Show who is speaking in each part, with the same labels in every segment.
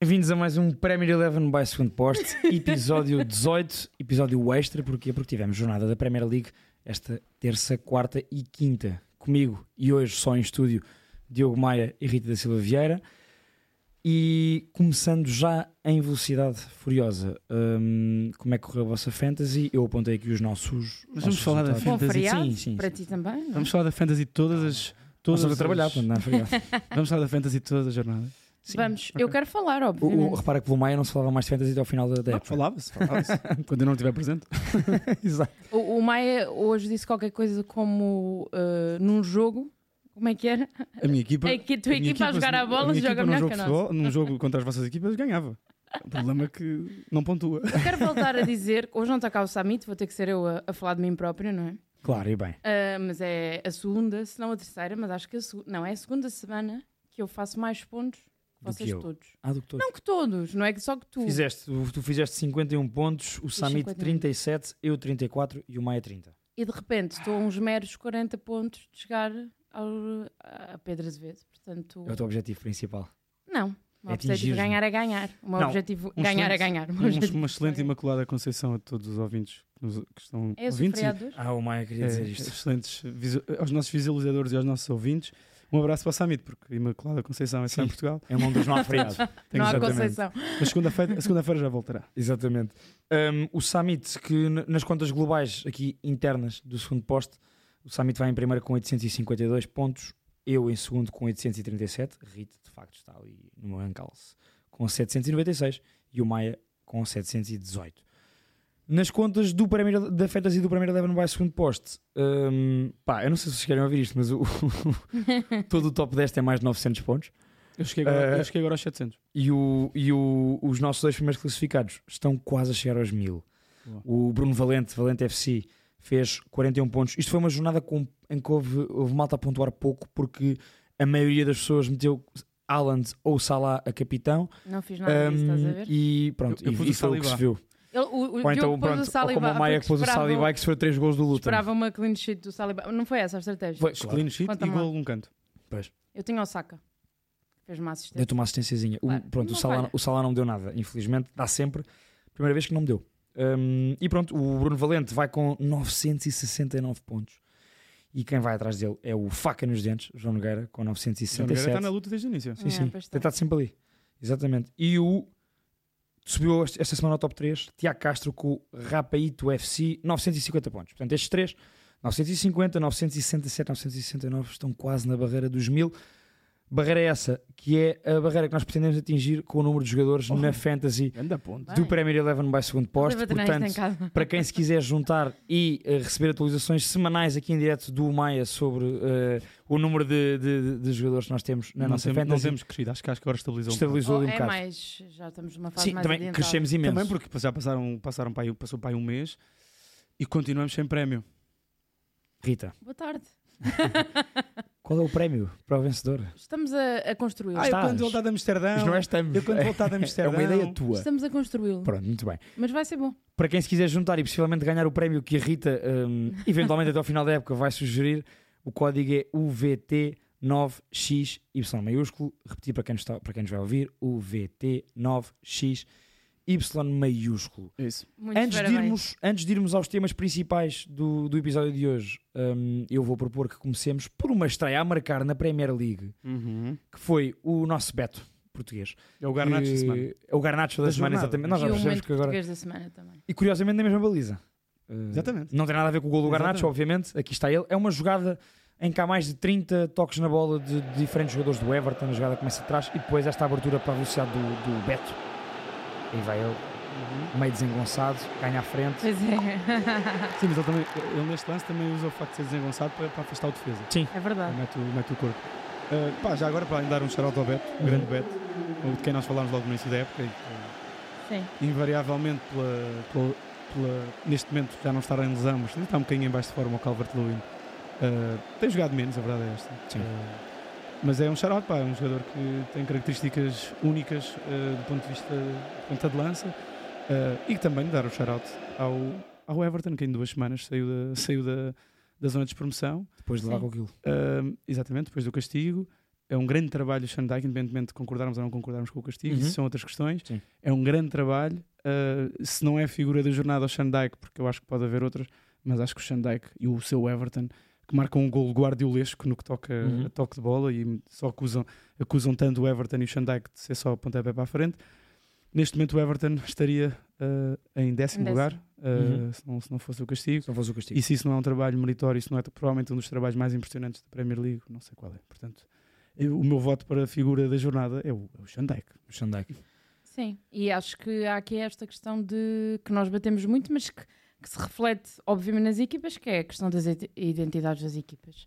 Speaker 1: Bem-vindos a mais um Premier Eleven by Segundo Poste, episódio 18, episódio extra, porquê? Porque tivemos jornada da Premier League esta terça, quarta e quinta. Comigo e hoje só em estúdio, Diogo Maia e Rita da Silva Vieira. E começando já em velocidade furiosa, hum, como é que correu a vossa fantasy? Eu apontei aqui os nossos.
Speaker 2: Mas
Speaker 1: nossos
Speaker 2: vamos falar da
Speaker 1: resultados.
Speaker 2: fantasy.
Speaker 3: Bom feriado
Speaker 1: Sim, sim,
Speaker 3: para ti também. não é?
Speaker 2: Vamos falar da fantasy de todas as.
Speaker 1: Nós
Speaker 2: Todas
Speaker 1: estamos a trabalhar,
Speaker 2: as-
Speaker 1: portanto, não é feriado.
Speaker 2: Vamos falar da fantasy de todas as jornadas.
Speaker 1: Sim.
Speaker 3: Vamos, eu quero falar,
Speaker 1: O- o-
Speaker 3: obviamente.
Speaker 1: repara que o Maia não se falava mais de fantasy até ao final da, da
Speaker 2: Ah,
Speaker 1: época.
Speaker 2: Falava-se, falava-se. Quando eu não estiver presente.
Speaker 1: Exato.
Speaker 3: O, o Maia hoje disse qualquer coisa como eh, num jogo. Como é que era?
Speaker 2: A minha equipa.
Speaker 3: É que a tua
Speaker 2: minha
Speaker 3: equipa a jogar
Speaker 2: se-
Speaker 3: à bola
Speaker 2: minha
Speaker 3: se joga
Speaker 2: equipa num
Speaker 3: melhor
Speaker 2: jogo
Speaker 3: que a
Speaker 2: de
Speaker 3: nossa.
Speaker 2: futebol, Num jogo contra as vossas equipas ganhava. O problema é que não pontua.
Speaker 3: Eu quero voltar a dizer que hoje não está cá o Samit, vou ter que ser eu a, a falar de mim própria, não é?
Speaker 1: Claro, e bem.
Speaker 3: Ah, mas é a segunda, se não a terceira, mas acho que a segunda. Não, é a segunda semana que eu faço mais pontos que
Speaker 1: Do
Speaker 3: vocês
Speaker 1: que eu.
Speaker 3: todos.
Speaker 1: Ah, do que todos.
Speaker 3: Não que todos, não é que só que tu.
Speaker 1: Fizeste, tu, tu fizeste 51 pontos, o Samit
Speaker 3: 51.
Speaker 1: 37, eu 34 e o Maia 30.
Speaker 3: E de repente estou a uns meros 40 pontos de chegar ao, a Pedro Azevedo. Portanto,
Speaker 1: É o teu objetivo principal.
Speaker 3: Não. O meu
Speaker 1: É atingir-
Speaker 3: objetivo de ganhar é ganhar. O meu
Speaker 2: Não,
Speaker 3: objetivo
Speaker 2: um
Speaker 3: ganhar é
Speaker 2: excelente-
Speaker 3: ganhar. O meu objetivo-
Speaker 2: Um- Uma excelente Imaculada Conceição a todos os ouvintes que, nos- que estão
Speaker 3: É os
Speaker 2: ouvintes. e-
Speaker 3: feriados.
Speaker 1: Ah, o Maia queria
Speaker 2: é,
Speaker 1: dizer isto.
Speaker 2: excelentes visu- aos nossos visualizadores e aos nossos ouvintes. Um abraço para o Summit, porque Imaculada Conceição é só em
Speaker 1: Sim.
Speaker 2: Portugal.
Speaker 1: É um dos não há feriado.
Speaker 2: Tem
Speaker 3: Não há
Speaker 2: exatamente.
Speaker 3: conceição.
Speaker 2: Mas segunda-feira segunda já voltará.
Speaker 1: Exatamente. Um, o Summit, que n- nas contas globais aqui internas do segundo posto, o Summit vai em primeiro com 852 pontos, eu em segundo com 837, Rita de facto está ali no meu encalço, com 796 e o Maia com 718. Nas contas do primeiro, da Fantasy do primeiro Eleven vai segundo posto, um, pá, eu não sei se vocês querem ouvir isto, mas o, todo o top 10 tem mais de 900 pontos.
Speaker 2: Eu cheguei agora,
Speaker 1: Eh,
Speaker 2: eu cheguei agora aos 700.
Speaker 1: E, o, e o- os nossos dois primeiros classificados estão quase a chegar aos mil.
Speaker 2: Boa.
Speaker 1: O Bruno Valente, Valente FC, fez 41 pontos. Isto foi uma jornada com- em que houve, houve malta a pontuar pouco, porque a maioria das pessoas meteu Haaland ou Salah a capitão.
Speaker 3: Não fiz nada disso,
Speaker 1: Ahm,
Speaker 3: estás a ver?
Speaker 1: e pronto,
Speaker 2: Eu- eu
Speaker 1: e-
Speaker 2: pus
Speaker 1: Hum, e
Speaker 2: o
Speaker 1: foi o que se
Speaker 2: Saliba.
Speaker 1: viu.
Speaker 3: Ele, o, o
Speaker 1: Ou
Speaker 3: Diogo
Speaker 1: então,
Speaker 3: pôs
Speaker 1: pronto,
Speaker 3: o Saliba.
Speaker 1: ou como o
Speaker 3: ah,
Speaker 1: Maia que
Speaker 3: porque
Speaker 1: pôs o
Speaker 3: esperava-
Speaker 1: Saliba, que sofreu 3 gols do Luton.
Speaker 3: Esperava uma clean sheet do Saliba. Não foi essa a estratégia.
Speaker 1: Foi, claro,
Speaker 2: Clean sheet
Speaker 3: Conta
Speaker 2: e
Speaker 3: lá.
Speaker 2: gol num canto.
Speaker 3: Eu tinha o Saka. Fez uma assistência.
Speaker 1: Deu-te uma assistênciazinha. O-
Speaker 3: Claro,
Speaker 1: pronto, o
Speaker 3: não
Speaker 1: Salah,
Speaker 3: falha.
Speaker 1: o Salah não me deu nada, infelizmente. Dá sempre. Primeira vez que não me deu. Hum, e pronto, o Bruno Valente vai com 969 pontos. E quem vai atrás dele é o Faca nos Dentes, João Nogueira, tá com
Speaker 2: João Nogueira
Speaker 1: 967.
Speaker 2: está na luta desde o início.
Speaker 1: Sim, sim.
Speaker 3: É, pois está.
Speaker 1: Tem estado sempre ali. Exatamente. E o. Subiu este- esta semana ao top 3, Tiago Castro com o Rapaito FC, 950 pontos. Portanto, estes três, 950, 967, 969, estão quase na barreira dos 1000. Barreira essa, que é a barreira que nós pretendemos atingir com o número de jogadores
Speaker 2: Oh.
Speaker 1: na Fantasy
Speaker 2: Anda ponto.
Speaker 1: do
Speaker 3: Bem.
Speaker 1: Premier Eleven by segundo posto.
Speaker 3: Deve treinar isto em
Speaker 1: Portanto,
Speaker 3: casa.
Speaker 1: para quem se quiser juntar e eh, receber atualizações semanais aqui em direto do Maia sobre eh, o número de, de- de jogadores que nós temos na
Speaker 2: Não,
Speaker 1: nossa
Speaker 2: temos, não
Speaker 1: Fantasy,
Speaker 2: temos crescido. Acho que, acho que agora estabilizou. um
Speaker 1: estabilizou
Speaker 3: Oh,
Speaker 1: ali um
Speaker 3: é
Speaker 1: bocado.
Speaker 3: mais. Já estamos numa fase
Speaker 1: Sim,
Speaker 3: mais
Speaker 1: também
Speaker 3: adiantada.
Speaker 1: crescemos
Speaker 2: bocado.
Speaker 1: imenso.
Speaker 2: Também porque já passaram, passaram para aí, passou para aí um mês e continuamos sem prémio.
Speaker 1: Rita,
Speaker 3: Boa tarde.
Speaker 1: qual é o prémio para o vencedor?
Speaker 3: Estamos a, a construí-lo.
Speaker 2: Ah, eu
Speaker 1: estás.
Speaker 2: quando voltar de Amsterdão.
Speaker 3: Ah,
Speaker 1: Isto não é estamos.
Speaker 2: Eu quando voltar de
Speaker 1: É
Speaker 2: Amsterdão.
Speaker 1: uma ideia tua.
Speaker 3: Estamos a construí-lo.
Speaker 1: Pronto, muito bem.
Speaker 3: Mas vai ser bom.
Speaker 1: Para quem se quiser juntar e possivelmente ganhar o prémio que a Rita, hum, eventualmente até ao final da época, vai sugerir, o código é UVT9XY maiúsculo. Repetir para quem nos, está, para quem nos vai ouvir: UVT9XY maiúsculo.
Speaker 2: Isso.
Speaker 3: Muitos
Speaker 1: Antes de,
Speaker 3: parabéns.
Speaker 1: irmos, antes de irmos aos temas principais do, do episódio de hoje, hum, eu vou propor que comecemos por uma estreia a marcar na Premier League, que foi o nosso Beto português.
Speaker 2: Uhum. É o Garnacho
Speaker 1: que-
Speaker 2: da semana.
Speaker 1: É o Garnacho da,
Speaker 2: Da
Speaker 1: semana,
Speaker 2: jornada.
Speaker 1: exatamente. Nós já
Speaker 3: e o
Speaker 1: percebemos
Speaker 3: momento
Speaker 1: que agora.
Speaker 3: português da semana também.
Speaker 1: E curiosamente na mesma baliza. Eh,
Speaker 2: Exatamente.
Speaker 1: Não tem nada a ver com o gol do Garnacho,
Speaker 2: Exatamente.
Speaker 1: obviamente. Aqui está ele. É uma jogada em que há mais de 30 toques na bola de, de diferentes jogadores do Everton. A jogada começa atrás e depois esta abertura para a velocidade do, do Beto. Aí vai ele, meio desengonçado, ganha à frente.
Speaker 3: Pois é.
Speaker 2: Sim, mas ele, também, ele neste lance também usa o facto de ser desengonçado para, para afastar o defesa.
Speaker 3: É
Speaker 1: Ah.
Speaker 3: verdade.
Speaker 2: Mete, o- mete o corpo. Ah, pá, já agora para ainda dar um shout ao Beto, o
Speaker 1: Uhum.
Speaker 2: grande Beto, o de quem nós falámos logo no início da época e que
Speaker 3: Sim.
Speaker 2: invariavelmente pela, pela- pela- neste momento já não estar em lesão, mas ainda está um bocadinho em baixo de forma o Calvert-Lewin. Ah, tem jogado menos, a verdade é esta.
Speaker 1: Sim.
Speaker 2: Ah, mas é um charado, pá, é um jogador que tem características únicas ah, do ponto de vista de ponta de lança Ah, e que também dar o shout ao, ao Everton, que em duas semanas saiu da, saiu da, da zona de promoção.
Speaker 1: Depois de levar
Speaker 3: Sim.
Speaker 1: com aquilo.
Speaker 2: Ah, exatamente, depois do castigo. é um grande trabalho o Shandai, independentemente de concordarmos ou não concordarmos com o castigo,
Speaker 1: Uhum.
Speaker 2: isso são outras questões.
Speaker 1: Sim.
Speaker 2: É um grande trabalho. ah, se não é a figura da jornada ao Shandai, porque eu acho que pode haver outras, mas acho que o Shandai e o seu Everton, que marcam um gol guardiolesco no que toca
Speaker 1: Uhum.
Speaker 2: a toque de bola e só acusam, acusam tanto o Everton e o Shandai de ser só pontapé para a frente. Neste momento, o Everton estaria ah, em décimo,
Speaker 3: Em décimo.
Speaker 2: lugar, ah,
Speaker 1: Uhum.
Speaker 2: se, não, se não fosse o castigo.
Speaker 1: Se não fosse o castigo.
Speaker 2: E se isso não é um trabalho meritório, isso não é provavelmente um dos trabalhos mais impressionantes da Premier League, não sei qual é. Portanto, eu- o meu voto para a figura da jornada é o, é o Shandek.
Speaker 1: O Xandai.
Speaker 3: Sim, e acho que há aqui esta questão de que nós batemos muito, mas que, que se reflete, obviamente, nas equipas, que é a questão das ide- identidades das equipas.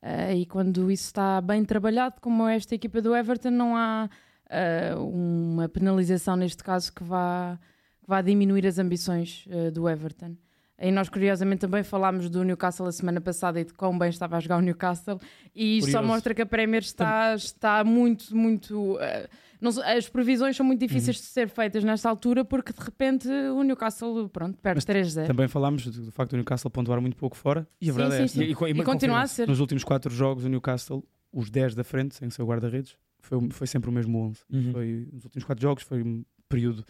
Speaker 3: Ah, e quando isso está bem trabalhado, como é esta equipa do Everton, não há ah, uma penalização, neste caso, que vá, que vá diminuir as ambições ah, do Everton. E nós, curiosamente, também falámos do Newcastle a semana passada e de quão bem estava a jogar o Newcastle, e isso só
Speaker 2: Curioso.
Speaker 3: mostra que a Premier está, está muito, muito. ah, não sei, as previsões são muito difíceis
Speaker 1: Uhum.
Speaker 3: de ser feitas nesta altura porque de repente o Newcastle pronto, perde
Speaker 2: Mas
Speaker 3: 3-0.
Speaker 2: Também falámos do, do facto do Newcastle pontuar muito pouco fora, e a
Speaker 3: É. Sim,
Speaker 2: verdade é
Speaker 3: sim,
Speaker 2: esta.
Speaker 3: sim.
Speaker 1: E- e- e-
Speaker 3: E continua assim? a ser.
Speaker 2: Nos últimos quatro jogos, o Newcastle, os 10 da frente, sem o seu guarda-redes, foi, o- foi sempre o mesmo 11.
Speaker 1: Uhum.
Speaker 2: Foi, nos últimos quatro jogos foi um período,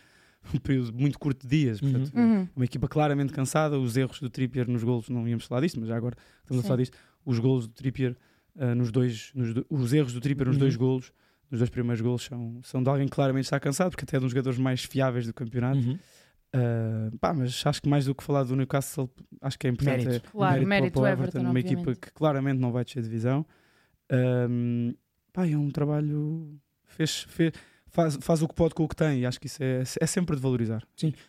Speaker 2: um período muito curto de dias.
Speaker 1: Uhum.
Speaker 2: Portanto,
Speaker 3: Uhum.
Speaker 2: uma equipa claramente cansada, os erros do Trippier nos golos, não íamos falar disto, mas já agora estamos a falar
Speaker 3: Sim.
Speaker 2: disto, os golos do Trippier ah, nos dois, nos do- os erros do Trippier nos dois
Speaker 1: Uhum.
Speaker 2: golos, nos dois primeiros golos são, são de alguém que claramente está cansado, porque até é um dos jogadores mais fiáveis do campeonato.
Speaker 1: Uhum.
Speaker 2: Ah, pá, mas acho que mais do que falar do Newcastle, acho que é importante
Speaker 1: Mérito.
Speaker 2: é,
Speaker 3: Claro, mérito
Speaker 2: para o
Speaker 3: Everton,
Speaker 2: uma equipa
Speaker 3: obviamente.
Speaker 2: que claramente não vai descer de divisão. Ahm, pá, é um trabalho fez, fez- faz, faz o que pode com o que tem e acho que isso é, é sempre de valorizar.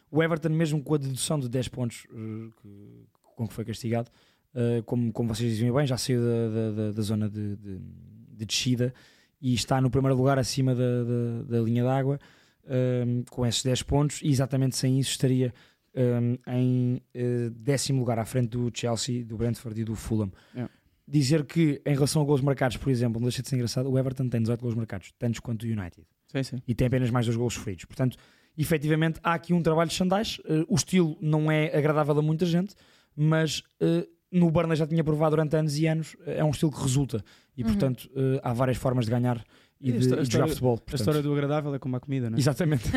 Speaker 1: O Everton, mesmo com a dedução de 10 pontos eh, que- com que foi castigado, eh, como, como vocês diziam bem, já saiu da, da- da- da zona de, de- de descida e está no primeiro lugar acima da, da- da linha d'água ehm, com esses 10 pontos e exatamente sem isso estaria ehm, em eh, décimo lugar à frente do Chelsea, do Brentford e do Fulham.
Speaker 2: É.
Speaker 1: Dizer que em relação a gols marcados, por exemplo, não deixa de ser engraçado, o Everton tem 18 gols marcados, tantos quanto o United
Speaker 2: Sim, sim.
Speaker 1: e tem apenas mais dois gols sofridos. Portanto, efetivamente, há aqui um trabalho de Xandais. Eh, o estilo não é agradável a muita gente, mas eh, no Burnley já tinha provado durante anos e anos, eh, é um estilo que resulta. E,
Speaker 3: Uhum.
Speaker 1: portanto, eh, há várias formas de ganhar e
Speaker 2: E
Speaker 1: de,
Speaker 2: a histó-
Speaker 1: e
Speaker 2: a
Speaker 1: de jogar
Speaker 2: história-
Speaker 1: futebol. Portanto,
Speaker 2: A história do agradável é como a comida, não é?
Speaker 1: Exatamente.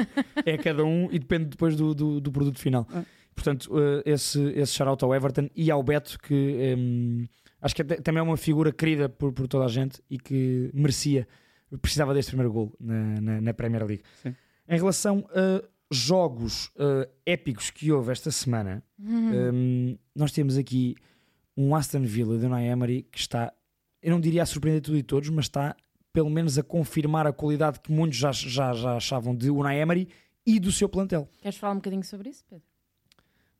Speaker 1: é cada um e depende depois do, do, do produto final.
Speaker 2: Ah.
Speaker 1: Portanto, eh, esse, esse shout-out ao Everton e ao Beto, que ehm, acho que até- também é uma figura querida por, por toda a gente e que merecia, precisava deste primeiro gol na, na, na Premier League.
Speaker 2: Sim.
Speaker 1: Em relação a jogos eh, épicos que houve esta semana,
Speaker 3: Uhum.
Speaker 1: um, nós temos aqui um Aston Villa de Unai Emery que está, eu não diria a surpreender tudo e todos, mas está pelo menos a confirmar a qualidade que muitos já, já, já achavam de Unai Emery e do seu plantel.
Speaker 3: Queres falar um bocadinho sobre isso, Pedro?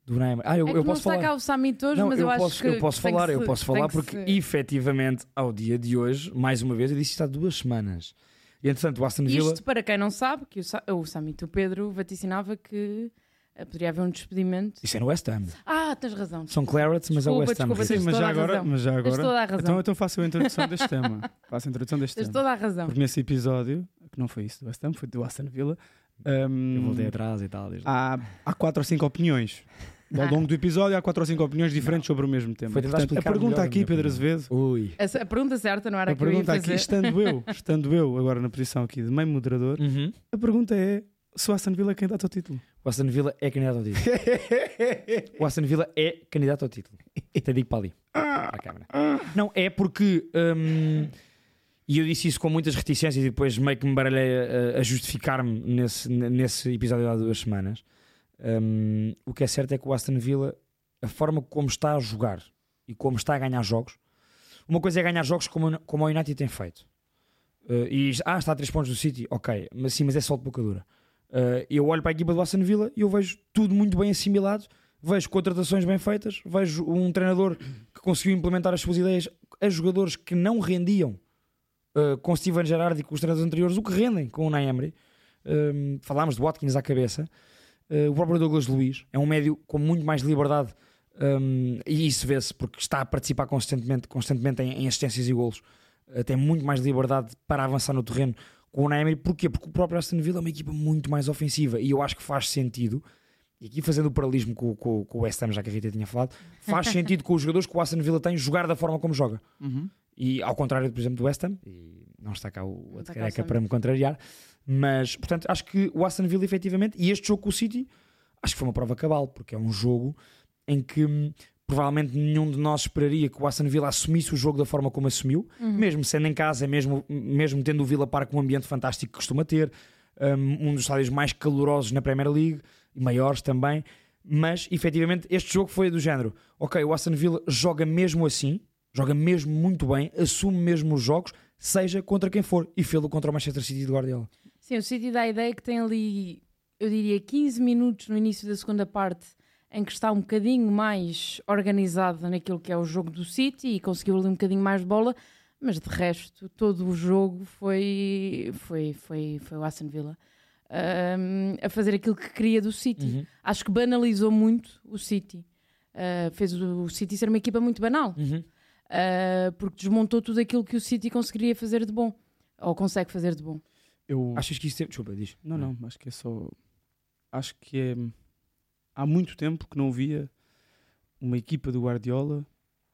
Speaker 1: Do Unai Emery. Ah, eu,
Speaker 3: é que
Speaker 1: eu
Speaker 3: não
Speaker 1: posso
Speaker 3: está
Speaker 1: falar.
Speaker 3: cá o Summit hoje,
Speaker 1: Não,
Speaker 3: mas eu, acho
Speaker 1: posso,
Speaker 3: que.
Speaker 1: eu posso
Speaker 3: que tem que
Speaker 1: falar, eu
Speaker 3: se-
Speaker 1: posso
Speaker 3: tem
Speaker 1: falar
Speaker 3: que
Speaker 1: porque
Speaker 3: se-
Speaker 1: efetivamente ao dia de hoje, mais uma vez, eu disse isto há duas semanas. E entretanto, o Aston Villa.
Speaker 3: Isto para quem não sabe, que o, Sa- o Summit, o Pedro vaticinava que eh, poderia haver um despedimento.
Speaker 1: Isso é no West Ham.
Speaker 3: Ah, tens razão.
Speaker 1: São Clarets, mas é o
Speaker 3: Desculpa,
Speaker 1: West Ham.
Speaker 3: desculpa,
Speaker 1: Rita.
Speaker 3: Tens
Speaker 2: mas
Speaker 3: toda
Speaker 2: já
Speaker 3: a
Speaker 2: agora,
Speaker 3: razão.
Speaker 2: mas já
Speaker 3: Tens
Speaker 2: agora.
Speaker 3: toda a razão.
Speaker 2: Então, então faço a introdução deste tema. Faço a introdução deste
Speaker 3: Tens
Speaker 2: tema.
Speaker 3: toda a razão.
Speaker 2: Porque nesse episódio, que não foi isso do West Ham, foi do Aston Villa, hum,
Speaker 1: Eu voltei atrás e tal. desde-
Speaker 2: há, há quatro ou cinco opiniões. Ao
Speaker 3: Ah.
Speaker 2: longo do episódio há quatro ou cinco opiniões diferentes sobre o mesmo tema.
Speaker 1: Foi tentar
Speaker 2: Portanto, a
Speaker 1: explicar
Speaker 2: pergunta
Speaker 1: melhor a
Speaker 2: aqui,
Speaker 1: minha
Speaker 2: Pedro
Speaker 1: opinião.
Speaker 2: Azevedo,
Speaker 1: Ah, Ui.
Speaker 3: A, a pergunta certa não era
Speaker 2: a
Speaker 3: a que eu ia
Speaker 2: pergunta
Speaker 3: fazer.
Speaker 2: aqui, estando eu, estando eu agora na posição aqui de meio moderador,
Speaker 1: Uhum.
Speaker 2: a pergunta é se o Aston Villa é candidato ao título.
Speaker 1: O Aston Villa é candidato ao título. o Aston Villa é candidato ao título. Até digo para ali. Para a câmara. Não, é porque. hum, e eu disse isso com muitas reticências e depois meio que me baralhei a, a justificar-me nesse, nesse episódio há duas semanas. Hum, o que é certo é que o Aston Villa, a forma como está a jogar e como está a ganhar jogos, uma coisa é ganhar jogos como, como o United tem feito. Uh, e ah, está a 3 pontos do City, ok, mas sim, mas é só de pouca dura. Uh, eu olho para a equipa do Aston Villa e eu vejo tudo muito bem assimilado, vejo contratações bem feitas, vejo um treinador que conseguiu implementar as suas ideias a jogadores que não rendiam uh, com Steven Gerrard e com os treinadores anteriores, o que rendem com o Unai Emery. Um, falámos de Watkins à cabeça. Uh, o próprio Douglas Luiz é um médio com muito mais liberdade um, e isso vê-se porque está a participar constantemente, constantemente em, em assistências e golos. Uh, tem muito mais liberdade para avançar no terreno com o Unai Emery. Porquê? Porque o próprio Aston Villa é uma equipa muito mais ofensiva e eu acho que faz sentido. E aqui fazendo o paralelismo com, com- com o West Ham, já que a Rita tinha falado, faz sentido com os jogadores que o Aston Villa tem jogar da forma como joga. E ao contrário, por exemplo, do West Ham, e não está cá o
Speaker 3: Não está cá o
Speaker 1: Careca
Speaker 3: Summit.
Speaker 1: para me contrariar, mas portanto acho que o Aston Villa efetivamente, e este jogo com o City, acho que foi uma prova cabal, porque é um jogo em que hum, provavelmente nenhum de nós esperaria que o Aston Villa assumisse o jogo da forma como assumiu,
Speaker 2: Uhum.
Speaker 1: mesmo sendo em casa, mesmo, mesmo tendo o Villa Park um ambiente fantástico que costuma ter, um, um dos estádios mais calorosos na Premier League, e maiores também, mas efetivamente este jogo foi do género, ok, o Aston Villa joga mesmo assim, joga mesmo muito bem, assume mesmo os jogos, seja contra quem for, e fê-lo contra o Manchester City de Guardiola.
Speaker 3: Sim, o City dá a ideia que tem ali, eu diria, 15 minutos no início da segunda parte em que está um bocadinho mais organizado naquilo que é o jogo do City e conseguiu ali um bocadinho mais de bola, mas de resto todo o jogo foi, foi, foi, foi o Aston Villa. ahm, a fazer aquilo que queria do City.
Speaker 2: Uhum,
Speaker 1: Uhum.
Speaker 3: Acho que banalizou muito o City. Ah, fez o City ser uma equipa muito banal.
Speaker 2: uhum.
Speaker 3: Uh, porque desmontou tudo aquilo que o City conseguiria fazer de bom. Ou consegue fazer de bom.
Speaker 2: Eu
Speaker 1: Achas que isso tem... Desculpa, diz.
Speaker 2: Não, não, acho que é só. Acho que é. Há muito tempo que não via uma equipa do Guardiola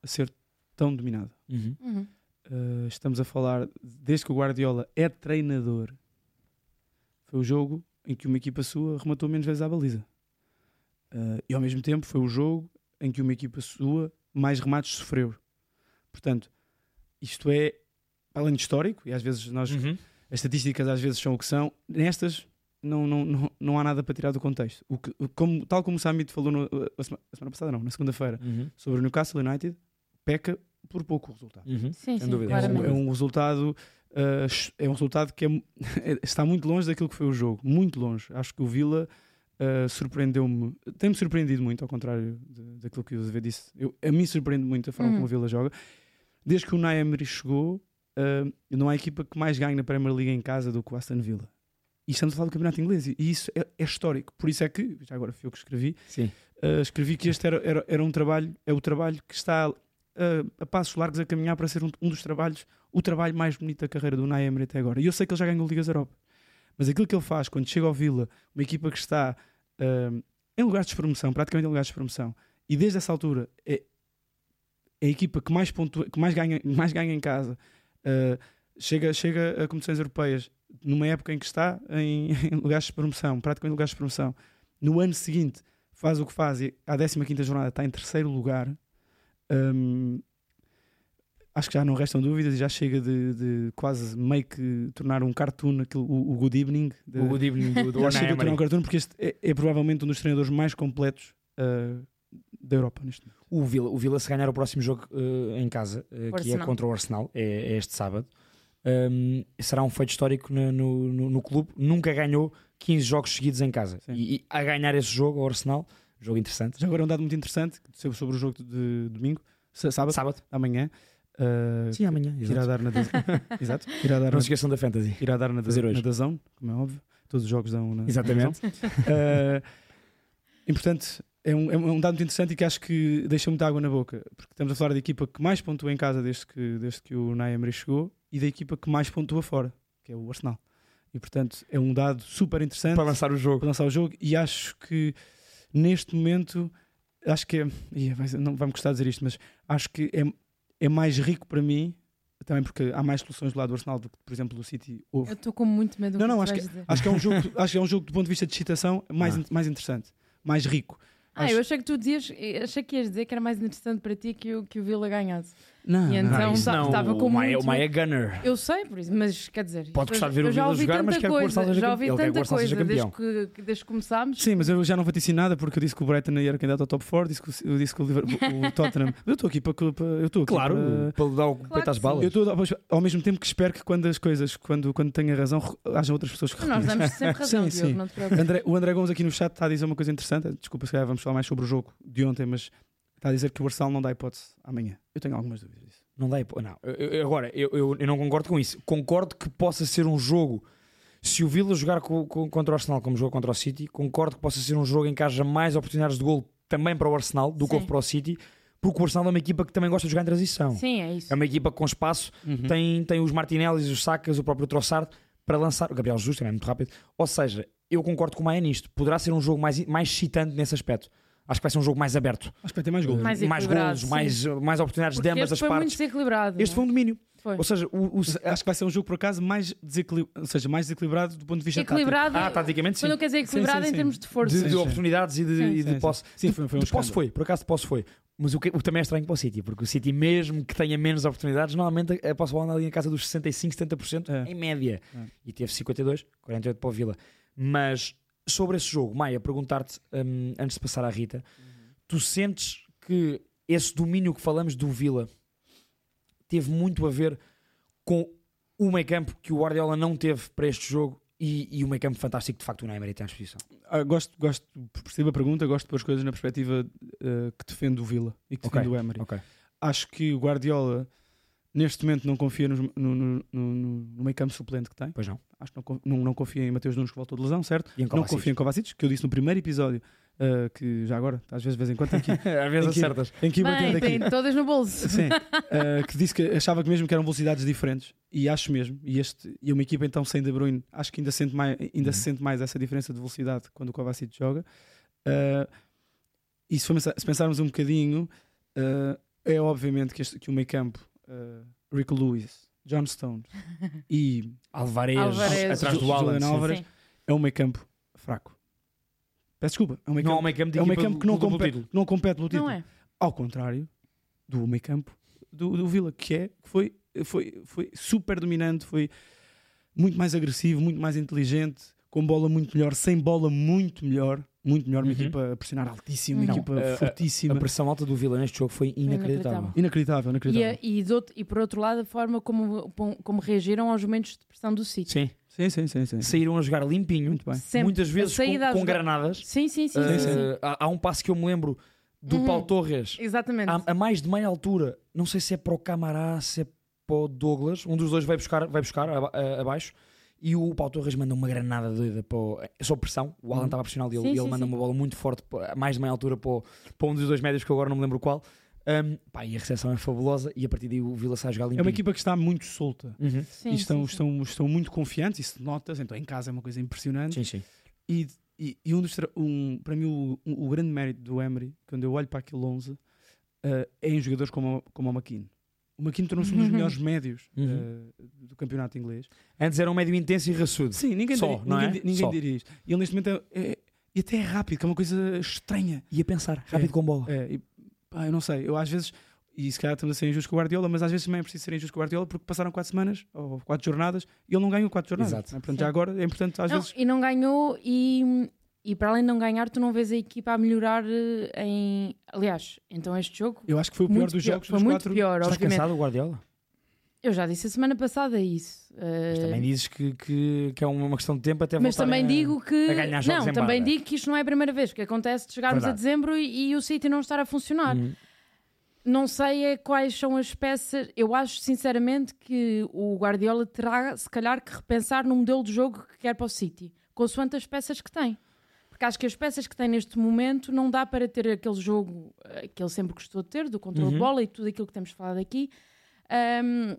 Speaker 2: a ser tão dominada.
Speaker 1: Uhum.
Speaker 2: Uh, estamos a falar, desde que o Guardiola é treinador, foi o jogo em que uma equipa sua rematou menos vezes à baliza. Uh, e ao mesmo tempo foi o jogo em que uma equipa sua mais remates sofreu. Portanto, isto é, para além de histórico, e às vezes nós
Speaker 1: Uhum.
Speaker 2: as estatísticas às vezes são o que são. Nestas, não, não, não, não há nada para tirar do contexto. O que, o- como, tal como o Samit falou no- a, semana, a semana passada, não, na segunda-feira,
Speaker 1: Uhum.
Speaker 2: sobre o Newcastle United, peca por pouco o resultado.
Speaker 1: Uhum.
Speaker 3: Sim,
Speaker 1: Sem
Speaker 3: sim,
Speaker 1: dúvida.
Speaker 2: É um,
Speaker 3: claramente.
Speaker 2: é um resultado. ah, ch- é um resultado que é mu- está muito longe daquilo que foi o jogo, muito longe. Acho que o Vila ah, surpreendeu-me, tem-me surpreendido muito, ao contrário de- daquilo que o Zé disse. Eu, a mim surpreende muito a forma
Speaker 3: Uhum.
Speaker 2: como o Vila joga. Desde que o Unai Emery chegou, ah, não há equipa que mais ganhe na Premier League em casa do que o Aston Villa. E estamos a falar do campeonato inglês, e isso é, é histórico. Por isso é que, já agora fui eu que escrevi,
Speaker 1: Sim.
Speaker 2: Uh, escrevi que este era, era, era um trabalho, é o trabalho que está uh, a passos largos a caminhar para ser um, um dos trabalhos, o trabalho mais bonito da carreira do Unai Emery até agora. E eu sei que ele já ganhou Ligas Europa, mas aquilo que ele faz quando chega ao Vila, uma equipa que está uh, em lugares de promoção, praticamente em lugares de promoção, e desde essa altura é, é a equipa que mais, pontua, que mais, ganha, mais ganha em casa, uh, chega, chega a competições europeias numa época em que está em, em lugares de promoção, praticamente em lugares de promoção. No ano seguinte faz o que faz e à 15 jornada está em terceiro lugar, hum, acho que já não restam dúvidas e já chega de, de quase meio que tornar um cartoon aquilo, o, o Good Evening. de-
Speaker 1: O good evening do, é do
Speaker 2: já
Speaker 1: Unai
Speaker 2: chega a tornar um
Speaker 1: Emery.
Speaker 2: cartoon porque este é, é provavelmente um dos treinadores mais completos ah, da Europa neste momento.
Speaker 1: O Vila, o Vila, se ganhar o próximo jogo eh, em casa, eh,
Speaker 3: O
Speaker 1: que é
Speaker 3: Arsenal.
Speaker 1: contra o Arsenal, é, é este sábado, ehm, será um feito histórico na- no, no, no clube. Nunca ganhou 15 jogos seguidos em casa.
Speaker 2: Sim.
Speaker 1: E, e a ganhar esse jogo, ao Arsenal, jogo interessante.
Speaker 2: Já agora um dado muito interessante sobre sobre o jogo de domingo, s- sábado,
Speaker 1: Sábado?
Speaker 2: amanhã. ah,
Speaker 1: Sim, amanhã.
Speaker 2: que irá
Speaker 1: exato.
Speaker 2: dar na Daz- Exato, que irá dar
Speaker 1: Não
Speaker 2: na,
Speaker 1: se esqueçam da Fantasy.
Speaker 2: que irá dar na, Daz-
Speaker 1: fazer hoje.
Speaker 2: na Dazão, como é óbvio. Todos os jogos dão na,
Speaker 1: Exatamente.
Speaker 2: Uh, e portanto, é um, é um dado muito interessante e que acho que deixa muita água na boca, porque estamos a falar da equipa que mais pontua em casa desde que, desde que o Unai Emery chegou e da equipa que mais pontua fora, que é o Arsenal. E portanto, é um dado super interessante
Speaker 1: Para lançar o jogo.
Speaker 2: para lançar o jogo e acho que neste momento acho que é, ia, vai ser- não vai-me gostar de dizer isto, mas acho que é, é mais rico para mim, também porque há mais soluções do lado do Arsenal do que, por exemplo, do City houve.
Speaker 3: Eu estou com muito medo
Speaker 2: Não,
Speaker 3: do
Speaker 2: não, acho
Speaker 3: que tu
Speaker 2: que,
Speaker 3: vais dizer.
Speaker 2: acho que é um jogo, acho que é um jogo do ponto de vista de excitação mais,
Speaker 1: Ah.
Speaker 2: in- mais interessante, mais rico.
Speaker 3: Ah,
Speaker 2: acho-
Speaker 3: eu achei que tu dizias, eu achei que ias dizer que era mais interessante para ti que o, que o Vila ganhasse.
Speaker 2: Não,
Speaker 3: E
Speaker 2: não,
Speaker 3: então-
Speaker 2: não,
Speaker 1: isso
Speaker 2: isso-
Speaker 3: tá- tava com
Speaker 1: o Maia,
Speaker 3: muito-
Speaker 1: o Maia é Gunner.
Speaker 3: Eu sei, por isso, mas quer dizer,
Speaker 1: Pode
Speaker 3: eu-
Speaker 1: gostar de ver
Speaker 3: eu
Speaker 1: o
Speaker 3: já
Speaker 1: Vila
Speaker 3: ouvi
Speaker 1: jogar, mas
Speaker 3: tanta
Speaker 1: quer que o
Speaker 3: coisa-
Speaker 1: Arsenal seja
Speaker 3: Já
Speaker 1: campeão.
Speaker 3: ouvi
Speaker 1: Ele quer que o
Speaker 3: tanta
Speaker 1: Arsenal seja
Speaker 3: coisa desde
Speaker 1: campeão.
Speaker 3: que, que- desde que começámos.
Speaker 2: Sim, mas eu já não vaticei nada porque eu disse que o Brighton era candidato ao top 4, disse que o, eu disse que o, Liverpool, o Tottenham. Mas Eu estou aqui para. para- Eu estou aqui
Speaker 1: Claro,
Speaker 2: para-
Speaker 1: para lhe dar o peito às
Speaker 3: que sim.
Speaker 1: balas.
Speaker 2: eu estou ao- ao mesmo tempo que espero que quando as coisas, quando, quando tenha razão, re- hajam outras pessoas que
Speaker 3: Nós
Speaker 2: reconheçam.
Speaker 3: damos sempre
Speaker 2: Sim,
Speaker 3: razão, Diogo,
Speaker 2: sim.
Speaker 3: não te preocupes.
Speaker 2: André- o André Gomes aqui no chat está a dizer uma coisa interessante. Desculpa, se calhar vamos falar mais sobre o jogo de ontem, mas está a dizer que o Arsenal não dá hipótese amanhã. Eu tenho algumas dúvidas disso.
Speaker 1: Não dá hipó- não. Eu- eu- agora, eu, eu, eu não concordo com isso. Concordo que possa ser um jogo. Se o Vila jogar co- co- contra o Arsenal como jogou contra o City, concordo que possa ser um jogo em que haja mais oportunidades de gol também para o Arsenal do que
Speaker 3: Sim.
Speaker 1: houve para o City, porque o Arsenal é uma equipa que também gosta de jogar em transição.
Speaker 3: Sim, Uhum. é isso.
Speaker 1: É uma equipa com espaço, tem, tem os Martinelli, os Sacas, o próprio Trossard para lançar. O Gabriel Jesus também é muito rápido. Ou seja, eu concordo com o Maia nisto. Poderá ser um jogo mais, mais excitante nesse aspecto. Acho que vai ser um jogo mais aberto.
Speaker 2: Acho que vai ter mais gols.
Speaker 3: Mais
Speaker 1: mais
Speaker 3: equilibrado,
Speaker 1: golos,
Speaker 3: sim.
Speaker 1: mais, mais oportunidades
Speaker 3: Porque
Speaker 1: de ambas
Speaker 3: este
Speaker 1: as
Speaker 3: foi muito
Speaker 1: partes.
Speaker 3: desequilibrado.
Speaker 1: Este foi um domínio.
Speaker 3: Foi.
Speaker 1: Ou seja, o, o-
Speaker 2: Acho que vai ser um jogo, por acaso, mais, desequili... ou seja, mais desequilibrado do ponto de vista
Speaker 3: equilibrado.
Speaker 1: ah, taticamente sim.
Speaker 3: quando eu quero dizer
Speaker 2: Sim, sim,
Speaker 3: equilibrado
Speaker 2: sim.
Speaker 3: em termos de força.
Speaker 1: De, de
Speaker 2: sim.
Speaker 1: oportunidades e de,
Speaker 3: Sim,
Speaker 1: e de
Speaker 2: sim, sim.
Speaker 1: posse.
Speaker 2: Sim, foi- foi um
Speaker 1: de posse
Speaker 2: escândalo.
Speaker 1: foi, por acaso de posse foi. Mas o que, o que também é estranho para o City, porque o City, mesmo que tenha menos oportunidades, normalmente a a posse de bola anda ali na casa dos 65, 70%
Speaker 2: É.
Speaker 1: em média.
Speaker 2: É.
Speaker 1: E teve 52, 48 para o Vila. Mas sobre esse jogo, Maia, perguntar-te, hum, antes de passar à Rita, tu sentes que esse domínio que falamos do Vila teve muito a ver com o meio campo que o Guardiola não teve para este jogo e, e o meio campo fantástico de facto o Neymar tem à disposição.
Speaker 2: Ah, gosto, gosto, percebo a pergunta, gosto de pôr as coisas na perspectiva eh, que defende o Vila e que
Speaker 1: Ok,
Speaker 2: defende o Emery.
Speaker 1: Ok.
Speaker 2: Acho que o Guardiola, neste momento, não confia nos- no, no, no, no meio campo suplente que tem.
Speaker 1: Pois não.
Speaker 2: Acho que não, con- não, não confia em Mateus Nunes, que voltou de lesão, certo?
Speaker 1: E em
Speaker 2: Não
Speaker 1: Kovacic.
Speaker 2: confia em Kovacic, que eu disse no primeiro episódio, eh, que já agora, às vezes, de vez em quando, tem que,
Speaker 1: Às vezes
Speaker 2: Tem que-
Speaker 1: acertas.
Speaker 2: tem que ir batendo
Speaker 3: Bem,
Speaker 2: aqui.
Speaker 3: tem todas no bolso.
Speaker 2: Sim. Uh, que disse que achava que mesmo que eram velocidades diferentes e acho mesmo e este e uma equipa então sem De Bruyne acho que ainda sente mais ainda
Speaker 1: Uhum.
Speaker 2: se sente mais essa diferença de velocidade quando o Kovacic joga Uh, e se, formos a- se pensarmos um bocadinho uh, é obviamente que, este, que o meio campo uh, Rico Lewis John Stones e
Speaker 1: Alvarez,
Speaker 3: Alvarez.
Speaker 1: atrás do
Speaker 2: Ju-
Speaker 1: Alan.
Speaker 2: Julian
Speaker 1: sim.
Speaker 2: Álvares.
Speaker 3: Sim.
Speaker 2: é um meio campo fraco peço desculpa é um meio
Speaker 1: Não há um
Speaker 2: campo,
Speaker 1: meio campo de
Speaker 2: é um meio
Speaker 1: equipa
Speaker 2: campo que não
Speaker 1: do- do
Speaker 2: compete,
Speaker 1: título.
Speaker 2: não compete pelo título
Speaker 3: Não é?
Speaker 2: ao contrário do meio campo do, do Vila, que é que foi, foi, foi super dominante, foi muito mais agressivo, muito mais inteligente, com bola muito melhor, sem bola muito melhor, muito melhor,
Speaker 1: Uhum.
Speaker 2: uma equipa a pressionar altíssimo, uma
Speaker 3: Não,
Speaker 2: equipa
Speaker 1: a- a-
Speaker 2: fortíssima.
Speaker 1: A pressão alta do Vila neste jogo foi inacreditável.
Speaker 3: Inacreditável.
Speaker 2: Inacreditável,
Speaker 3: E,
Speaker 2: inacreditável.
Speaker 3: a- e, do outro- e por outro lado, a forma como, como reagiram aos momentos de pressão do City.
Speaker 1: Sim.
Speaker 2: Sim, sim, sim, sim.
Speaker 1: Saíram a jogar limpinho,
Speaker 2: Muito bem.
Speaker 3: Sempre.
Speaker 1: muitas vezes
Speaker 3: A
Speaker 1: com,
Speaker 3: saída a
Speaker 1: com
Speaker 3: jogar-
Speaker 1: granadas.
Speaker 3: Sim, sim, sim.
Speaker 1: Eh,
Speaker 3: sim, sim.
Speaker 1: Há, há um passo que eu me lembro do
Speaker 3: Uhum.
Speaker 1: Paulo Torres,
Speaker 3: Exatamente.
Speaker 1: a, a mais de meia altura, não sei se é para o Camará, se é para o Douglas, um dos dois vai buscar, vai buscar aba- a- abaixo. E o Paulo Torres manda uma granada doida para o, é só pressão. O Alan
Speaker 2: Uhum.
Speaker 1: estava a pressionar e ele,
Speaker 3: Sim,
Speaker 1: ele
Speaker 3: sim,
Speaker 1: manda
Speaker 3: sim.
Speaker 1: uma bola muito forte, pa- a mais de meia altura, para, o- para um dos dois médios que eu agora não me lembro qual. Um, pá, e a recepção é fabulosa. E a partir daí o Vila sai a jogar
Speaker 2: É
Speaker 1: limpinho.
Speaker 2: uma equipa que está muito solta.
Speaker 1: Uhum.
Speaker 3: Sim,
Speaker 2: e estão,
Speaker 3: sim, sim.
Speaker 2: Estão, estão muito confiantes, isso nota-se. Então, em casa é uma coisa impressionante.
Speaker 1: Sim, sim.
Speaker 2: E, e, e um dos tra- um, para mim, o, o grande mérito do Emery, quando eu olho para aquele 11, eh, é em jogadores como, o- como o McKean. O McKean tornou-se um dos melhores médios
Speaker 1: Uhum.
Speaker 2: eh, do campeonato inglês.
Speaker 1: Antes era um médio intenso e raçudo.
Speaker 2: Sim, ninguém,
Speaker 1: Só,
Speaker 2: diria,
Speaker 1: não
Speaker 2: ninguém,
Speaker 1: é?
Speaker 2: di- ninguém
Speaker 1: Só.
Speaker 2: diria isto. E ele neste momento é, é- e até é rápido, que é uma coisa estranha.
Speaker 1: E a pensar, rápido com bola.
Speaker 2: É, e, pá, eu não sei, eu às vezes, e se calhar estamos a ser injustos com o Guardiola, mas às vezes também é preciso ser injusto com o Guardiola porque passaram 4 semanas ou 4 jornadas e ele não ganhou 4 jornadas.
Speaker 1: Exato.
Speaker 2: não é? Portanto,
Speaker 3: Sim.
Speaker 2: já agora é importante às
Speaker 3: Não,
Speaker 2: vezes.
Speaker 3: E não ganhou, e, e para além de não ganhar, tu não vês a equipa a melhorar eh, em. Aliás, então este jogo.
Speaker 2: Eu acho que foi o pior
Speaker 3: muito
Speaker 2: dos
Speaker 3: pior,
Speaker 2: jogos
Speaker 3: foi
Speaker 2: dos
Speaker 3: muito
Speaker 2: quatro-
Speaker 3: pior,
Speaker 1: Estás
Speaker 3: obviamente.
Speaker 1: cansado, Guardiola?
Speaker 3: Eu já disse a semana passada isso. eh,
Speaker 1: Mas também dizes que, que, que é uma questão de tempo até
Speaker 3: mas
Speaker 1: voltarem
Speaker 3: também
Speaker 1: a-
Speaker 3: digo que.
Speaker 1: a ganhar jogos
Speaker 3: Não,
Speaker 1: em
Speaker 3: também
Speaker 1: barra.
Speaker 3: digo que isto não é a primeira vez que acontece de chegarmos
Speaker 1: Verdade.
Speaker 3: a dezembro e, e o sítio não estar a funcionar.
Speaker 1: Uhum.
Speaker 3: Não sei é quais são as peças. Eu acho sinceramente que o Guardiola terá, se calhar, que repensar no modelo de jogo que quer para o City, consoante as peças que tem. Porque acho que as peças que tem neste momento não dá para ter aquele jogo eh, que ele sempre gostou de ter, do controle
Speaker 1: Uhum.
Speaker 3: de bola e tudo aquilo que temos falado aqui. Ahm,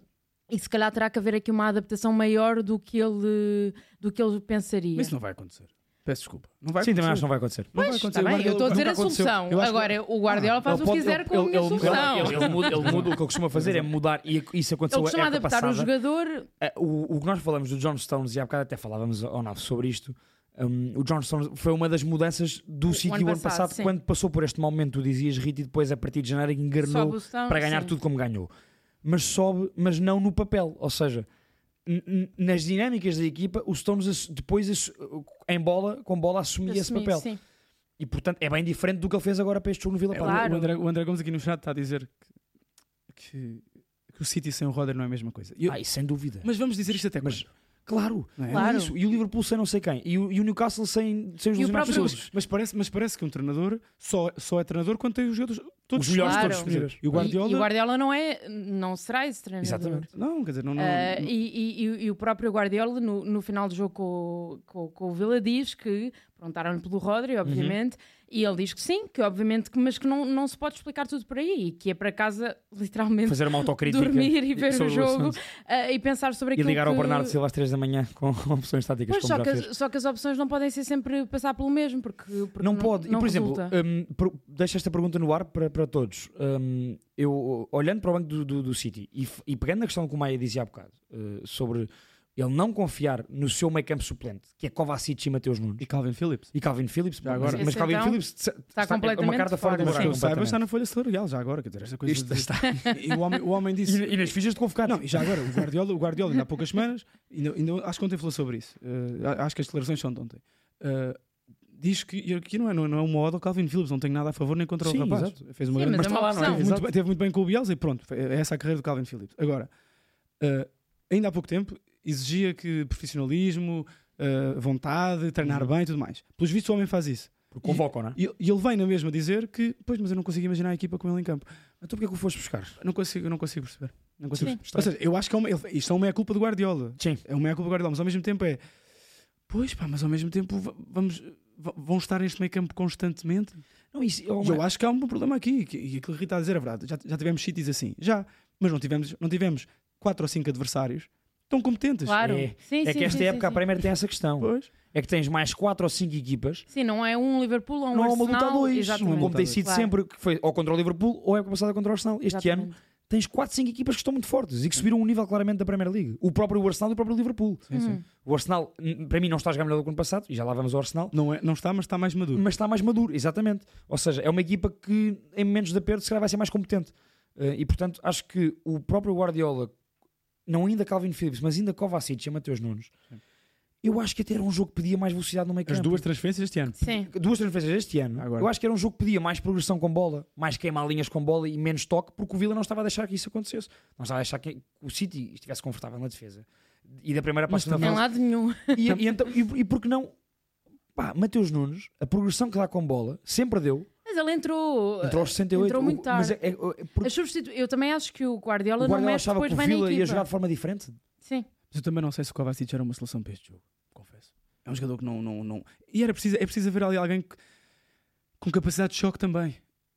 Speaker 3: e se calhar terá que haver aqui uma adaptação maior do que ele, do que ele pensaria.
Speaker 2: Mas isso não vai acontecer. Peço desculpa. Não vai
Speaker 1: Sim, também acho que
Speaker 2: acontecer.
Speaker 1: não vai acontecer.
Speaker 2: Não vai acontecer.
Speaker 3: Pois, tá bem,
Speaker 2: O Guardiola
Speaker 3: eu estou a dizer
Speaker 2: nunca
Speaker 3: a
Speaker 2: aconteceu.
Speaker 3: solução.
Speaker 2: Eu acho que- Ah,
Speaker 3: Agora, o Guardiola
Speaker 1: Ele
Speaker 3: faz o que
Speaker 1: pode-
Speaker 3: quiser
Speaker 1: ele-
Speaker 3: com a minha
Speaker 2: ele- ele-
Speaker 3: solução.
Speaker 1: Ele, ele muda, ele muda o que ele costuma fazer, é mudar. E isso
Speaker 3: Ele
Speaker 1: aconteceu a
Speaker 3: costuma
Speaker 1: época
Speaker 3: adaptar
Speaker 1: passada.
Speaker 3: o jogador.
Speaker 1: Eh, o, o que nós falamos do John Stones, e há bocado até falávamos ao Nave sobre isto, um, o John Stones foi uma das mudanças do City o ano passado,
Speaker 3: passado, sim.
Speaker 1: quando passou por este momento, tu dizias Rita, e depois a partir de janeiro engarnou
Speaker 3: sobe o som,
Speaker 1: para ganhar
Speaker 3: sim.
Speaker 1: tudo como ganhou. Mas sobe, mas não no papel. Ou seja, n- n- nas dinâmicas da equipa, o Stones ass- depois assu- em bola, com bola assumia esse
Speaker 3: Assumir,
Speaker 1: papel.
Speaker 3: sim.
Speaker 1: E portanto é bem diferente do que ele fez agora para este jogo no Vila
Speaker 2: É,
Speaker 1: Pá.
Speaker 2: o-
Speaker 3: Claro.
Speaker 2: o, André, o André Gomes aqui no chat está a dizer que, que, que o City sem o Roder não é a mesma coisa. E eu-
Speaker 1: Ah, e sem dúvida.
Speaker 2: mas vamos dizer isto até
Speaker 1: Mas-
Speaker 2: mas,
Speaker 1: claro,
Speaker 2: não é?
Speaker 3: é. Claro.
Speaker 1: é isso. E o Liverpool sem não sei quem. E o, e o Newcastle sem, sem os
Speaker 3: E o
Speaker 1: lesionados
Speaker 3: próprio-
Speaker 1: todos.
Speaker 2: Mas, parece, mas parece que um treinador só, só é treinador quando tem os jogadores todos
Speaker 1: Os melhores
Speaker 3: Claro.
Speaker 1: todos disponíveis.
Speaker 2: E o Guardiola.
Speaker 3: E, e o Guardiola não é, não será esse treinador.
Speaker 1: Exatamente.
Speaker 2: Não, quer dizer, não. não,
Speaker 3: Ah,
Speaker 2: não-
Speaker 3: e, e- e- e o próprio Guardiola, no, no final do jogo com, o- com, com o Vila, diz que Perguntaram-lhe pelo Rodri,
Speaker 1: Uhum.
Speaker 3: obviamente, e ele diz que sim, que obviamente, que- mas que não, não se pode explicar tudo por aí, e que é para casa, literalmente,
Speaker 1: Fazer uma autocrítica.
Speaker 3: dormir e ver o
Speaker 1: sobre
Speaker 3: jogo
Speaker 1: assunto.
Speaker 3: eh, e pensar
Speaker 1: E
Speaker 3: sobre aquilo
Speaker 1: ligar
Speaker 3: que...
Speaker 1: ao Bernardo Silva às 3 da manhã com opções táticas,
Speaker 3: Pois,
Speaker 1: como
Speaker 3: só
Speaker 1: já
Speaker 3: que,
Speaker 1: fez.
Speaker 3: as- só que as opções não podem ser sempre passar pelo mesmo, porque, porque
Speaker 1: não pode. e
Speaker 3: não
Speaker 1: por exemplo,
Speaker 3: resulta.
Speaker 1: hum, pro- deixo esta pergunta no ar para, para todos. Hum, eu, olhando para o banco do, do, do City e, f- e pegando na questão que o Maia dizia há bocado eh, sobre ele não confiar no seu meio campo suplente, que é Kovacic e Mateus Nunes.
Speaker 2: E Calvin Phillips.
Speaker 1: E Calvin Phillips,
Speaker 2: Já
Speaker 1: mas-
Speaker 2: agora.
Speaker 1: mas,
Speaker 3: Esse
Speaker 1: Calvin
Speaker 3: então
Speaker 1: Phillips se- é uma
Speaker 3: completamente
Speaker 1: carta fora do baralho.
Speaker 2: Mas que
Speaker 3: fora.
Speaker 2: eu saiba,
Speaker 1: completamente.
Speaker 2: está na folha salarial já agora. Quer dizer, esta coisa
Speaker 1: Isto
Speaker 2: de-
Speaker 1: está-
Speaker 2: E o homem, o homem disse...
Speaker 1: E, e nas fichas de convocados.
Speaker 2: Não, e já agora, o Guardiola, o Guardiola ainda há poucas semanas, ainda, ainda- acho que ontem falou sobre isso. Eh, a- acho que as declarações são de ontem. Eh, diz que, e aqui não é, não, é- não é um modo Calvin Phillips, não tenho nada a favor nem contra
Speaker 1: Sim,
Speaker 2: o rapaz.
Speaker 1: exato.
Speaker 2: Fez uma
Speaker 3: Sim,
Speaker 2: grande
Speaker 3: mas é uma
Speaker 2: Teve
Speaker 3: opção.
Speaker 2: muito,
Speaker 1: Exato.
Speaker 2: bem, teve muito bem com o Bielsa e pronto, foi- é essa a carreira do Calvin Phillips. Agora, eh, ainda há pouco tempo, exigia que profissionalismo, eh, vontade,
Speaker 1: Uhum.
Speaker 2: treinar bem e tudo mais. Pelos vistos, o homem faz isso.
Speaker 1: Porque Convocam, não é?
Speaker 2: E, e ele vem na mesma dizer que, pois, mas eu não consigo imaginar a equipa com ele em campo.
Speaker 1: Então porquê que o foste buscar?
Speaker 2: Não consigo, não consigo perceber. Não consigo
Speaker 1: Sim.
Speaker 2: perceber. Ou seja, eu acho que é uma, ele- isto é uma culpa do Guardiola.
Speaker 1: Sim.
Speaker 2: É uma culpa do Guardiola, mas ao mesmo tempo é. Pois, pá, mas ao mesmo tempo va- vamos, va- vão estar neste meio campo constantemente.
Speaker 1: Não, isso, oh,
Speaker 2: E eu acho que há um problema aqui. que- e aquilo que está a dizer é verdade. Já, já tivemos sítios assim, já, mas não tivemos, não tivemos quatro ou cinco adversários tão competentes.
Speaker 3: Claro.
Speaker 1: É-
Speaker 3: sim,
Speaker 1: é
Speaker 3: sim,
Speaker 1: que esta
Speaker 3: sim,
Speaker 1: época a
Speaker 3: sim,
Speaker 1: Premier tem essa questão.
Speaker 2: Pois.
Speaker 1: É que tens mais 4 ou 5 equipas.
Speaker 3: sim. Sim, não é um Liverpool ou um
Speaker 1: não há uma
Speaker 3: Arsenal.
Speaker 1: luta a dois,
Speaker 3: exatamente.
Speaker 1: como tem
Speaker 2: Exatamente.
Speaker 1: sido
Speaker 3: Claro.
Speaker 1: sempre, que foi ou contra o Liverpool ou é passada contra o Arsenal. Este
Speaker 3: Exatamente.
Speaker 1: ano tens 4, 5 equipas que estão muito fortes e que subiram um nível claramente da Premier League. O próprio Arsenal e o próprio Liverpool.
Speaker 3: Hum.
Speaker 1: O Arsenal, n- para mim, não está a jogar melhor do que no ano passado, e já lá vamos ao Arsenal,
Speaker 2: Não, é, não está, mas está mais maduro.
Speaker 1: mas está mais maduro, exatamente. Ou seja, é uma equipa que em momentos de aperto se calhar vai ser mais competente. Eh, e portanto, acho que o próprio Guardiola, não ainda Calvin Phillips, mas ainda Kovacic e Mateus Nunes, eu acho que até era um jogo que pedia mais velocidade no meio
Speaker 2: As
Speaker 1: campo.
Speaker 2: duas transferências este ano.
Speaker 3: Sim.
Speaker 1: duas transferências este ano.
Speaker 2: Agora.
Speaker 1: Eu acho que era um jogo que pedia mais progressão com bola, mais queimar linhas com bola e menos toque, porque o Vila não estava a deixar que isso acontecesse. Não estava a deixar que o City estivesse confortável na defesa. E da primeira para a
Speaker 2: Mas
Speaker 1: segunda
Speaker 3: Em
Speaker 1: fase-
Speaker 3: lado nenhum.
Speaker 1: e, e, então, e, e porque não? Pá, Mateus Nunes, a progressão que dá com bola, sempre deu.
Speaker 3: Mas ele entrou.
Speaker 1: Entrou aos 68.
Speaker 3: entrou muito
Speaker 1: O- mas
Speaker 3: tarde.
Speaker 1: é- é- é porque
Speaker 3: As substitu... Eu também acho que o
Speaker 1: o
Speaker 3: Guardiola, não
Speaker 1: Guardiola
Speaker 3: mete
Speaker 1: achava
Speaker 3: depois
Speaker 1: que o
Speaker 3: bem na
Speaker 1: Vila ia
Speaker 3: equipa.
Speaker 1: jogar de forma diferente.
Speaker 3: Sim.
Speaker 2: Mas eu também não sei se o Kovacic era uma solução para este jogo, confesso. É um jogador que não. não, não... E era preciso, é preciso haver ali alguém que- com capacidade de choque também.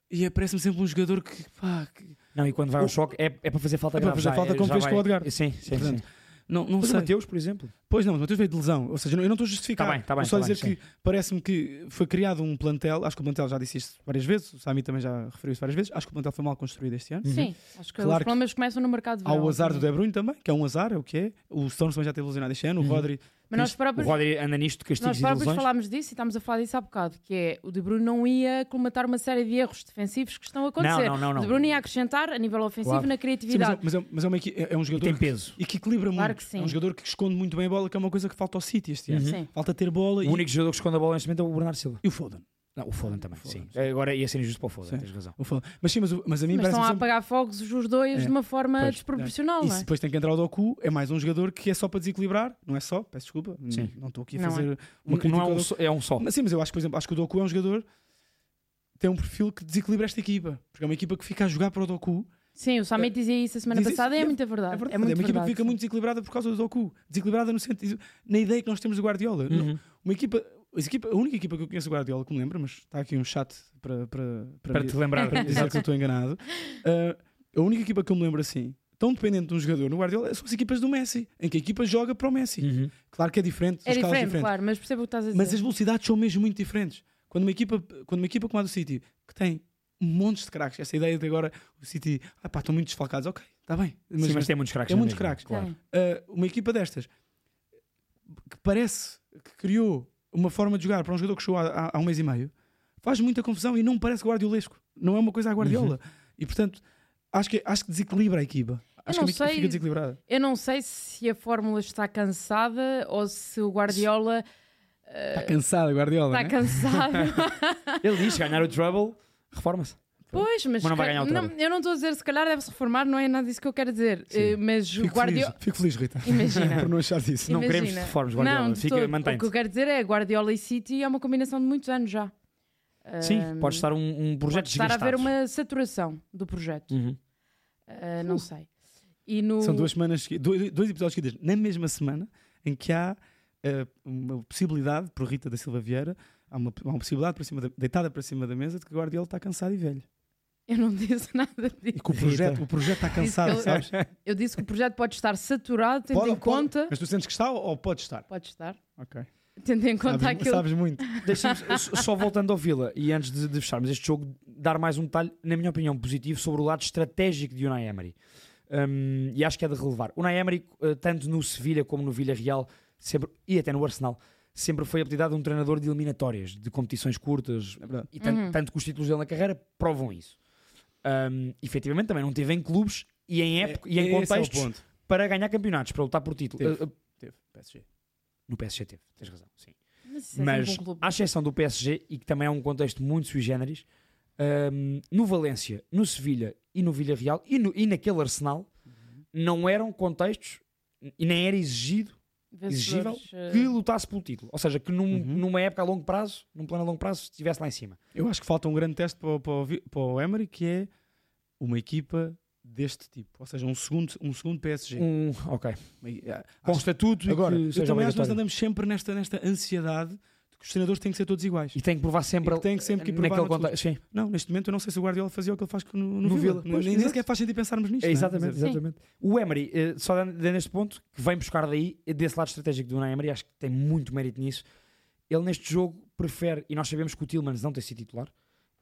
Speaker 2: E é- parece-me sempre um jogador que. Pá, que-
Speaker 1: Não, e quando vai
Speaker 2: O-
Speaker 1: ao choque é, é para fazer falta
Speaker 2: É para
Speaker 1: grave, já-
Speaker 2: fazer falta como
Speaker 1: já
Speaker 2: fez
Speaker 1: vai-
Speaker 2: com o Odegaard.
Speaker 1: Sim, sim.
Speaker 2: Portanto,
Speaker 1: sim.
Speaker 2: não, não
Speaker 1: Mas o
Speaker 2: sei.
Speaker 1: Mateus, por exemplo.
Speaker 2: Pois não, mas o Mateus veio de lesão. Ou seja, não- eu não estou a justificar.
Speaker 1: Tá bem, tá bem,
Speaker 2: Vou só
Speaker 1: tá
Speaker 2: dizer
Speaker 1: bem,
Speaker 2: que parece-me que foi criado um plantel. Acho que o plantel já disse isto várias vezes. O Sami também já referiu isso várias vezes. Acho que o plantel foi mal construído este
Speaker 1: Uhum.
Speaker 2: ano.
Speaker 3: Sim. Acho que
Speaker 2: Claro
Speaker 3: os
Speaker 2: que-
Speaker 3: problemas começam no mercado de
Speaker 2: Há o
Speaker 3: verão,
Speaker 2: azar do
Speaker 3: obviamente.
Speaker 2: De Bruyne também, que é um azar, é o que é. O Stones também já teve lesionado este ano. O Rodri.
Speaker 3: Mas nós
Speaker 1: O
Speaker 3: próprios,
Speaker 1: Rodri anda nisto de castigos
Speaker 3: nós
Speaker 1: e
Speaker 3: próprios
Speaker 1: ilusões.
Speaker 3: falámos disso e estamos a falar disso há bocado, que é o De Bruyne não ia colmatar uma série de erros defensivos que estão a acontecer.
Speaker 1: não, não, não.
Speaker 3: O De Bruyne ia acrescentar a nível ofensivo
Speaker 1: Claro.
Speaker 2: Sim,
Speaker 3: na
Speaker 2: mas,
Speaker 3: criatividade.
Speaker 2: é- mas, é, mas é, uma equi- é- é um
Speaker 1: E
Speaker 2: jogador
Speaker 1: tem
Speaker 2: que-
Speaker 1: peso.
Speaker 2: e que equilibra
Speaker 3: Claro
Speaker 2: muito.
Speaker 3: que sim.
Speaker 2: É um jogador que esconde muito bem a bola, que é uma coisa que falta ao City este ano.
Speaker 1: Uhum.
Speaker 3: Sim.
Speaker 2: Falta ter
Speaker 1: O
Speaker 2: bola e,
Speaker 1: único jogador que esconde a bola neste momento é o Bernardo Silva.
Speaker 2: e o Foden.
Speaker 1: Não, o Foden também,
Speaker 2: Foden,
Speaker 1: sim. É, Agora ia ser injusto para o Foden,
Speaker 2: Sim.
Speaker 1: tens razão.
Speaker 2: O Foden. Mas sim, mas, o- mas a mim
Speaker 3: Mas
Speaker 2: parece um
Speaker 3: estão a
Speaker 2: sempre...
Speaker 3: apagar fogos os dois
Speaker 2: É.
Speaker 3: de uma forma
Speaker 1: Pois,
Speaker 3: desproporcional,
Speaker 2: E
Speaker 3: não
Speaker 2: se
Speaker 3: é?
Speaker 2: depois tem que entrar o Doku, é mais um jogador que é só para desequilibrar, não é só, peço desculpa, n-
Speaker 1: Sim.
Speaker 2: não estou aqui a
Speaker 3: Não
Speaker 2: fazer uma
Speaker 1: Uma,
Speaker 2: crítica
Speaker 1: não é
Speaker 2: ao
Speaker 1: um,
Speaker 2: Doku.
Speaker 1: só- é um só.
Speaker 2: Mas sim, mas eu acho, por exemplo, acho que o Doku é um jogador que tem um perfil que desequilibra esta equipa, porque é uma equipa que fica a jogar para o Doku,
Speaker 3: Sim, o Samit dizia isso a semana
Speaker 2: Diz isso,
Speaker 3: passada e é
Speaker 2: é-
Speaker 3: muita
Speaker 2: é,
Speaker 3: verdade.
Speaker 2: verdade,
Speaker 3: É muito
Speaker 2: uma equipa
Speaker 3: verdade,
Speaker 2: que fica
Speaker 3: sim.
Speaker 2: muito desequilibrada por causa do Doku, desequilibrada no sentido, na ideia que nós temos do Guardiola, Não-
Speaker 1: Uhum.
Speaker 2: uma equipa, a equipa- a única equipa que eu conheço do Guardiola, que me lembro, mas está aqui um chat para, para, para,
Speaker 1: Para
Speaker 2: me-
Speaker 1: te lembrar.
Speaker 2: para me dizer que eu estou enganado. Ah, a única equipa que eu me lembro assim, tão dependente de um jogador no Guardiola, são as equipas do Messi, em que a equipa joga para o Messi.
Speaker 1: Uhum.
Speaker 2: Claro que é diferente, são
Speaker 3: É
Speaker 2: escalas
Speaker 3: diferente,
Speaker 2: diferentes.
Speaker 3: claro, mas percebo o que estás a dizer.
Speaker 2: Mas as velocidades são mesmo muito diferentes. Quando uma equipa, quando uma equipa como a do City, que tem montes de craques, essa ideia de agora o City, ah pá, estão muito desfalcados, ok, está bem.
Speaker 1: Sim, mas tem muitos craques.
Speaker 2: tem
Speaker 1: na
Speaker 2: É muitos
Speaker 1: mesma,
Speaker 2: craques.
Speaker 1: claro.
Speaker 3: Sim.
Speaker 2: Ah, uma equipa destas que parece que criou uma forma de jogar para um jogador que chegou há, há- há um mês e meio faz muita confusão e não parece guardiolesco. Não é uma coisa à guardiola. E portanto, acho que, acho que desequilibra a equipa. Acho
Speaker 3: não
Speaker 2: que a equipa
Speaker 3: sei-
Speaker 2: fica desequilibrada.
Speaker 3: Eu não sei se a fórmula está cansada ou se o Guardiola
Speaker 2: Está cansada a guardiola.
Speaker 3: está cansado.
Speaker 1: Ele diz: ganhar o Trouble, reforma-se.
Speaker 3: pois, mas,
Speaker 1: Mas não vai
Speaker 3: se calhar-
Speaker 1: ganhar o
Speaker 3: não,
Speaker 1: Trouble.
Speaker 3: eu não estou a dizer se calhar deve-se reformar, não é nada disso que eu quero dizer. Eh, mas o
Speaker 2: Fico,
Speaker 3: Guardiola.
Speaker 2: feliz, fico feliz, Rita,
Speaker 3: Imagina.
Speaker 2: por não achar isso.
Speaker 1: Não
Speaker 3: Imagina.
Speaker 1: queremos que reformes, Guardiola.
Speaker 3: Não, de
Speaker 1: Fica-
Speaker 3: todo.
Speaker 1: mantém-te.
Speaker 3: O que eu quero dizer é Guardiola e City é uma combinação de muitos anos já.
Speaker 1: Sim,
Speaker 3: Ahm,
Speaker 1: pode estar um, um projeto
Speaker 3: pode estar a haver
Speaker 1: desgastado.
Speaker 3: uma saturação do projeto.
Speaker 1: Uhum.
Speaker 3: Ah, não sei. E no... Hum.
Speaker 2: São duas semanas, segui- dois, dois episódios seguidos na mesma semana em que há eh, uma possibilidade, por Rita da Silva Vieira, há uma, há uma possibilidade por cima da- deitada para cima da mesa de que Guardiola está cansado e velho.
Speaker 3: Eu não disse nada
Speaker 2: E
Speaker 3: disso.
Speaker 2: que o projeto, o projeto está cansado,
Speaker 3: Isso que
Speaker 2: sabes?
Speaker 3: Eu disse que o projeto pode estar saturado, tendo
Speaker 2: Pode-
Speaker 3: em
Speaker 2: pode-
Speaker 3: conta.
Speaker 2: Mas tu sentes que está ou ou pode estar?
Speaker 3: Pode estar.
Speaker 2: Ok.
Speaker 3: Tendo em conta
Speaker 2: Sabes,
Speaker 3: aquilo.
Speaker 2: sabes muito.
Speaker 1: Deixa-me- s- só voltando ao Vila, e antes de, de fecharmos este jogo, dar mais um detalhe, na minha opinião, positivo sobre o lado estratégico de Unai Emery. Hum, e acho que é de relevar. Unai Emery, eh, tanto no Sevilha como no Villarreal, sempre, e até no Arsenal, sempre foi apelidado de um treinador de eliminatórias, de competições curtas,
Speaker 2: É verdade.
Speaker 1: e tanto,
Speaker 3: Uhum.
Speaker 1: tanto que os títulos dele na carreira provam isso. Hum, efetivamente também não teve em clubes e em época e em
Speaker 2: Esse é o
Speaker 1: contextos
Speaker 2: ponto.
Speaker 1: para ganhar campeonatos, para lutar por título.
Speaker 2: Teve.
Speaker 1: Eh, eh,
Speaker 2: Teve, PSG.
Speaker 1: no PSG teve, tens razão, sim
Speaker 3: Mas, isso é
Speaker 1: mas
Speaker 3: sempre um clube.
Speaker 1: à exceção do PSG e que também é um contexto muito sui generis hum, no Valência, no Sevilha e no Villarreal e, no- e naquele Arsenal não eram contextos e nem era exigido exigível
Speaker 3: Vencedores, eh,
Speaker 1: que lutasse pelo título, ou seja, que num-
Speaker 2: Uhum.
Speaker 1: numa época a longo prazo, num plano a longo prazo, estivesse lá em cima.
Speaker 2: Eu acho que falta um grande teste para, o- para, o Vi- para o Emery, que é uma equipa deste tipo, ou seja, um segundo, um segundo PSG.
Speaker 1: Um, ok,
Speaker 2: Mas, ah,
Speaker 1: com
Speaker 2: acho-
Speaker 1: estatuto
Speaker 2: Agora,
Speaker 1: e que
Speaker 2: eu
Speaker 1: seja
Speaker 2: também acho que nós
Speaker 1: obrigatório.
Speaker 2: andamos sempre nesta, nesta ansiedade de que os treinadores têm que ser todos iguais.
Speaker 1: e tem que provar sempre, eh,
Speaker 2: E que tem que sempre que provar
Speaker 1: naquele
Speaker 2: no
Speaker 1: contexto. Sim,
Speaker 2: Não, neste momento eu não sei se o Guardiola fazia o que ele faz no, no,
Speaker 1: No
Speaker 2: Vila.
Speaker 1: Vila. Pois,
Speaker 2: Nem
Speaker 1: exato.
Speaker 2: sequer faz sentido pensarmos nisto.
Speaker 1: é,
Speaker 2: não é?
Speaker 1: exatamente,
Speaker 2: Quer dizer,
Speaker 1: exatamente. O Emery, eh, só dando dando este ponto, que vem buscar daí, eh, desse lado estratégico do Unai Emery, acho que tem muito mérito nisso. Ele neste jogo prefere, e nós sabemos que o Tillmans não tem sido titular,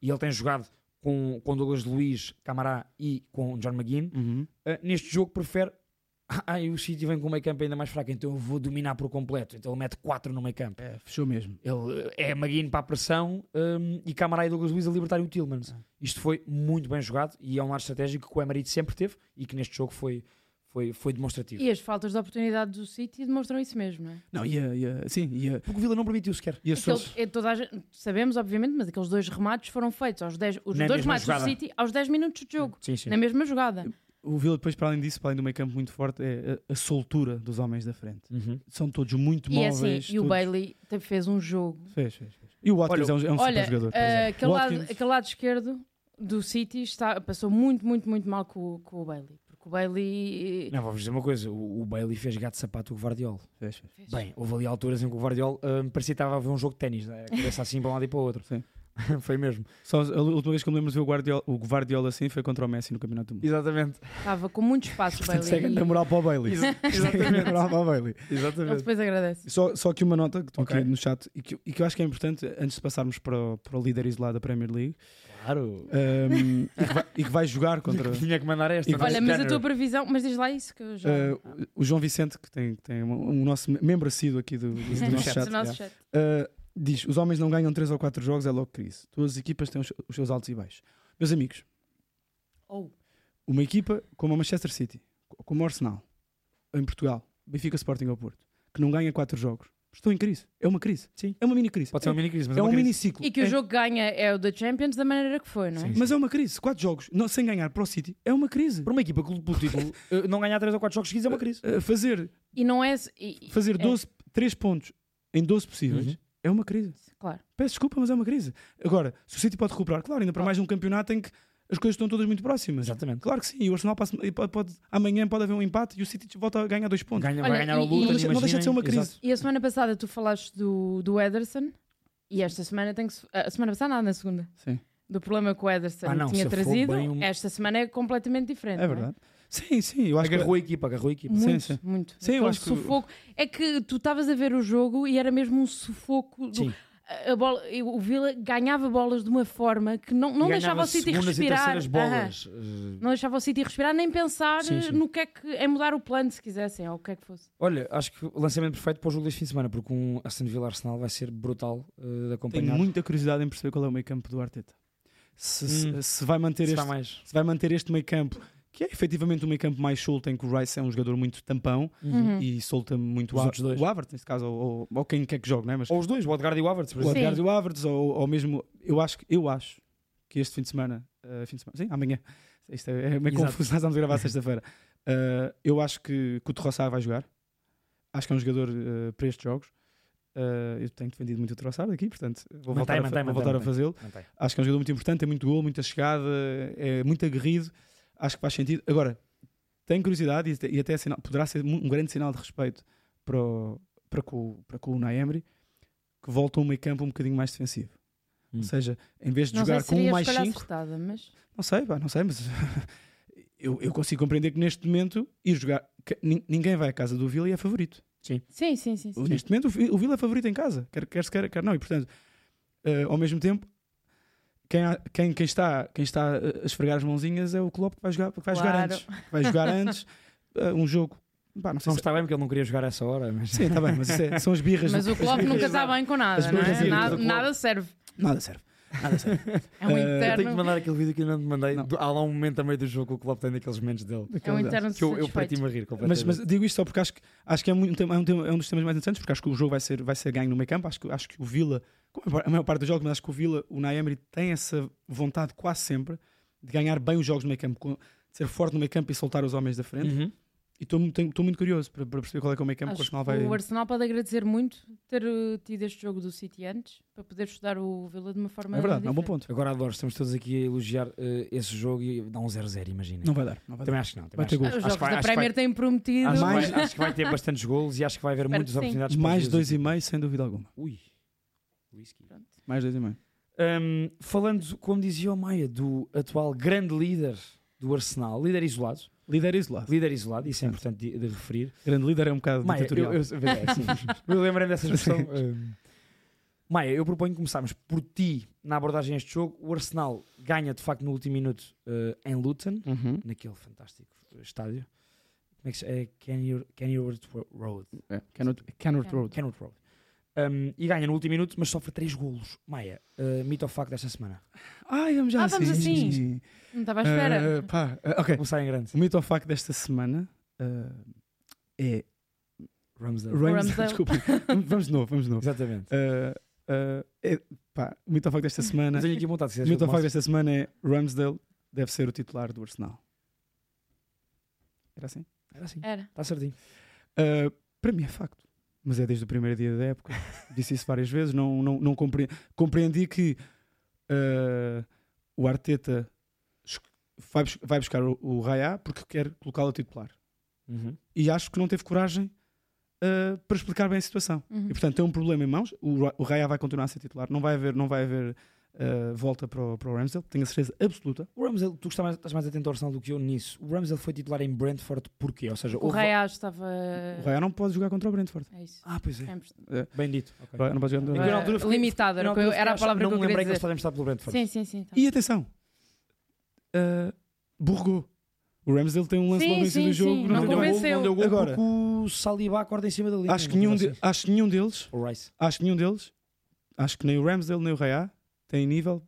Speaker 1: e ele tem jogado com, com Douglas Luiz, Camará e com John McGinn.
Speaker 2: Uhum.
Speaker 1: Eh, neste jogo prefere, ah, ah, e o City vem com o meio campo ainda mais fraco, então eu vou dominar por completo. Então ele mete 4 no meio campo.
Speaker 2: É, fechou mesmo.
Speaker 1: Ele eh, é Maguinho para a pressão hum, e Camará e Douglas Luiz a libertarem o Tillmans. Isto foi muito bem jogado e é um lado estratégico que o Emery sempre teve e que neste jogo foi, foi, foi demonstrativo.
Speaker 3: E é as faltas de oportunidade do City demonstram isso mesmo, não é?
Speaker 2: Não, e a, e a- sim, e a,
Speaker 1: Porque o Vila não permitiu sequer.
Speaker 2: e a
Speaker 3: Aqueles-
Speaker 2: Sousa-
Speaker 3: é toda a gente- sabemos, obviamente, mas aqueles dois remates foram feitos aos 10, os
Speaker 1: Na
Speaker 3: dois
Speaker 1: mesma
Speaker 3: remates
Speaker 1: jogada.
Speaker 3: do City aos 10 minutos de jogo,
Speaker 1: Sim, sim.
Speaker 3: na mesma jogada.
Speaker 2: O Vila, depois, para além disso, para além do meio campo muito forte, é a, a soltura dos homens da frente.
Speaker 1: Uhum.
Speaker 2: São todos muito
Speaker 3: E é
Speaker 2: móveis.
Speaker 3: assim, e o
Speaker 2: todos-
Speaker 3: Bailey te- fez um jogo.
Speaker 2: Fez, fez, fez. E o
Speaker 1: Olha,
Speaker 2: Watkins é um, é um
Speaker 3: Olha,
Speaker 2: super jogador. por
Speaker 3: eh,
Speaker 2: exemplo.
Speaker 3: aquele, lado,
Speaker 2: Watkins-
Speaker 3: aquele lado esquerdo do City está, passou muito, muito, muito mal com, o- com o Bailey. Porque o Bailey.
Speaker 1: Não, vou-vos dizer uma coisa: o, o Bailey fez gato de sapato o Guardiol.
Speaker 2: Fez, fez.
Speaker 3: fez-
Speaker 1: Bem, houve ali alturas em que o Guardiol hum, parecia que estava a ver um jogo de ténis, né? a cabeça assim para um lado e para o outro.
Speaker 2: Sim.
Speaker 1: foi mesmo.
Speaker 2: Só a última vez que eu me lembro de ver o Guardiola, o Guardiola assim foi contra o Messi no Campeonato do Mundo.
Speaker 1: Exatamente.
Speaker 3: Estava com muito espaço o Bailey.
Speaker 2: Isto é grande
Speaker 3: e
Speaker 2: moral para o Bailey. Isto é grande moral para o Bailey.
Speaker 3: Ele
Speaker 1: Exatamente.
Speaker 3: depois agradece.
Speaker 2: Só, só que uma nota que estou
Speaker 1: Ok.
Speaker 2: aqui no chat e que, e que eu acho que é importante antes de passarmos para o, para o líder isolado da Premier League
Speaker 1: Claro.
Speaker 2: um, e, que vai, e que vai jogar contra
Speaker 1: Tinha que mandar esta.
Speaker 2: E
Speaker 1: não é?
Speaker 3: Olha, mas a
Speaker 1: Jenner.
Speaker 3: tua previsão. Mas diz lá isso que eu já. Ah,
Speaker 2: uh, o João Vicente, que tem, que tem um, um nosso membro assíduo aqui do, do, do nosso
Speaker 1: chat,
Speaker 2: chat.
Speaker 3: do nosso
Speaker 2: yeah.
Speaker 3: chat.
Speaker 2: Uh, diz: os homens não ganham 3 ou 4 jogos, é logo crise. Todas as equipas têm os, os seus altos e baixos. Meus amigos,
Speaker 3: Oh,
Speaker 2: uma equipa como a Manchester City, co- como o Arsenal, em Portugal, Benfica Sporting ao Porto, que não ganha 4 jogos, estão em crise. É uma crise.
Speaker 1: Sim.
Speaker 2: É uma mini crise.
Speaker 1: Pode ser
Speaker 2: é,
Speaker 1: uma mini crise, mas
Speaker 2: é
Speaker 1: uma
Speaker 2: um
Speaker 1: crise.
Speaker 2: mini ciclo.
Speaker 3: E que
Speaker 2: é,
Speaker 3: o jogo ganha é o da Champions da maneira que foi, não é?
Speaker 1: Sim.
Speaker 2: Mas é uma crise. 4 jogos não, sem ganhar para o City é uma crise.
Speaker 1: Para uma equipa que luta pelo título, eh, não ganhar 3 ou 4 jogos seguidos é uma crise.
Speaker 2: Uh, fazer
Speaker 3: E não é. E, e-
Speaker 2: fazer 12, 3 pontos em 12 possíveis
Speaker 1: Uhum.
Speaker 2: é uma crise.
Speaker 3: Claro.
Speaker 2: Peço desculpa, mas é uma crise. Agora, se o City pode recuperar, claro, ainda para mais um campeonato em que as coisas estão todas muito próximas.
Speaker 1: Exatamente.
Speaker 2: Claro que sim, e o Arsenal passa- e pode, pode- amanhã pode haver um empate e o City volta a ganhar dois pontos.
Speaker 1: Ganha,
Speaker 3: Olha,
Speaker 1: vai ganhar ao
Speaker 3: e-
Speaker 1: Luton,
Speaker 3: e- Não
Speaker 2: deixa- não deixa de ser uma
Speaker 1: imaginem.
Speaker 2: crise.
Speaker 3: E a semana passada tu falaste do, do Ederson e esta semana tem que. se- A semana passada, nada, na segunda.
Speaker 2: Sim.
Speaker 3: Do problema que o Ederson
Speaker 1: Ah, não, se
Speaker 3: tinha
Speaker 1: for
Speaker 3: trazido,
Speaker 1: bem um-
Speaker 3: esta semana é completamente diferente.
Speaker 2: É
Speaker 3: não
Speaker 2: verdade. Sim, sim, eu acho que
Speaker 1: Agarrou a equipa, agarrou a equipa.
Speaker 3: Muito,
Speaker 2: Sim, sim.
Speaker 3: muito.
Speaker 2: Sim, eu
Speaker 3: Aquele
Speaker 2: acho que-
Speaker 3: sufoco. É que tu estavas a ver o jogo e era mesmo um sufoco. do-
Speaker 1: Sim.
Speaker 3: A bola, o Vila ganhava bolas de uma forma que não, não
Speaker 1: E
Speaker 3: deixava
Speaker 1: ganhava
Speaker 3: o City
Speaker 1: segundas
Speaker 3: respirar.
Speaker 1: E terceiras
Speaker 3: Aham.
Speaker 1: bolas. Eh,
Speaker 3: Não deixava o City respirar, nem pensar
Speaker 1: Sim, sim.
Speaker 3: no que é que. em mudar o plano se quisessem, ou o que é que fosse.
Speaker 1: Olha, acho que o lançamento perfeito para o jogo deste fim de semana, porque um Aston Villa Arsenal vai ser brutal eh, de
Speaker 2: tenho
Speaker 1: acompanhar.
Speaker 2: muita curiosidade em perceber qual é o meio campo do Arteta. Se, se-
Speaker 1: Hum.
Speaker 2: se vai manter
Speaker 1: Será
Speaker 2: este,
Speaker 1: mais.
Speaker 2: se vai manter este meio campo, que é efetivamente um meio campo mais solto, em que o Rice é um jogador muito tampão
Speaker 1: Hum.
Speaker 3: Uhum.
Speaker 2: e solta muito
Speaker 1: Os
Speaker 2: o,
Speaker 1: outros dois.
Speaker 2: o Havertz, nesse caso, ou, ou- ou quem quer que jogue, não é? Mas
Speaker 1: Ou os dois, o Odegaard e o Havertz, por
Speaker 2: o
Speaker 1: exemplo.
Speaker 2: Edgar
Speaker 3: Sim.
Speaker 2: do Havertz, ou, ou mesmo, eu acho, que- eu acho que este fim de semana, eh, fim de semana, sim, amanhã, isto é, é meio
Speaker 1: Exato.
Speaker 2: confuso, nós vamos gravar sexta-feira. Eh, eu acho que, que o Terrossar vai jogar, acho que é um jogador eh, para estes jogos. Eh, eu tenho defendido muito o Troçar aqui, portanto
Speaker 1: Mantém,
Speaker 2: vou voltar, a, fa-
Speaker 1: mantém,
Speaker 2: vou
Speaker 1: mantém,
Speaker 2: voltar a
Speaker 1: mantém.
Speaker 2: fazê-lo.
Speaker 1: Não tem.
Speaker 2: Acho que é um jogador muito importante, tem muito gol, muita chegada, é muito aguerrido. Acho que faz sentido. Agora, tenho curiosidade e até, e até é sinal- poderá ser mu- um grande sinal de respeito para o, para com, o- para com o Unai Emery, que volta a um meio campo um bocadinho mais defensivo.
Speaker 1: Hum.
Speaker 2: Ou seja, em vez de
Speaker 3: Não sei
Speaker 2: jogar
Speaker 3: se
Speaker 2: com um
Speaker 3: seria
Speaker 2: mais
Speaker 3: escolha
Speaker 2: 5,
Speaker 3: acertada, mas
Speaker 2: não sei, pá, não sei, mas eu, eu consigo compreender que neste momento ir jogar. que nin- ninguém vai à casa do Vila e é favorito.
Speaker 3: sim, sim, sim. sim.
Speaker 2: Neste momento, o Vi- o Vila é favorito em casa, quer, quer se quer, quer não. E portanto, eh, ao mesmo tempo, quem, há- quem, quem está, quem está eh, a esfregar as mãozinhas é o Klopp que vai jogar, que vai jogar
Speaker 3: Claro.
Speaker 2: antes. Vai jogar antes eh, um jogo. Pá, não sei
Speaker 1: Não
Speaker 2: se-
Speaker 1: está bem porque ele não queria jogar a essa hora, mas
Speaker 2: Sim, está bem, mas isso é- são as birras.
Speaker 3: Mas
Speaker 2: do-
Speaker 3: o Klopp
Speaker 2: as birras-
Speaker 3: nunca está bem com nada,
Speaker 2: As
Speaker 3: não
Speaker 2: duas
Speaker 3: é?
Speaker 2: vias
Speaker 3: Nada,
Speaker 2: do Klopp.
Speaker 3: nada serve.
Speaker 2: Nada serve. Nada serve.
Speaker 3: É um
Speaker 2: Eh,
Speaker 1: eu tenho que
Speaker 3: interno.
Speaker 1: mandar aquele vídeo que eu não te mandei.
Speaker 2: Não.
Speaker 1: Do- Há lá um momento a meio do jogo que o Klopp tem daqueles momentos dele.
Speaker 3: É um interno
Speaker 1: Que eu, eu
Speaker 3: satisfeito.
Speaker 1: parti-me a rir
Speaker 2: Mas,
Speaker 1: completamente.
Speaker 2: mas digo isto só porque acho que, acho que é, muito, é, um tema- é um dos temas mais interessantes, porque acho que o jogo vai ser, vai ser ganho no meio campo. Acho que, acho que o Vila, como a maior parte dos jogos, mas acho que o Vila, o Naemri, tem essa vontade quase sempre de ganhar bem os jogos no meio campo, com- de ser forte no meio campo e soltar os homens da frente.
Speaker 1: Uhum.
Speaker 2: E estou muito, estou muito curioso para, para perceber qual é, que é o meio campo que o
Speaker 3: Acho
Speaker 2: Arsenal
Speaker 3: que
Speaker 2: vai.
Speaker 3: O Arsenal pode agradecer muito ter uh, tido este jogo do City antes para poder estudar o Vila de uma forma.
Speaker 2: É verdade, é um bom
Speaker 3: diferente.
Speaker 2: ponto.
Speaker 1: Agora adoro, estamos todos aqui a elogiar eh, esse jogo e dá um 0-0, imagina.
Speaker 2: Não vai dar. Não vai dar.
Speaker 1: Também acho que não. Também
Speaker 2: Vai ter
Speaker 1: acho,
Speaker 2: gol.
Speaker 3: Ah, Os
Speaker 1: acho
Speaker 3: jogos
Speaker 1: que vai-
Speaker 3: da
Speaker 1: acho que vai-
Speaker 3: Premier têm prometido.
Speaker 1: acho, que vai-
Speaker 2: Mais-
Speaker 1: acho que vai ter bastantes golos e acho que vai haver
Speaker 3: Espero
Speaker 1: muitas
Speaker 3: que sim.
Speaker 1: oportunidades para
Speaker 2: Mais
Speaker 1: os dois.
Speaker 2: 2,5 sem dúvida alguma.
Speaker 1: Ui. Whisky.
Speaker 2: Mais 2,5.
Speaker 1: Hum, falando, como dizia o Maia, do atual grande líder do Arsenal, líder isolado,
Speaker 2: Líder isolado.
Speaker 1: líder isolado, isso é importante de, de referir.
Speaker 2: Grande líder é um bocado
Speaker 1: Maia, eu,
Speaker 2: ditatorial.
Speaker 1: eu, é, sim. eu lembrei dessa expressão. Hum, Maia, eu proponho começarmos por ti na abordagem a este jogo. O Arsenal ganha de facto no último minuto eh, em Luton,
Speaker 2: Uhum.
Speaker 1: naquele fantástico estádio. Como é que se é? Kenny- Kennyworth Road.
Speaker 2: É. Canot- Canot
Speaker 3: É.
Speaker 2: Road.
Speaker 1: Kenwood Road. Um, e ganha no último minuto, mas sofre 3 golos. Maia, uh, mito ou facto desta semana?
Speaker 2: Ai, vamos já
Speaker 3: Ah, vamos assim. Não estava à espera.
Speaker 2: Ah, pá, ah, ok.
Speaker 1: Começar em grande.
Speaker 2: O mito ao facto desta semana ah, é.
Speaker 1: Ramsdale.
Speaker 2: Ramsdale.
Speaker 3: Ramsdale.
Speaker 2: Desculpa. vamos de novo, vamos de novo.
Speaker 1: Exatamente.
Speaker 2: Ah, ah, é, pá, o mito ao facto desta semana.
Speaker 1: Mas tenho aqui montado.
Speaker 2: O mito ao facto desta semana é Ramsdale deve ser o titular do Arsenal. Era assim?
Speaker 1: Era assim.
Speaker 3: Era.
Speaker 1: Está certinho.
Speaker 2: Ah, para mim é facto. Mas é desde o primeiro dia da época. Disse isso várias vezes. Não, não, não compre- compreendi que ah, o Arteta es- vai, bus- vai buscar o, o Raya porque quer colocá-lo a titular. e acho que não teve coragem uh, para explicar bem a situação.
Speaker 3: Uhum.
Speaker 2: E portanto tem um problema em mãos. O, Ra- o Raya vai continuar a ser titular, não vai haver, não vai haver uh, volta para o, para o Ramsdale, tenho a certeza absoluta.
Speaker 1: O Ramsdale, tu que estás mais, estás mais atento ao Arsenal do que eu nisso. O Ramsdale foi titular em Brentford porquê? Ou seja,
Speaker 3: O
Speaker 1: houve-
Speaker 3: Raya estava. eh,
Speaker 2: O Raya não pode jogar contra o Brentford.
Speaker 3: É isso.
Speaker 1: Ah, pois é.
Speaker 3: É importante.
Speaker 1: Bem dito. Ok.
Speaker 2: O Raya não pode jogar
Speaker 1: Eu,
Speaker 2: contra
Speaker 1: na
Speaker 2: o
Speaker 3: Agora-
Speaker 1: altura, fiquei-
Speaker 3: limitado, era
Speaker 1: na
Speaker 3: o que eu-
Speaker 1: altura,
Speaker 3: era a
Speaker 1: fiquei-
Speaker 3: palavra
Speaker 1: não
Speaker 3: que eu
Speaker 1: me lembrei
Speaker 3: queria
Speaker 1: que eles
Speaker 3: dizer.
Speaker 1: podem estar pelo Brentford.
Speaker 3: Sim, sim, sim. tá.
Speaker 2: E atenção, uh, borregou. O Ramsdale tem um lance
Speaker 3: Sim,
Speaker 2: logo no início
Speaker 3: sim,
Speaker 2: do jogo.
Speaker 3: sim.
Speaker 1: Não,
Speaker 3: Não
Speaker 1: deu gol,
Speaker 3: convenceu.
Speaker 1: não deu gol
Speaker 2: Agora-
Speaker 1: porque o Saliba acorda em cima da linha.
Speaker 2: acho, que nenhum de- acho que nenhum deles,
Speaker 1: O Rice.
Speaker 2: acho que nenhum deles, acho que nem o Ramsdale nem o Raya tem nível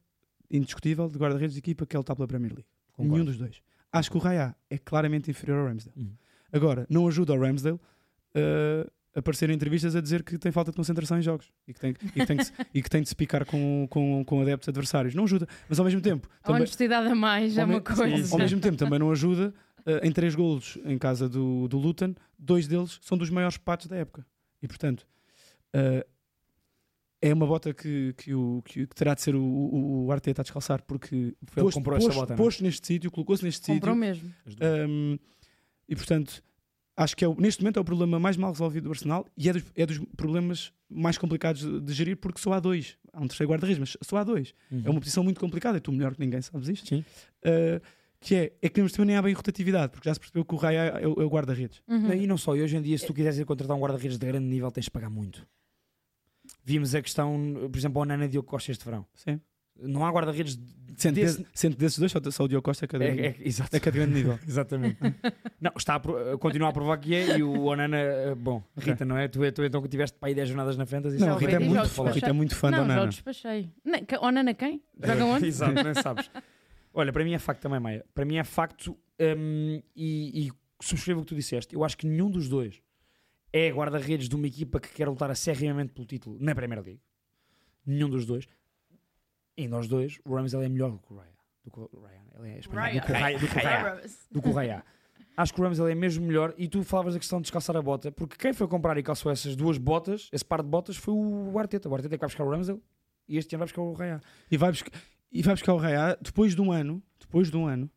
Speaker 2: indiscutível de guarda-redes de equipa que ele está pela Premier League.
Speaker 1: Concordo.
Speaker 2: Nenhum dos dois. Acho que o Raya é claramente inferior ao Ramsdale.
Speaker 1: Uhum.
Speaker 2: Agora, não ajuda ao Ramsdale uh, a aparecer em entrevistas a dizer que tem falta de concentração em jogos e que tem, e que tem, de, se- e que tem de se picar com, com, com adeptos adversários. Não ajuda. Mas ao mesmo tempo,
Speaker 3: A
Speaker 2: também,
Speaker 3: honestidade a mais é
Speaker 2: ao, me-
Speaker 3: uma coisa.
Speaker 2: ao mesmo tempo também não ajuda uh, em três golos em casa do, do Luton, dois deles são dos maiores patos da época. E portanto, uh, é uma bota que, que, o, que, que terá de ser o, o, o Arteta a descalçar, porque
Speaker 1: Foi ele que comprou esta bota, não é?
Speaker 2: posto neste sítio, colocou-se neste sítio,
Speaker 3: Comprou mesmo.
Speaker 1: As duas.
Speaker 2: um, e portanto, acho que é, o- neste momento é o problema mais mal resolvido do Arsenal e é dos, é dos problemas mais complicados de, de gerir porque só há dois. Há um terceiro guarda-redes, mas só há dois. É uma posição muito complicada e tu melhor que ninguém sabes isto.
Speaker 1: Sim.
Speaker 2: Uh, que é, é que neste momento nem há bem rotatividade, porque já se percebeu que o Raya é, o é o guarda-redes.
Speaker 3: Uhum. É-
Speaker 1: E não só, e hoje em dia, se tu quiseres ir contratar um guarda-redes de grande nível, tens de pagar muito. Vimos a questão, por exemplo, ao Nana Diogo Costa este verão.
Speaker 2: Sim.
Speaker 1: Não há guarda-redes de-
Speaker 2: Sendo,
Speaker 1: desse.
Speaker 2: desse- sendo desses dois, só, só o Diogo Costa é que é de
Speaker 1: É,
Speaker 2: grande-
Speaker 1: é, exato.
Speaker 2: é que é de grande nível.
Speaker 1: Exatamente. não, está a, pro- eh, continua a provar que é e o Onana, eh, bom, Rita, não é? Tu, tu então que tiveste para aí 10 jornadas na frente,
Speaker 2: Não, o Rita é
Speaker 3: Bem,
Speaker 2: muito,
Speaker 3: jogos
Speaker 2: o Rita é muito fã da
Speaker 3: Não, já o
Speaker 2: Nana. É.
Speaker 3: despachei. Nem- que- Onana quem? Joga onde?
Speaker 1: Exato, nem sabes. Olha, para mim é facto também, Maia. Para mim é facto hum, e, e subscrevo o que tu disseste. Eu acho que nenhum dos dois é guarda-redes de uma equipa que quer lutar acerrimamente pelo título na Premier League. Nenhum dos dois. E nós dois, o Ramsdale é melhor do que o Raya. Do que o Ryan. Ele é espanhol. Do que o Raya. Do que o Raya do que o Raya. Acho que o Ramsdale é mesmo melhor. E tu falavas da questão de descalçar a bota, porque quem foi comprar e calçou essas duas botas, esse par de botas, foi o Arteta. O Arteta é que vai buscar o Ramsdale e este ano vai buscar o Raya.
Speaker 2: E vai, buscar, e vai buscar o Raya depois de um ano, depois de um ano,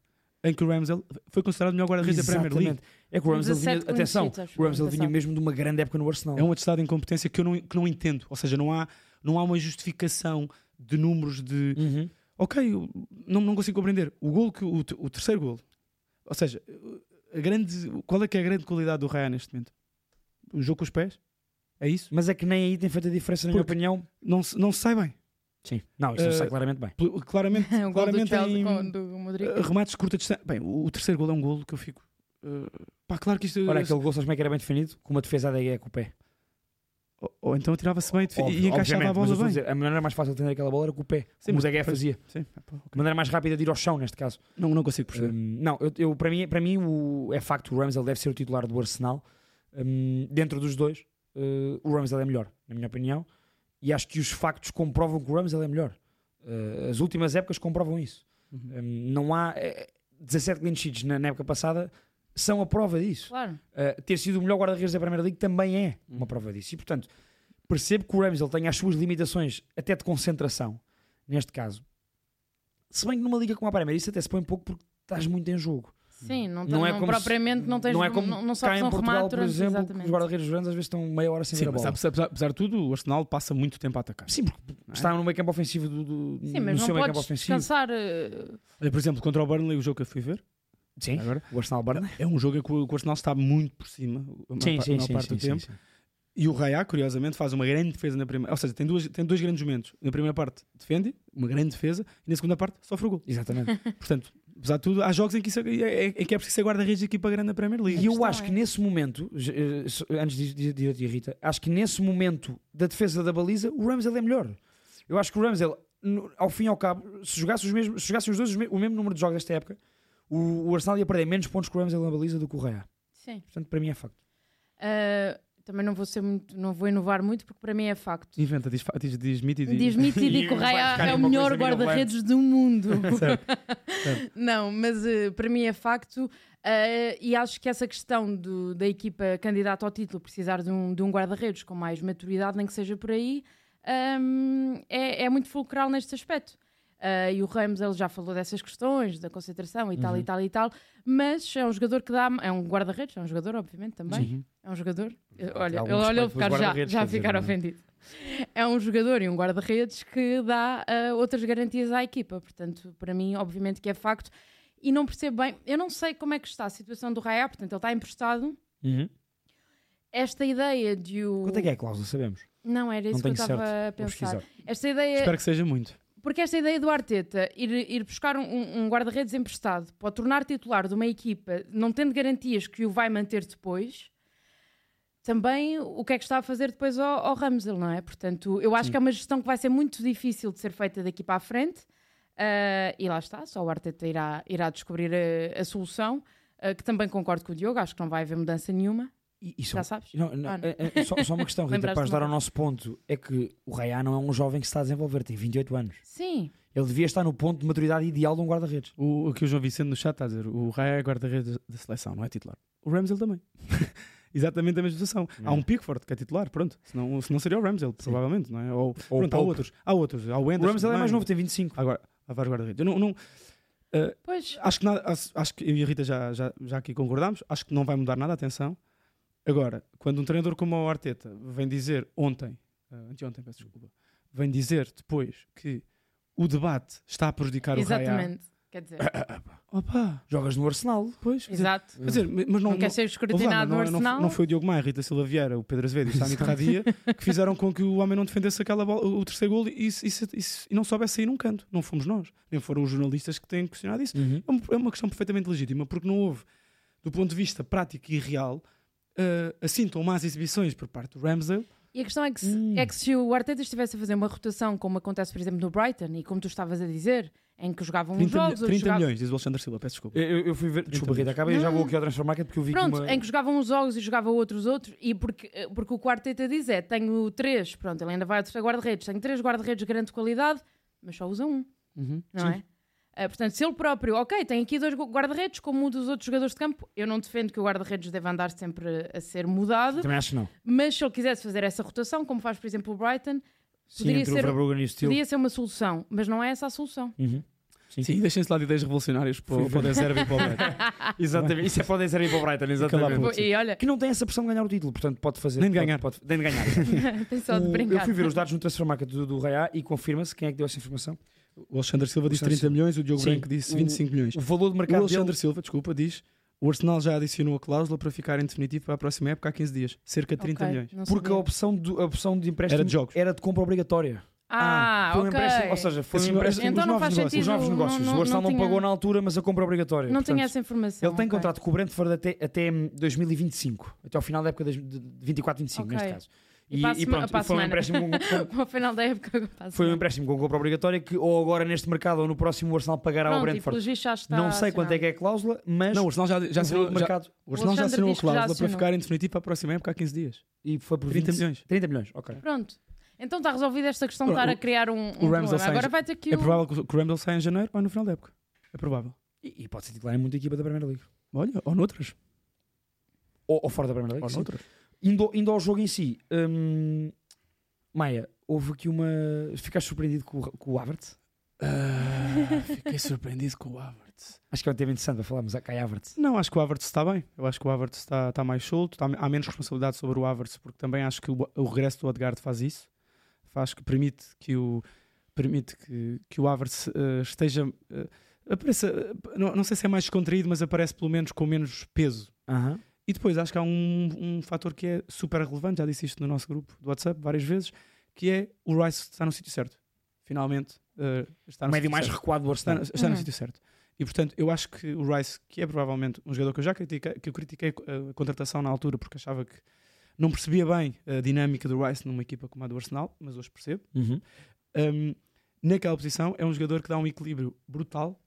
Speaker 2: em que o Ramsdale foi considerado o melhor guarda-redes da Premier League.
Speaker 1: Exatamente. É que o Ramsdale vinha,
Speaker 3: 17 clean
Speaker 1: atenção,
Speaker 3: sheets, acho
Speaker 1: o Ramsdale
Speaker 3: eu,
Speaker 1: vinha
Speaker 3: passado.
Speaker 1: mesmo de uma grande época no Arsenal.
Speaker 2: É um atestado de incompetência que eu não, que não entendo. Ou seja, não há, não há uma justificação de números de.
Speaker 1: Uhum.
Speaker 2: Ok, eu não, não consigo compreender. O gol que o, te- o terceiro gol. Ou seja, a grande, qual é que é a grande qualidade do Ryan neste momento? O jogo com os pés? É isso?
Speaker 1: Mas é que nem aí tem feito a diferença, na minha
Speaker 2: Porque-
Speaker 1: opinião.
Speaker 2: Não, se- não se sai bem.
Speaker 1: Sim. Não, isso não
Speaker 2: Eh,
Speaker 1: sai claramente bem.
Speaker 2: Pl- Claramente,
Speaker 3: o gol do
Speaker 2: claramente
Speaker 3: Chelsea
Speaker 2: em,
Speaker 3: com, do Modric.
Speaker 2: eh, remates de curta distância. Bem, o, o terceiro gol é um golo que eu fico. eh, pá, claro que isto.
Speaker 1: Olha, aquele gol, sabes como é que era bem definido? Com uma defesa da EA com o pé.
Speaker 2: ou, ou então atirava-se bem e defi-
Speaker 1: Óbvio,
Speaker 2: e encaixava
Speaker 1: obviamente, mas eu
Speaker 2: a bola
Speaker 1: estou a
Speaker 2: bem.
Speaker 1: dizer, a maneira mais fácil de atender aquela bola era com o pé.
Speaker 2: Sim,
Speaker 1: como o
Speaker 2: mas
Speaker 1: Degué
Speaker 2: depois-
Speaker 1: fazia.
Speaker 2: Sim, ah, pá, ok.
Speaker 1: De maneira mais rápida de ir ao chão, neste caso.
Speaker 2: não, não consigo perceber.
Speaker 1: Hum, não, eu, eu- para mim, para mim o, é facto, o Ramsdale deve ser o titular do Arsenal. Hum, dentro dos dois, eh, o Ramsdale é melhor, na minha opinião. E acho que os factos comprovam que o Ramsdale é melhor. Eh, as últimas épocas comprovam isso.
Speaker 2: Uhum.
Speaker 1: Hum, não há... eh, 17 clean sheets na, na época passada são a prova disso.
Speaker 3: Claro.
Speaker 1: Uh, ter sido o melhor guarda-redes da Primeira Liga também é uma prova disso. E, portanto, percebo que o Ramsdale tem as suas limitações, até de concentração, neste caso. Se bem que numa liga como a Primeira, isso até se põe pouco porque estás muito em jogo.
Speaker 3: Sim, não,
Speaker 1: Não
Speaker 3: não,
Speaker 1: é
Speaker 3: não
Speaker 1: como se-
Speaker 3: propriamente não tens
Speaker 1: não é como
Speaker 3: não, não
Speaker 1: Cá
Speaker 3: sabes
Speaker 1: em
Speaker 3: um
Speaker 1: Portugal,
Speaker 3: remate
Speaker 1: por
Speaker 3: durante
Speaker 1: exemplo, que os
Speaker 3: exatamente.
Speaker 1: guarda-redes grandes às vezes estão meia hora sem
Speaker 2: Sim,
Speaker 1: ver a
Speaker 2: mas
Speaker 1: bola.
Speaker 2: apesar, apesar- apesar de tudo, o Arsenal passa muito tempo a atacar.
Speaker 1: Sim, porque está no meio campo ofensivo do, do-
Speaker 3: Sim,
Speaker 1: no
Speaker 3: mas
Speaker 1: seu
Speaker 3: não
Speaker 1: meio campo
Speaker 3: podes
Speaker 1: ofensivo.
Speaker 3: descansar. eh,
Speaker 2: Olha, por exemplo, contra o Burnley, o jogo que eu fui ver,
Speaker 1: Sim,
Speaker 2: agora,
Speaker 1: o Arsenal Burnley.
Speaker 2: é um jogo em que o que o Arsenal está muito por cima, a maior,
Speaker 1: Sim,
Speaker 2: pa-
Speaker 1: sim,
Speaker 2: maior
Speaker 1: sim,
Speaker 2: parte
Speaker 1: sim,
Speaker 2: do
Speaker 1: sim,
Speaker 2: tempo.
Speaker 1: sim.
Speaker 2: E o Raya, curiosamente, faz uma grande defesa na primeira. Ou seja, tem, duas, tem dois grandes momentos. Na primeira parte, defende, uma grande defesa, e na segunda parte, sofre o gol.
Speaker 1: Exatamente.
Speaker 2: Portanto, apesar de tudo, há jogos em que, isso é, é- é que é preciso ser guarda-redes de equipa grande na Premier League.
Speaker 1: E eu
Speaker 3: questão
Speaker 1: acho
Speaker 3: é-
Speaker 1: que nesse momento, eh, eh, so- antes de de- de ir a ti, Rita, acho que nesse momento da defesa da baliza, o Ramsdale é melhor. Eu acho que o Ramsdale, no- ao fim e ao cabo, se jogassem os, mesmos, se jogassem os dois os me- o mesmo número de jogos desta época, o, o Arsenal ia perder menos pontos com o Ramsdale na baliza do que o Raya.
Speaker 3: Sim.
Speaker 1: Portanto, para mim é facto.
Speaker 3: Eh, também não vou ser muito, não vou inovar muito porque para mim é facto.
Speaker 2: Inventa, diz, fa- diz, diz mito e diz.
Speaker 3: Diz-me e digo que o
Speaker 1: vai
Speaker 3: Raya
Speaker 1: buscar
Speaker 3: é o
Speaker 1: uma
Speaker 3: melhor
Speaker 1: coisa mirabolante.
Speaker 3: guarda-redes do mundo.
Speaker 2: Certo.
Speaker 3: Não, mas eh, para mim é facto. eh, e acho que essa questão do- da equipa candidata ao título precisar de um, de um guarda-redes com mais maturidade, nem que seja por aí, ahm, é, é muito fulcral neste aspecto. Eh, e o Ramos ele já falou dessas questões, da concentração e tal
Speaker 1: Uhum.
Speaker 3: e tal e tal, mas é um jogador que dá. É um guarda-redes, é um jogador, obviamente, também. É um jogador. Eh, Olha,
Speaker 1: algum
Speaker 3: ele olhou
Speaker 1: respeito
Speaker 3: ficar
Speaker 1: pelos
Speaker 3: já,
Speaker 1: guarda-redes,
Speaker 3: já
Speaker 1: quer
Speaker 3: a
Speaker 1: dizer,
Speaker 3: ficar
Speaker 1: não é?
Speaker 3: ofendido. É um jogador e um guarda-redes que dá ah, outras garantias à equipa. Portanto, para mim, obviamente que é facto. E não percebo bem, eu não sei como é que está a situação do Raya, portanto, ele está emprestado. Esta ideia de o.
Speaker 1: Quanto é que é a cláusula? Sabemos.
Speaker 3: Não, era É isso
Speaker 1: não tenho
Speaker 3: que eu estava
Speaker 1: certo.
Speaker 3: a
Speaker 1: Vou
Speaker 3: pensar.
Speaker 1: pesquisar.
Speaker 3: Esta ideia.
Speaker 2: Espero que seja muito.
Speaker 3: Porque esta ideia do Arteta ir, ir buscar um- um, um guarda-redes emprestado para o tornar titular de uma equipa, não tendo garantias que o vai manter depois, também o que é que está a fazer depois ao, ao Ramsel, não é? Portanto, eu acho que é uma gestão que vai ser muito difícil de ser feita daqui para a frente. Ah, e lá está, só o Arteta irá, irá descobrir eh, a, a solução, ah, que também concordo com o Diogo, acho que não vai haver mudança nenhuma,
Speaker 1: E, e só,
Speaker 3: já sabes?
Speaker 1: não, não,
Speaker 3: Ah, não.
Speaker 1: eh, eh, só, só uma questão, Rita,
Speaker 3: Lembraste-me
Speaker 1: para ajudar ao
Speaker 3: agora.
Speaker 1: nosso ponto, é que o Raya não é um jovem que se está a desenvolver, tem 28 anos.
Speaker 3: Sim,
Speaker 1: Ele devia estar no ponto de maturidade ideal de um guarda-redes.
Speaker 2: O, o que o João Vicente no chat está a dizer, o Raya é guarda-redes da- da seleção, não é titular. O Ramsdale também. Exatamente a mesma situação. Há um Pickford que é titular, pronto. Senão, senão seria o Ramsdale, provavelmente, não é?
Speaker 1: Ou
Speaker 2: Ou,
Speaker 1: o
Speaker 2: pronto, há
Speaker 1: Pope.
Speaker 2: outros. Há outros. Há o
Speaker 1: O
Speaker 2: Anderson.
Speaker 1: Ramsdale é mais
Speaker 2: também.
Speaker 1: novo, tem 25.
Speaker 2: Agora, há vários guarda-redes. Eu não, não-
Speaker 3: pois,
Speaker 2: acho, que nada, acho, acho que eu e a Rita já, já, já aqui concordámos. Acho que não vai mudar nada, atenção. Agora, quando um treinador como o Arteta vem dizer ontem, ah, anteontem, peço desculpa, vem dizer depois que o debate está a prejudicar o Raya.
Speaker 3: exatamente. Quer dizer,
Speaker 2: Opa,
Speaker 1: Jogas no Arsenal.
Speaker 2: pois. quer dizer,
Speaker 3: exato.
Speaker 2: Quer dizer, mas não,
Speaker 3: Hum. Não,
Speaker 2: não-
Speaker 3: quer ser
Speaker 2: Ouve lá,
Speaker 3: escrutinado
Speaker 2: mas
Speaker 3: no
Speaker 2: não, não-
Speaker 3: Arsenal?
Speaker 2: não foi o Diogo Maia, a Rita Silva Vieira, o Pedro Azevedo e o Samit Radia que fizeram com que o homem não defendesse aquela bola, o terceiro gol e, isso- isso- isso- e não soubesse sair num canto. Não fomos nós, nem foram os jornalistas que têm questionado isso.
Speaker 1: Uhum.
Speaker 2: É uma, é uma questão perfeitamente legítima, porque não houve, do ponto de vista prático e real, eh, assim tão más exibições por parte do Ramsdale.
Speaker 3: E a questão é que, se,
Speaker 1: Hum.
Speaker 3: é que se o Arteta estivesse a fazer uma rotação, como acontece, por exemplo, no Brighton, e como tu estavas a dizer, em que jogavam uns
Speaker 2: 30,
Speaker 3: jogos, outros
Speaker 2: 30
Speaker 3: jogavam...
Speaker 2: milhões, diz o Alexandre Silva, peço desculpa.
Speaker 1: Eu, eu fui ver. Desculpa, Rita, acaba e já vou aqui ao Transfer Market porque eu vi
Speaker 3: Então Pronto,
Speaker 1: que uma.
Speaker 3: em que jogavam uns jogos e jogava outros outros, e porque, eh, porque o que o Arteta diz é, tenho três, pronto, ele ainda vai ao terceiro guarda-redes, tenho três guarda-redes de grande qualidade, mas só usa um,
Speaker 1: Uhum.
Speaker 3: não é? Ah, portanto, se ele próprio, ok, tem aqui dois guarda-redes, como um dos outros jogadores de campo, eu não defendo que o guarda-redes deva andar sempre a ser mudado,
Speaker 1: Também acho que não.
Speaker 3: mas se ele quisesse fazer essa rotação, como faz, por exemplo, o Brighton,
Speaker 1: Sim,
Speaker 3: Poderia
Speaker 1: entre o
Speaker 3: ser-
Speaker 1: Verbruggen e o Steele.
Speaker 3: Podia ser uma solução, mas não é essa a solução.
Speaker 1: Uhum. Sim.
Speaker 2: Sim, deixem-se lá de ideias revolucionárias para,
Speaker 1: Fui
Speaker 2: o- para o
Speaker 1: ver.
Speaker 2: Deserve e para o Black.
Speaker 1: Exatamente. Isso é para o Denzeri e para o Brighton,
Speaker 2: Aquela
Speaker 1: exatamente.
Speaker 2: puta.
Speaker 3: Ah. E olha,
Speaker 1: Que não tem essa pressão de ganhar o título, portanto pode fazer.
Speaker 2: Nem de
Speaker 1: pode-
Speaker 2: ganhar.
Speaker 1: pode- nem de ganhar.
Speaker 3: tem só de
Speaker 1: O- eu
Speaker 3: brincar.
Speaker 1: fui ver os dados no Transfer Market do, do Rei A e confirma-se quem é que deu essa informação.
Speaker 2: O Alexandre Silva disse
Speaker 1: Alexandre
Speaker 2: 30
Speaker 1: Silva.
Speaker 2: milhões, o Diogo
Speaker 1: Sim.
Speaker 2: Branco disse
Speaker 1: O-
Speaker 2: 25 milhões.
Speaker 1: O valor de
Speaker 2: O
Speaker 1: mercado
Speaker 2: Alexandre
Speaker 1: dele
Speaker 2: Silva, desculpa, diz o Arsenal já adicionou a cláusula para ficar em definitivo para a próxima época há 15 dias, cerca de 30
Speaker 3: Ok,
Speaker 2: milhões.
Speaker 3: não
Speaker 1: porque a
Speaker 3: sabia.
Speaker 1: opção, do, a opção de empréstimo
Speaker 2: Era de jogos.
Speaker 1: era de compra obrigatória.
Speaker 3: Ah,
Speaker 1: foi um
Speaker 3: ok.
Speaker 1: empréstimo, ou seja, foi um
Speaker 2: Esse-
Speaker 1: empréstimo.
Speaker 3: Então
Speaker 2: os
Speaker 3: não
Speaker 2: novos
Speaker 3: faz
Speaker 2: negócios.
Speaker 3: sentido.
Speaker 1: os novos negócios.
Speaker 3: Não,
Speaker 1: o Arsenal não,
Speaker 3: tinha-
Speaker 1: pagou na altura, mas a compra obrigatória.
Speaker 3: Não tinha
Speaker 1: Portanto,
Speaker 3: essa informação.
Speaker 1: Ele tem
Speaker 3: ok.
Speaker 1: contrato com o Brentford até, até 2025, até ao final da época das- de 24, 25,
Speaker 3: Ok.
Speaker 1: neste caso.
Speaker 3: E para a sema- para a
Speaker 1: foi um
Speaker 3: semana.
Speaker 1: empréstimo com- com-
Speaker 3: Ao final da época passa.
Speaker 1: foi um empréstimo com compra obrigatória que ou agora neste mercado ou no próximo o Arsenal pagará ao
Speaker 3: Pronto, e
Speaker 1: Brentford.
Speaker 3: pelos vistos já está
Speaker 1: Não sei quanto é que é a cláusula, mas
Speaker 2: Não, o Arsenal já, já
Speaker 1: o valor
Speaker 2: assinou,
Speaker 1: do
Speaker 2: já,
Speaker 1: mercado
Speaker 2: o Arsenal já
Speaker 3: Alexandre
Speaker 2: assinou a
Speaker 3: diz que já
Speaker 2: cláusula para
Speaker 3: assinou.
Speaker 2: ficar em definitivo para a próxima época há 15 dias.
Speaker 1: e foi por
Speaker 2: 30
Speaker 1: 20
Speaker 2: milhões.
Speaker 1: 30 milhões, ok.
Speaker 3: Pronto. Então está resolvida esta questão de
Speaker 2: Ora,
Speaker 3: estar
Speaker 2: o-
Speaker 3: a criar um, um
Speaker 2: o Ramsdale
Speaker 1: assim
Speaker 3: problema.
Speaker 2: sai-
Speaker 3: Agora vai ter que
Speaker 2: É
Speaker 3: o-
Speaker 2: provável que o- que o Ramble saia em janeiro ou no final da época. É provável.
Speaker 1: E, e pode ser titular em muita equipa da Primeira Liga.
Speaker 2: Olha, ou noutras.
Speaker 1: Ou, ou fora da Primeira Liga.
Speaker 2: Ou
Speaker 1: sim.
Speaker 2: noutras.
Speaker 1: Indo, indo ao jogo em si, hum, Maia, houve aqui uma. Ficaste surpreendido com, o- com o Havertz?
Speaker 2: Ah, fiquei surpreendido com o Havertz.
Speaker 1: Acho que é um tema interessante para falarmos a Kai Havertz.
Speaker 2: Não, acho que o Havertz está bem. Eu acho que o Havertz está, está mais solto. está- há menos responsabilidade sobre o Havertz, porque também acho que o, o regresso do Odegaard faz isso. Faz que permite que o, permite que, que o Havertz eh, esteja... eh, apareça, eh, não, não sei se é mais descontraído, mas aparece pelo menos com menos peso.
Speaker 1: Aham.
Speaker 2: E depois acho que há um, um fator que é super relevante, já disse isto no nosso grupo do WhatsApp várias vezes, que é o Rice está no sítio certo. Finalmente eh, está
Speaker 1: O
Speaker 2: no
Speaker 1: médio
Speaker 2: sítio
Speaker 1: mais
Speaker 2: certo.
Speaker 1: recuado do Tá
Speaker 2: Está,
Speaker 1: Arsenal.
Speaker 2: está no
Speaker 3: Uhum.
Speaker 2: sítio certo. E portanto, eu acho que o Rice, que é provavelmente um jogador que eu já critiquei, que eu critiquei eh, a contratação na altura porque achava que não percebia bem a dinâmica do Rice numa equipa como a do Arsenal, mas hoje percebo.
Speaker 1: Uhum.
Speaker 2: Um, naquela posição é um jogador que dá um equilíbrio brutal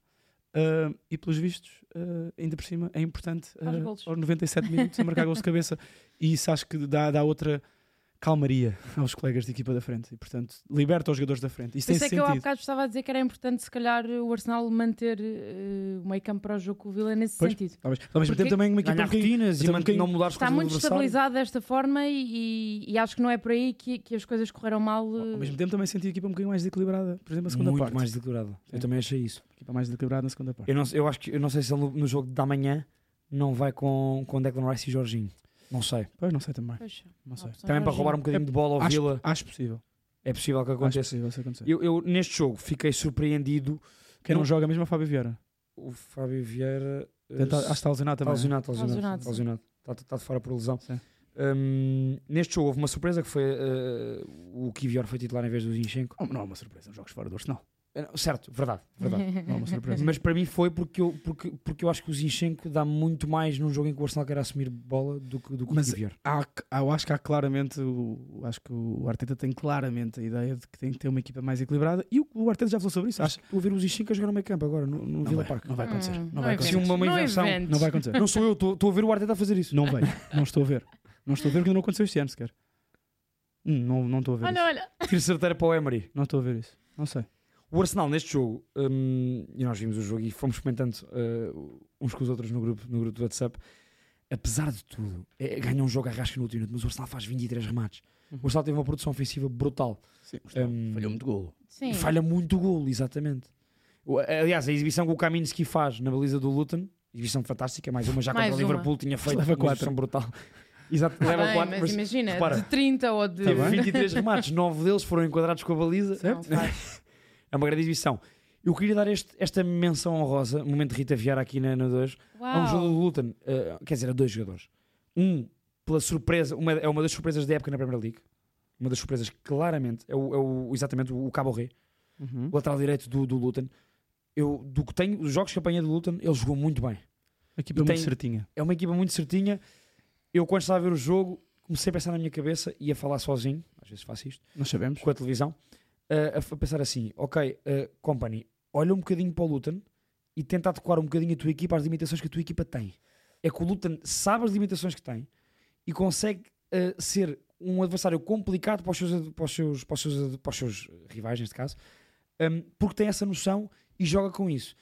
Speaker 2: uh, e pelos vistos uh, ainda por cima é importante
Speaker 3: Faz
Speaker 2: uh,
Speaker 3: golos.
Speaker 2: aos 97 minutos a marcar gols de cabeça e isso acho que dá, dá outra calmaria aos colegas de equipa da frente e portanto liberta os jogadores da frente isso
Speaker 3: Por
Speaker 2: tem
Speaker 3: isso é que
Speaker 2: sentido
Speaker 3: eu há bocado estava a dizer que era importante, se calhar, o Arsenal manter eh, o meio campo para o jogo com o Vila nesse
Speaker 2: Pois,
Speaker 3: sentido.
Speaker 2: Talvez. Ao mesmo
Speaker 3: Porque
Speaker 2: tempo também uma equipa
Speaker 1: Ganhar
Speaker 2: um bocadinho-
Speaker 1: rotinas e Tá
Speaker 2: Mas é um
Speaker 1: man-
Speaker 2: bocadinho-
Speaker 1: não mudar as coisas
Speaker 3: Está
Speaker 1: do
Speaker 3: muito
Speaker 1: adversário.
Speaker 3: estabilizado desta forma e, e acho que não é por aí que, que as coisas correram mal. eh,
Speaker 2: ao mesmo tempo também senti a equipa um bocadinho mais desequilibrada por exemplo a segunda
Speaker 1: Muito
Speaker 2: parte
Speaker 1: mais decorado.
Speaker 2: Sim.
Speaker 1: Eu também achei isso.
Speaker 2: A equipa mais desequilibrada na segunda parte
Speaker 1: É. Eu, não, eu acho que eu não sei se ele no, no jogo da manhã não vai com, com Declan Rice e Jorginho. Não sei.
Speaker 2: pois não sei também
Speaker 3: pois, há
Speaker 2: não sei
Speaker 3: opção
Speaker 1: Também para
Speaker 3: Jorginho.
Speaker 1: roubar um bocadinho de bola ao
Speaker 2: acho,
Speaker 1: Vila
Speaker 2: acho possível
Speaker 1: é possível que
Speaker 2: acho
Speaker 1: aconteça.
Speaker 2: possível isso acontecer
Speaker 1: Eu, eu, neste jogo fiquei surpreendido.
Speaker 2: quem não,
Speaker 1: não-
Speaker 2: joga mesmo é o Fábio Vieira
Speaker 1: O Fábio Vieira eh,
Speaker 2: Portanto, acho que está lesionado
Speaker 1: Está
Speaker 2: também não é?
Speaker 1: lesionado, está lesionado.
Speaker 3: lesionado,
Speaker 1: Está lesionado. Está, está Tá, de fora por lesão.
Speaker 2: Sim.
Speaker 1: Hum, neste jogo houve uma surpresa que foi eh, o Kivior foi titular em vez do Zinchenko.
Speaker 2: Oh, Não é uma surpresa, os jogos fora do Arsenal.
Speaker 1: Eh, não, Certo, verdade, verdade.
Speaker 2: Não é uma surpresa.
Speaker 1: Mas para mim foi porque eu, porque, porque eu acho que o Zinchenko dá muito mais num jogo em que o Arsenal quer assumir bola do que, do que
Speaker 2: Mas-
Speaker 1: o Kivior.
Speaker 2: Há- há- eu acho que há claramente, o, acho que o Arteta tem claramente a ideia de que tem que ter uma equipa mais equilibrada e o, o Arteta já falou sobre isso. Acho
Speaker 1: Estou a ver o Zinchenko a jogar no meio campo agora, no, no
Speaker 2: não
Speaker 1: Vila
Speaker 2: vai,
Speaker 1: Parque.
Speaker 2: Não vai acontecer.
Speaker 3: Hum,
Speaker 2: não vai
Speaker 1: inventes.
Speaker 2: acontecer.
Speaker 1: Sim, uma má
Speaker 3: Não
Speaker 1: invenção.
Speaker 3: inventes.
Speaker 2: Não vai acontecer.
Speaker 1: Não sou eu, estou estou a ver o Arteta a fazer isso.
Speaker 2: Não vai. Não estou a ver. Não estou a ver porque não aconteceu este ano sequer. Hum, Não, não estou a ver
Speaker 3: Olha,
Speaker 2: isso.
Speaker 3: olha.
Speaker 1: Tiro certeira para o Emery.
Speaker 2: Não estou a ver isso. Não sei.
Speaker 1: O Arsenal neste jogo, hum, e nós vimos o jogo e fomos comentando uh, uns com os outros no grupo, no grupo do WhatsApp, apesar de tudo, é, ganha um jogo à rasca no último minuto, mas o Arsenal faz 23 remates.
Speaker 2: Uhum.
Speaker 1: O Arsenal teve uma produção ofensiva brutal. Hum,
Speaker 2: muito golo.
Speaker 3: Sim.
Speaker 1: e falha muito o golo, exatamente. O- Aliás, a exibição que o Kaminski faz na baliza do Luton, exibição fantástica, mais uma já
Speaker 3: Mais
Speaker 1: contra o
Speaker 3: uma.
Speaker 1: Liverpool tinha feito
Speaker 2: Leva
Speaker 1: uma
Speaker 2: quatro.
Speaker 1: exibição brutal. Exato,
Speaker 3: Tá
Speaker 1: leva
Speaker 3: bem,
Speaker 1: 4,
Speaker 3: mas,
Speaker 1: mas
Speaker 3: imagina,
Speaker 1: repara.
Speaker 3: de 30 ou de.
Speaker 2: Tá
Speaker 1: teve
Speaker 2: bem.
Speaker 1: 23 remates, 9 deles foram enquadrados com a baliza.
Speaker 3: Não, faz.
Speaker 1: É uma grande exibição. Eu queria dar este- esta menção honrosa, um momento de Rita Vieira aqui na Ana 2, a um jogador do Luton, eh, quer dizer, a dois jogadores. Um, pela surpresa, uma- é uma das surpresas da época na Premier League. Uma das surpresas, claramente, é, o, é o- exatamente o Cabo Rei,
Speaker 2: Uhum.
Speaker 1: o lateral direito do, do Luton. Eu, do que tenho, os jogos que apanhei do Luton, ele jogou muito bem.
Speaker 2: A
Speaker 1: E
Speaker 2: equipa muito
Speaker 1: tem-
Speaker 2: certinha.
Speaker 1: É uma equipa muito certinha. Eu, quando estava a ver o jogo, comecei a pensar na minha cabeça e a falar sozinho, às vezes faço isto
Speaker 2: Nós sabemos.
Speaker 1: com a televisão, a- a, f- a pensar assim: ok, eh, company, olha um bocadinho para o Luton e tenta adequar um bocadinho a tua equipa às limitações que a tua equipa tem. É que o Luton sabe as limitações que tem e consegue eh, ser um adversário complicado para os seus, ad- para os seus, para os seus, ad- para os seus rivais, neste caso, ehm, porque tem essa noção e joga com isso.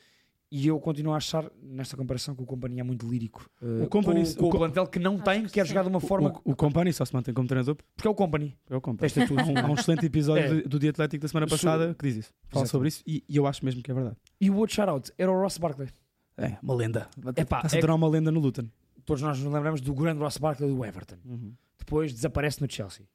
Speaker 1: E eu continuo a achar, nesta comparação, que o Company é muito lírico. eh,
Speaker 2: O Company-
Speaker 1: com, com
Speaker 2: o
Speaker 1: o
Speaker 2: Co-
Speaker 1: plantel que não
Speaker 3: Acho
Speaker 1: tem,
Speaker 3: que
Speaker 1: que quer
Speaker 3: sim.
Speaker 1: jogar de uma forma.
Speaker 2: O, o Company só se mantém como treinador
Speaker 1: Porque é o Company.
Speaker 2: porque é o Company.
Speaker 1: Testa tudo.
Speaker 2: Há um, há um excelente episódio
Speaker 1: É.
Speaker 2: do, do Dia Atlético da semana
Speaker 1: Su-
Speaker 2: passada que diz isso. Fala
Speaker 1: Exato.
Speaker 2: sobre isso e, e eu acho mesmo que é verdade.
Speaker 1: E o outro shout-out era o Ross Barkley.
Speaker 2: É, uma lenda.
Speaker 1: Epá,
Speaker 2: Está-se
Speaker 1: é-
Speaker 2: a tornar uma lenda no Luton.
Speaker 1: Todos nós nos lembramos do grande Ross Barkley do Everton.
Speaker 2: Uhum.
Speaker 1: Depois desaparece no Chelsea.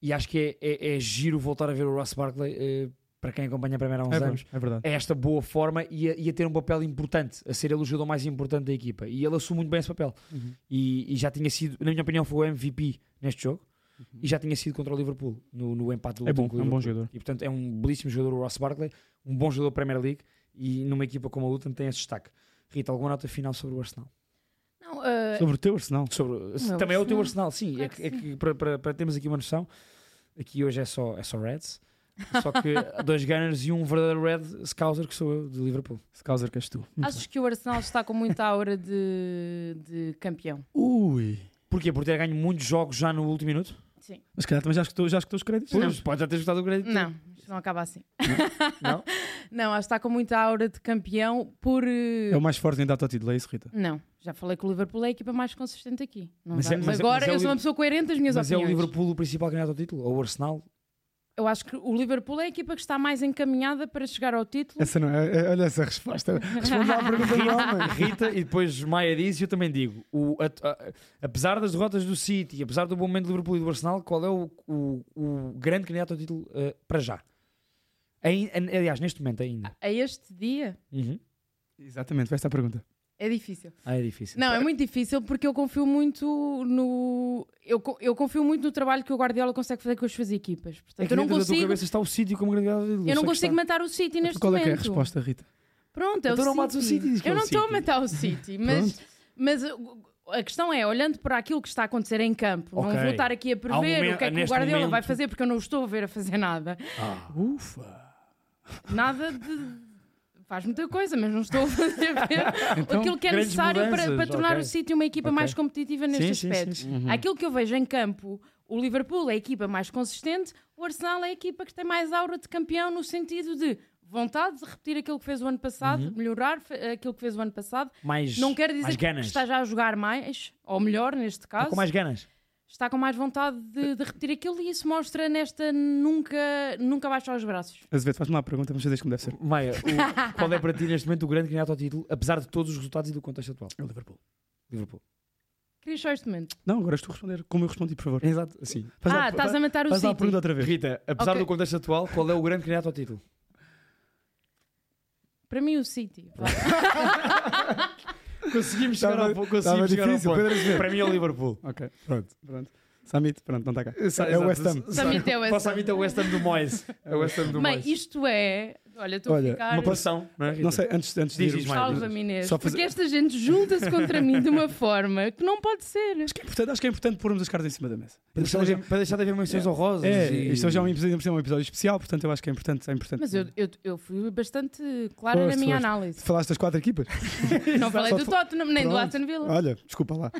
Speaker 1: E acho que é, é- é giro voltar a ver o Ross Barkley, eh, para quem acompanha a primeira há uns
Speaker 2: É,
Speaker 1: anos.
Speaker 2: verdade, é verdade.
Speaker 1: a esta boa forma e a, e a ter um papel importante, a ser ele o jogador mais importante da equipa. E ele assume muito bem esse papel.
Speaker 2: Uhum.
Speaker 1: E, e já tinha sido, na minha opinião, foi o MVP neste jogo e já tinha sido contra o Liverpool no, no empate do
Speaker 2: Uhum. É bom,
Speaker 1: Luton com o
Speaker 2: é um bom
Speaker 1: Liverpool.
Speaker 2: jogador.
Speaker 1: E portanto é um belíssimo jogador o Ross Barkley, um bom jogador da Premier League e numa equipa como a Luton tem esse destaque. Rita, alguma nota final sobre o Arsenal?
Speaker 3: Não, ah,
Speaker 2: Sobre o teu Arsenal.
Speaker 1: Sobre,
Speaker 3: meu
Speaker 1: também é o teu
Speaker 3: Arsenal.
Speaker 1: Arsenal, sim.
Speaker 3: Claro
Speaker 1: é que,
Speaker 3: que
Speaker 1: é que para, para- para termos aqui uma noção, aqui hoje é só, é só Reds. Só que dois Gunners e um verdadeiro Red Scouser que sou eu, de Liverpool.
Speaker 2: Se causa que és tu. Muito
Speaker 3: achas que o Arsenal está com muita aura de, de campeão?
Speaker 2: bem. Ui.
Speaker 1: Porquê? Por ter ganho muitos jogos já no último minuto?
Speaker 3: Sim.
Speaker 2: Mas se calhar também já escutou, já escutou os créditos.
Speaker 1: Pois, pode já ter escutado o crédito.
Speaker 3: Não, isto não acaba assim.
Speaker 1: Não?
Speaker 3: Não, acho que está com muita aura de campeão por. eh,
Speaker 2: É o mais forte em data ao título, é isso, Rita?
Speaker 3: Não, já falei que o Liverpool é a equipa mais consistente aqui. Não
Speaker 1: Mas é-
Speaker 3: vamos
Speaker 1: mas é-
Speaker 3: agora
Speaker 1: mas é o
Speaker 3: eu sou uma
Speaker 1: Liv-
Speaker 3: pessoa coerente das minhas
Speaker 1: Mas é o
Speaker 3: opiniões.
Speaker 1: Liverpool o principal candidato ao título? Ou o Arsenal?
Speaker 3: Eu acho que o Liverpool é a equipa que está mais encaminhada para chegar ao título.
Speaker 2: Essa não é, é- olha essa resposta. Responde à pergunta do homem.
Speaker 1: Rita e depois Maia diz e eu também digo. O- a- a- apesar das derrotas do City, apesar do bom momento do Liverpool e do Arsenal, qual é o, o- o grande candidato ao título eh, para já? Ai- aliás, neste momento ainda.
Speaker 3: A este dia
Speaker 1: Uhum.
Speaker 2: Exatamente, foi esta a pergunta.
Speaker 3: é difícil.
Speaker 1: Ah, é difícil.
Speaker 3: Não, é muito difícil porque eu confio muito no. Eu, co- eu confio muito no trabalho que o Guardiola consegue fazer com as suas equipas.
Speaker 1: É
Speaker 3: Portanto,
Speaker 1: que
Speaker 3: eu não
Speaker 1: dentro da tua
Speaker 3: consigo.
Speaker 1: cabeça está o City como grande candidato ao título.
Speaker 3: Eu não
Speaker 1: só que
Speaker 3: consigo
Speaker 1: está-
Speaker 3: matar o City neste
Speaker 2: Qual é
Speaker 3: momento.
Speaker 2: que é a resposta, Rita?
Speaker 3: Pronto, é o
Speaker 1: Então não mates o City, diz que é
Speaker 3: eu
Speaker 1: o
Speaker 3: não estou a
Speaker 1: City.
Speaker 3: matar o City, mas, mas uh, a questão é, olhando para aquilo que está a acontecer em campo,
Speaker 1: Ok.
Speaker 3: não vou estar aqui a prever
Speaker 1: Há um
Speaker 3: o
Speaker 1: momento-
Speaker 3: que é que o
Speaker 1: neste
Speaker 3: Guardiola
Speaker 1: momento-
Speaker 3: vai fazer, porque eu não o estou a ver a fazer nada.
Speaker 1: Ah.
Speaker 2: Ufa!
Speaker 3: Nada de. Faz muita coisa, mas não estou a fazer ver
Speaker 2: Então,
Speaker 3: aquilo que é
Speaker 1: grandes
Speaker 3: necessário para,
Speaker 1: mudanças,
Speaker 3: para tornar
Speaker 1: ok.
Speaker 3: o City uma equipa
Speaker 1: Ok.
Speaker 3: mais competitiva
Speaker 1: Sim,
Speaker 3: neste
Speaker 1: sim,
Speaker 3: aspecto. Uhum.
Speaker 1: sim, Uhum. sim.
Speaker 3: Aquilo que eu vejo em campo, o Liverpool é a equipa mais consistente, o Arsenal é a equipa que tem mais aura de campeão no sentido de vontade de repetir aquilo que fez o ano passado, melhorar fe- aquilo que fez o ano passado.
Speaker 1: Mais,
Speaker 3: Não quer dizer
Speaker 1: Uhum. mais
Speaker 3: que
Speaker 1: ganas.
Speaker 3: está já a jogar mais, ou melhor neste caso,
Speaker 1: Está com mais ganas.
Speaker 3: está com mais vontade de, de repetir aquilo e isso mostra nesta nunca, nunca baixar os braços.
Speaker 2: Azevedo, faz-me lá a pergunta, mas desde como deve ser.
Speaker 1: Maia, o- qual é para ti neste momento o grande candidato ao título, apesar de todos os resultados e do contexto atual?
Speaker 2: É o Liverpool.
Speaker 1: Liverpool.
Speaker 3: Queria só este momento.
Speaker 2: Não, agora estou a responder como eu respondi, por favor.
Speaker 1: Exato, sim.
Speaker 2: Faz lá-
Speaker 3: ah, estás a matar o
Speaker 2: faz lá a
Speaker 3: City.
Speaker 2: pergunta outra vez.
Speaker 1: Rita, apesar
Speaker 3: Ok.
Speaker 1: do contexto atual, qual é o grande candidato ao título?
Speaker 3: Para mim o City. Vá.
Speaker 1: Conseguimos
Speaker 2: chegar Estava- ao po- conseguimos estava chegar ao difícil, ponto. Pedro Azevedo.
Speaker 1: Para mim é o Liverpool.
Speaker 2: Ok, pronto, pronto. Samit, pronto, não está cá. é o
Speaker 1: Exato.
Speaker 2: West Ham.
Speaker 3: Samit é o West
Speaker 1: Para Samit é o West Ham do Moyes. É o West Ham do
Speaker 3: Bem,
Speaker 1: Moyes.
Speaker 3: isto é... Olha, estou a
Speaker 2: Olha,
Speaker 3: ficar...
Speaker 2: uma
Speaker 1: Pressão, não é, Rita?
Speaker 2: Não sei, antes, antes de
Speaker 1: Diz,
Speaker 2: irmos-
Speaker 1: diz mais.
Speaker 3: Salva-me, Inês.
Speaker 2: Só fazer-
Speaker 3: Porque esta gente junta-se contra mim de uma forma que não pode ser.
Speaker 2: Acho que é importante, acho que é importante pormos as cartas em cima da mesa.
Speaker 1: Para deixar, de haver, para deixar de haver menções honrosas.
Speaker 2: É,
Speaker 1: e-
Speaker 2: isto hoje é um, episódio, é um episódio especial, portanto eu acho que é importante. É importante.
Speaker 3: Mas eu, eu, eu fui bastante clara
Speaker 2: Foste,
Speaker 3: na minha
Speaker 2: foste.
Speaker 3: análise.
Speaker 2: Falaste das quatro equipas?
Speaker 3: Não falei
Speaker 2: Só
Speaker 3: do
Speaker 2: fo-
Speaker 3: Tottenham, nem do
Speaker 2: Pronto.
Speaker 3: Aston Villa.
Speaker 2: Olha, desculpa lá.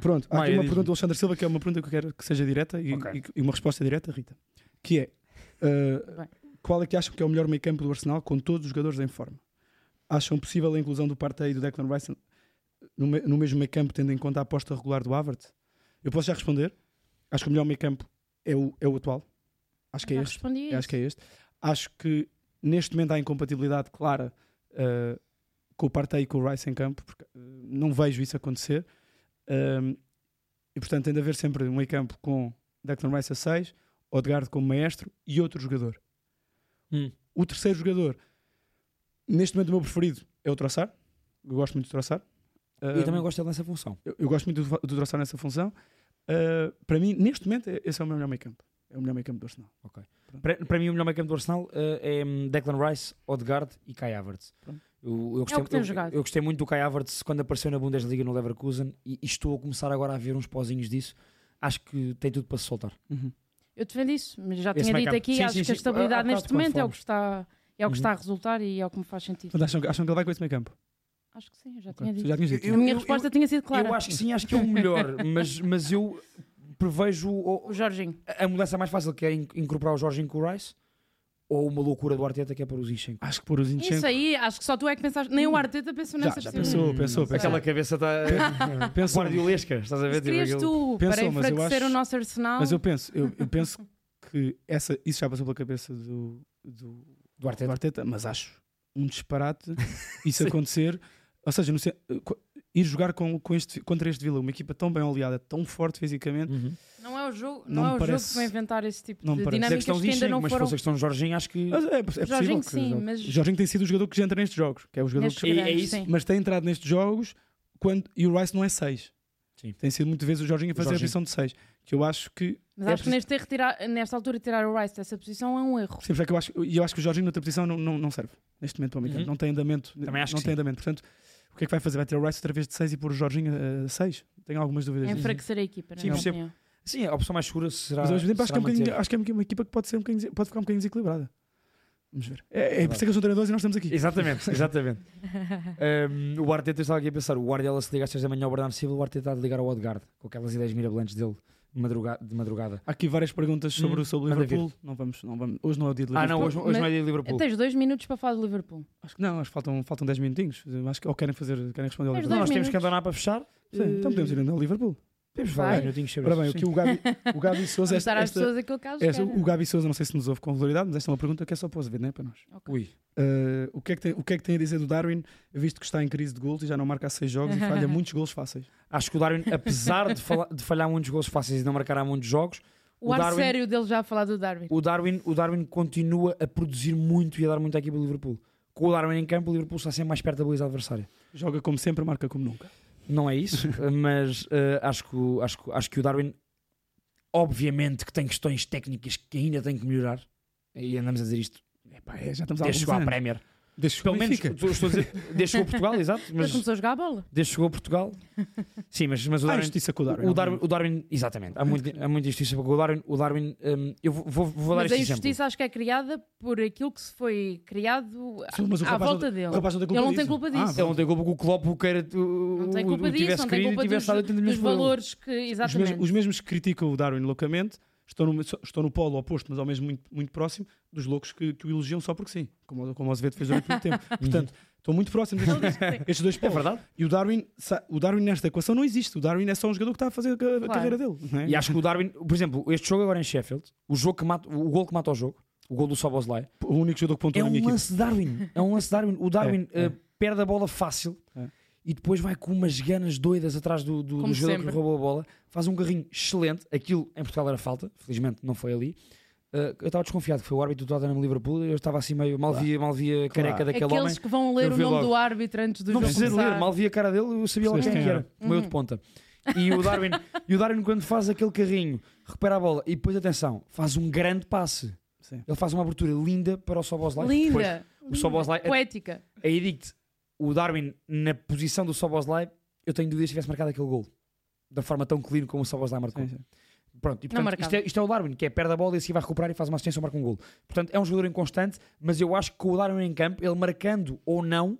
Speaker 2: Pronto, há
Speaker 1: Maia,
Speaker 2: aqui uma
Speaker 1: diz-me.
Speaker 2: pergunta do Alexandre Silva que é uma pergunta que eu quero que seja direta e,
Speaker 1: Ok.
Speaker 2: e- e uma resposta direta, Rita. Que é: uh,
Speaker 3: Bem.
Speaker 2: qual é que acham que é o melhor meio campo do Arsenal com todos os jogadores em forma? Acham possível a inclusão do Partey e do Declan Rice no, me- no mesmo meio campo, tendo em conta a aposta regular do Havertz? Eu posso já responder. Acho que o melhor meio campo é o, é o atual. Acho que é
Speaker 3: Já
Speaker 2: este.
Speaker 3: respondi a
Speaker 2: Eu
Speaker 3: isso.
Speaker 2: Acho que é este. Acho que neste momento há incompatibilidade clara eh, com o Partey e com o Rice em campo, porque eh, não vejo isso acontecer. Ahm, e portanto, tem de haver sempre um meio campo com Declan Rice a 6, Odegaard como maestro e outro jogador.
Speaker 1: Hum.
Speaker 2: O terceiro jogador, neste momento, o meu preferido é o Troçar. Eu gosto muito de Troçar.
Speaker 1: Eu também
Speaker 2: Ahm,
Speaker 1: gosto dele nessa função.
Speaker 2: eu, eu gosto muito do, do Troçar nessa função. Ah, para mim, neste momento, é- esse é o meu melhor meio campo. É o melhor meio campo do Arsenal.
Speaker 1: Para, para mim, o melhor meio campo do Arsenal eh, é hum, Declan Rice, Odegaard e Kai Havertz.
Speaker 2: Pronto.
Speaker 1: Eu, eu gostei,
Speaker 3: É que tem
Speaker 1: eu-
Speaker 3: jogado.
Speaker 1: eu gostei muito do Kai Havertz quando apareceu na Bundesliga no Leverkusen e, e estou a começar agora a ver uns pozinhos disso. Acho que tem tudo para se soltar.
Speaker 3: Eu defendo isso, mas já
Speaker 1: Esse
Speaker 3: tinha
Speaker 1: meio
Speaker 3: dito
Speaker 1: campo.
Speaker 3: aqui,
Speaker 1: Sim,
Speaker 3: acho
Speaker 1: sim,
Speaker 3: que a
Speaker 1: sim. Há
Speaker 3: estabilidade
Speaker 1: bocado
Speaker 2: Ah,
Speaker 3: neste
Speaker 1: quando
Speaker 3: momento é o
Speaker 1: falamos.
Speaker 3: que está. É o que
Speaker 1: Uhum.
Speaker 3: está a resultar e é o que me faz sentido.
Speaker 2: Portanto, acham, que- acham que ele vai com esse meio campo?
Speaker 3: Acho que sim, eu já
Speaker 2: Uhum. Ok,
Speaker 3: tinha
Speaker 2: tu
Speaker 3: dito.
Speaker 2: já tinhas dito. né?
Speaker 3: A minha resposta tinha sido clara.
Speaker 1: Eu acho que sim, acho que é o melhor, mas, mas eu prevejo o-
Speaker 3: O Jorginho.
Speaker 1: a mudança mais fácil, que é in- incorporar o Jorginho com o Rice, ou uma loucura do Arteta que é para os Inchenko.
Speaker 2: Acho que por os
Speaker 3: Isso
Speaker 2: Inchenko.
Speaker 3: aí, acho que só tu é que pensaste. Nem o Arteta pensou
Speaker 2: Hum.
Speaker 3: Hum.
Speaker 2: Já,
Speaker 3: nessas
Speaker 2: já
Speaker 3: teorias.
Speaker 2: pensou, pensou,
Speaker 3: sei.
Speaker 2: pensou.
Speaker 3: Aquela
Speaker 1: cabeça está
Speaker 2: Pensou, mas-
Speaker 1: guardiolesca, estás a Tipo,
Speaker 3: Se querias tu
Speaker 2: Pensou,
Speaker 3: para
Speaker 2: mas eu
Speaker 3: enfraquecer
Speaker 2: acho-
Speaker 3: o nosso arsenal.
Speaker 2: Mas eu penso, eu, eu penso que essa, isso já passou pela cabeça do, do,
Speaker 1: Do
Speaker 2: do
Speaker 1: Arteta.
Speaker 2: Arteta, mas acho um disparate isso acontecer. Ou seja, no sen- co- ir jogar com, com este, contra este Vila, uma equipa tão bem oleada, tão forte fisicamente.
Speaker 1: Uhum.
Speaker 3: Não é o jogo,
Speaker 2: Não
Speaker 3: não
Speaker 2: me
Speaker 3: é o jogo
Speaker 2: parece-
Speaker 3: que vai inventar esse tipo
Speaker 2: não me
Speaker 3: de
Speaker 2: parece.
Speaker 1: Mas é
Speaker 3: dinâmicas
Speaker 1: questão de
Speaker 3: que ainda
Speaker 1: Inchenko,
Speaker 3: não
Speaker 1: mas se
Speaker 3: foram.
Speaker 1: fosse a questão de Jorginho, acho que.
Speaker 2: Mas É, é possível
Speaker 3: Jorginho,
Speaker 2: que-
Speaker 3: sim, mas
Speaker 2: O Jorginho tem sido o jogador que já entra nestes jogos, que é o jogador
Speaker 3: nestes
Speaker 2: que
Speaker 1: é
Speaker 3: grandes,
Speaker 1: isso.
Speaker 3: sim.
Speaker 2: mas tem entrado nestes jogos quando, e o Rice não é 6.
Speaker 1: Sim.
Speaker 2: Tem sido muitas vezes o Jorginho a
Speaker 1: O
Speaker 2: fazer
Speaker 1: Jorginho.
Speaker 2: a posição de 6. Que eu acho que.
Speaker 3: Mas
Speaker 2: é
Speaker 3: acho que
Speaker 2: preciso-
Speaker 3: neste retirar, nesta altura tirar o Rice dessa posição é um erro.
Speaker 2: Sim, mas é que eu acho, e eu acho que o Jorginho noutra posição não, não, não serve. Neste momento para o meio campo.
Speaker 1: Uhum.
Speaker 2: Não tem andamento.
Speaker 1: Também acho
Speaker 2: não
Speaker 1: que
Speaker 2: tem
Speaker 1: sim.
Speaker 2: andamento. Portanto, o que é que vai fazer? Vai ter o Rice outra vez de 6 e pôr o Jorginho a 6? Tenho algumas dúvidas.
Speaker 3: É
Speaker 2: disso.
Speaker 3: enfraquecer a equipa, na
Speaker 1: Sim,
Speaker 3: minha
Speaker 1: percebo.
Speaker 3: opinião.
Speaker 1: Sim, a opção mais segura será.
Speaker 2: Mas ao mesmo tempo acho que, é
Speaker 1: será
Speaker 2: um bocadinho-
Speaker 1: manter-
Speaker 2: acho que é uma- uma equipa que pode, ser um bocadinho, pode ficar um bocadinho desequilibrada. Vamos ver. É, é por isso é que eles são treinadores e nós estamos aqui.
Speaker 1: Exatamente, exatamente. Um, o Arteta estava aqui a pensar: o Guardiola se liga às 6 da manhã ao Bernardo Silva, o Arteta há de ligar ao Odegaard, com aquelas ideias mirabolantes dele de madruga- de madrugada.
Speaker 2: Há aqui várias perguntas sobre,
Speaker 1: Hum,
Speaker 2: o sobre o
Speaker 1: manda
Speaker 2: Liverpool. Não vamos, não vamos. Hoje não é o dia de
Speaker 1: Ah,
Speaker 2: Liverpool.
Speaker 1: não, hoje, hoje não é dia de Liverpool.
Speaker 3: Tens dois minutos para falar do Liverpool.
Speaker 2: Acho que não, acho que faltam, faltam 10 minutinhos. Acho que, ou querem, fazer, querem responder ao
Speaker 3: Mas
Speaker 1: Não,
Speaker 2: Liverpool.
Speaker 1: nós
Speaker 3: dois
Speaker 1: temos que
Speaker 3: minutos.
Speaker 1: abandonar para fechar.
Speaker 2: Sim, então podemos ir ainda ao Liverpool.
Speaker 1: Temos
Speaker 3: Vai.
Speaker 1: vários minutinhos sobre
Speaker 2: Ora bem,
Speaker 1: isso,
Speaker 2: aqui o Gabi, o Gabi Souza.
Speaker 3: Mostrar
Speaker 2: esta-
Speaker 3: às
Speaker 2: esta-
Speaker 3: pessoas aquilo que elas
Speaker 2: esta-
Speaker 3: querem.
Speaker 2: o Gabi Souza, não sei se nos ouve com regularidade, mas esta é uma pergunta que é só para o Azevedo, não é para nós.
Speaker 1: sim. Ui.
Speaker 2: Uh, o, que é que tem, o que é que tem a dizer do Darwin, visto que está em crise de golos e já não marca há 6 jogos e falha muitos golos fáceis?
Speaker 1: Acho que o Darwin, apesar de, fala- de falhar muitos gols fáceis e não marcar há muitos jogos,
Speaker 3: O
Speaker 1: o
Speaker 3: ar
Speaker 1: Darwin-
Speaker 3: sério dele já a falar do Darwin.
Speaker 1: o Darwin, o Darwin continua a produzir muito e a dar muito à equipa do Liverpool. Com o Darwin em campo, o Liverpool está sempre mais perto da baliza adversária.
Speaker 2: Joga como sempre, marca como nunca.
Speaker 1: Não é isso, mas eh, acho, que, o- acho, que- acho que o Darwin, obviamente, que tem questões técnicas que ainda tem que melhorar. E andamos a dizer isto
Speaker 2: Epá, é, já estamos
Speaker 1: desde que
Speaker 2: há alguns
Speaker 1: chegou à
Speaker 2: anos.
Speaker 1: Premier.
Speaker 2: Desde que
Speaker 1: Pelo menos,
Speaker 2: Benfica.
Speaker 1: estou estou a dizer, desde que chegou a Portugal, exato,
Speaker 3: Ele
Speaker 1: mas
Speaker 3: começou a jogar a bola.
Speaker 1: desde que chegou a Portugal. Sim, mas, mas o
Speaker 2: Há
Speaker 1: Darwin.
Speaker 2: injustiça com o Darwin. Ah,
Speaker 1: O Darwin, o Darwin- exatamente, há, muito, há muita injustiça porque o Darwin, o Darwin hum, eu vou, vou- vou dar
Speaker 3: Mas
Speaker 1: este
Speaker 3: a
Speaker 1: exemplo.
Speaker 3: injustiça acho que é criada por aquilo que se foi criado
Speaker 2: Sim, mas o
Speaker 3: à
Speaker 2: rapaz-
Speaker 3: volta dele.
Speaker 2: O rapaz não tem culpa
Speaker 3: Ele não
Speaker 2: disso. Ah,
Speaker 3: tem culpa disso.
Speaker 1: Ele não tem culpa que o Klopp o queira o,
Speaker 3: Não tem
Speaker 1: o-
Speaker 3: culpa
Speaker 1: o
Speaker 3: disso,
Speaker 1: tivesse
Speaker 3: não tem
Speaker 1: querido
Speaker 3: culpa
Speaker 1: e tivesse
Speaker 3: dos,
Speaker 1: dado 80
Speaker 3: dos
Speaker 1: milhões por ele.
Speaker 3: valores que.
Speaker 2: Os mesmos,
Speaker 3: Exatamente.
Speaker 2: os mesmos que criticam o Darwin loucamente estão no, estão no polo oposto, mas ao mesmo muito, muito próximo dos loucos que, que o elogiam só porque sim, como, o- como o Azevedo fez durante muito tempo. Portanto, estão muito próximos estes dois, estes dois
Speaker 1: É
Speaker 2: polos.
Speaker 1: verdade.
Speaker 2: E o Darwin, sa- o Darwin nesta equação não existe. O Darwin é só um jogador que está a fazer a, ca- a
Speaker 3: Claro.
Speaker 2: carreira dele. não é?
Speaker 1: E acho que o Darwin, por exemplo, este jogo agora em Sheffield, o, jogo que mata, o gol que mata o jogo, o gol do Soboslai,
Speaker 2: O único jogador que pontua
Speaker 1: é
Speaker 2: na minha
Speaker 1: um
Speaker 2: equipa.
Speaker 1: lance Darwin. É um lance Darwin. O Darwin
Speaker 2: É, é.
Speaker 1: eh, perde a bola fácil
Speaker 2: É.
Speaker 1: e depois vai com umas ganas doidas atrás do, do, do
Speaker 3: Como
Speaker 1: jogador
Speaker 3: sempre.
Speaker 1: que roubou a bola. Faz um carrinho excelente. Aquilo em Portugal era falta, felizmente não foi ali. Eh, eu estava desconfiado que foi o árbitro do Tottenham Liverpool. Eu estava assim meio mal via, mal via a careca daquele
Speaker 3: Aqueles
Speaker 1: homem.
Speaker 3: que vão ler
Speaker 1: eu
Speaker 3: o
Speaker 1: vi
Speaker 3: nome
Speaker 1: logo.
Speaker 3: do árbitro antes do
Speaker 1: Não
Speaker 3: jogo.
Speaker 1: precisei de ler,
Speaker 3: começar.
Speaker 1: mal vi a cara dele, eu sabia logo quem
Speaker 2: Percebeste
Speaker 1: é que
Speaker 2: quem
Speaker 1: era. O meu de ponta. E o Darwin, e o Darwin, quando faz aquele carrinho, recupera a bola e depois, atenção, faz um grande passe.
Speaker 2: Sim.
Speaker 1: Ele faz uma abertura linda para o Soboslai. Depois,
Speaker 3: Linda.
Speaker 1: o Soboslai,
Speaker 3: Poética.
Speaker 1: aí digo-te, o Darwin, na posição do Soboslai, eu tenho dúvidas se tivesse marcado aquele gol. Da forma tão clean como o Soboslai marcou.
Speaker 2: Sim, sim.
Speaker 1: Pronto, e
Speaker 3: Não
Speaker 1: portanto,
Speaker 3: marcava.
Speaker 1: isto é, isto é o Darwin, que é perde a bola e assim vai recuperar e faz uma assistência ou marca um gol. Portanto, é um jogador inconstante, mas eu acho que com o Darwin em campo, ele marcando ou não,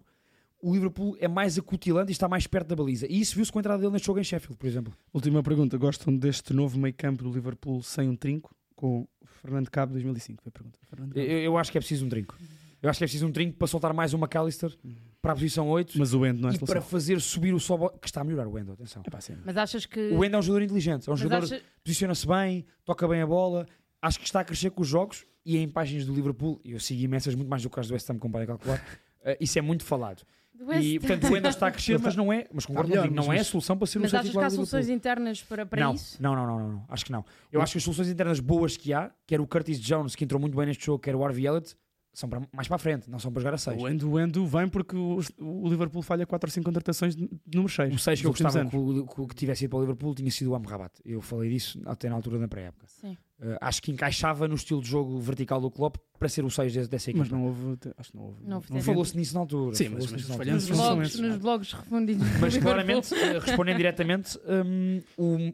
Speaker 1: o Liverpool é mais acutilante e está mais perto da baliza. E isso viu-se com a entrada dele neste jogo em Sheffield, por exemplo.
Speaker 2: Última pergunta. Gostam deste novo meio campo do Liverpool sem um trinco? Com Fernando Cabo 2005. Foi a pergunta. Fernando
Speaker 1: Eu,
Speaker 2: Cabo.
Speaker 1: eu acho que é preciso um trinco. Eu acho que é preciso um trinco para soltar mais uma McAllister para a posição 8
Speaker 2: Uhum. Mas o Endo não é
Speaker 1: e para
Speaker 2: solução.
Speaker 1: fazer subir o Sobo... Que está a melhorar o Endo, atenção.
Speaker 2: Epá, sim.
Speaker 3: Mas achas que.
Speaker 1: O Endo é um jogador inteligente, é um
Speaker 3: mas
Speaker 1: jogador
Speaker 3: acha-
Speaker 1: posiciona-se bem, toca bem a bola, acho que está a crescer com os jogos e em páginas do Liverpool, e eu sigo imensas muito mais do que as do West Ham, como podem calcular, eh, isso é muito falado.
Speaker 3: Do West
Speaker 1: E portanto o Endo está a crescer, mas não é, mas concordo
Speaker 2: melhor,
Speaker 1: contigo, não
Speaker 2: mas-
Speaker 1: é a solução para ser um
Speaker 3: Mas
Speaker 1: centro
Speaker 3: achas que
Speaker 1: titular
Speaker 3: há
Speaker 1: do
Speaker 3: soluções
Speaker 1: Liverpool.
Speaker 3: internas para, para
Speaker 1: não,
Speaker 3: isso?
Speaker 1: não, não, não, não, não, acho que não. Eu acho que as soluções internas boas que há, quer o Curtis Jones, que entrou muito bem neste jogo, quer o Harvey Elliott, são para- mais para a frente, não são para jogar a 6.
Speaker 2: O Endo, o Endo vem porque o, o Liverpool falha 4 ou 5 contratações de de número 6.
Speaker 1: O 6 que eu gostava que, o- que o que tivesse ido para o Liverpool tinha sido o Amrabat. Eu falei disso até na altura da pré-época.
Speaker 3: Sim.
Speaker 1: Eh, acho que encaixava no estilo de jogo vertical do Klopp para ser um o 6 dessa equipa.
Speaker 2: Mas não houve. Acho que não houve.
Speaker 3: Não houve
Speaker 1: Não
Speaker 3: tendência.
Speaker 1: falou-se nisso na altura.
Speaker 2: Sim, mas-
Speaker 1: falou-se
Speaker 2: mas
Speaker 1: nisso na altura.
Speaker 2: falhando- Sim, sim,
Speaker 3: Nos blogs,
Speaker 2: sim.
Speaker 3: nos blogs refundidos. do
Speaker 1: Mas
Speaker 3: Liverpool.
Speaker 1: claramente, eh, respondendo diretamente, hum,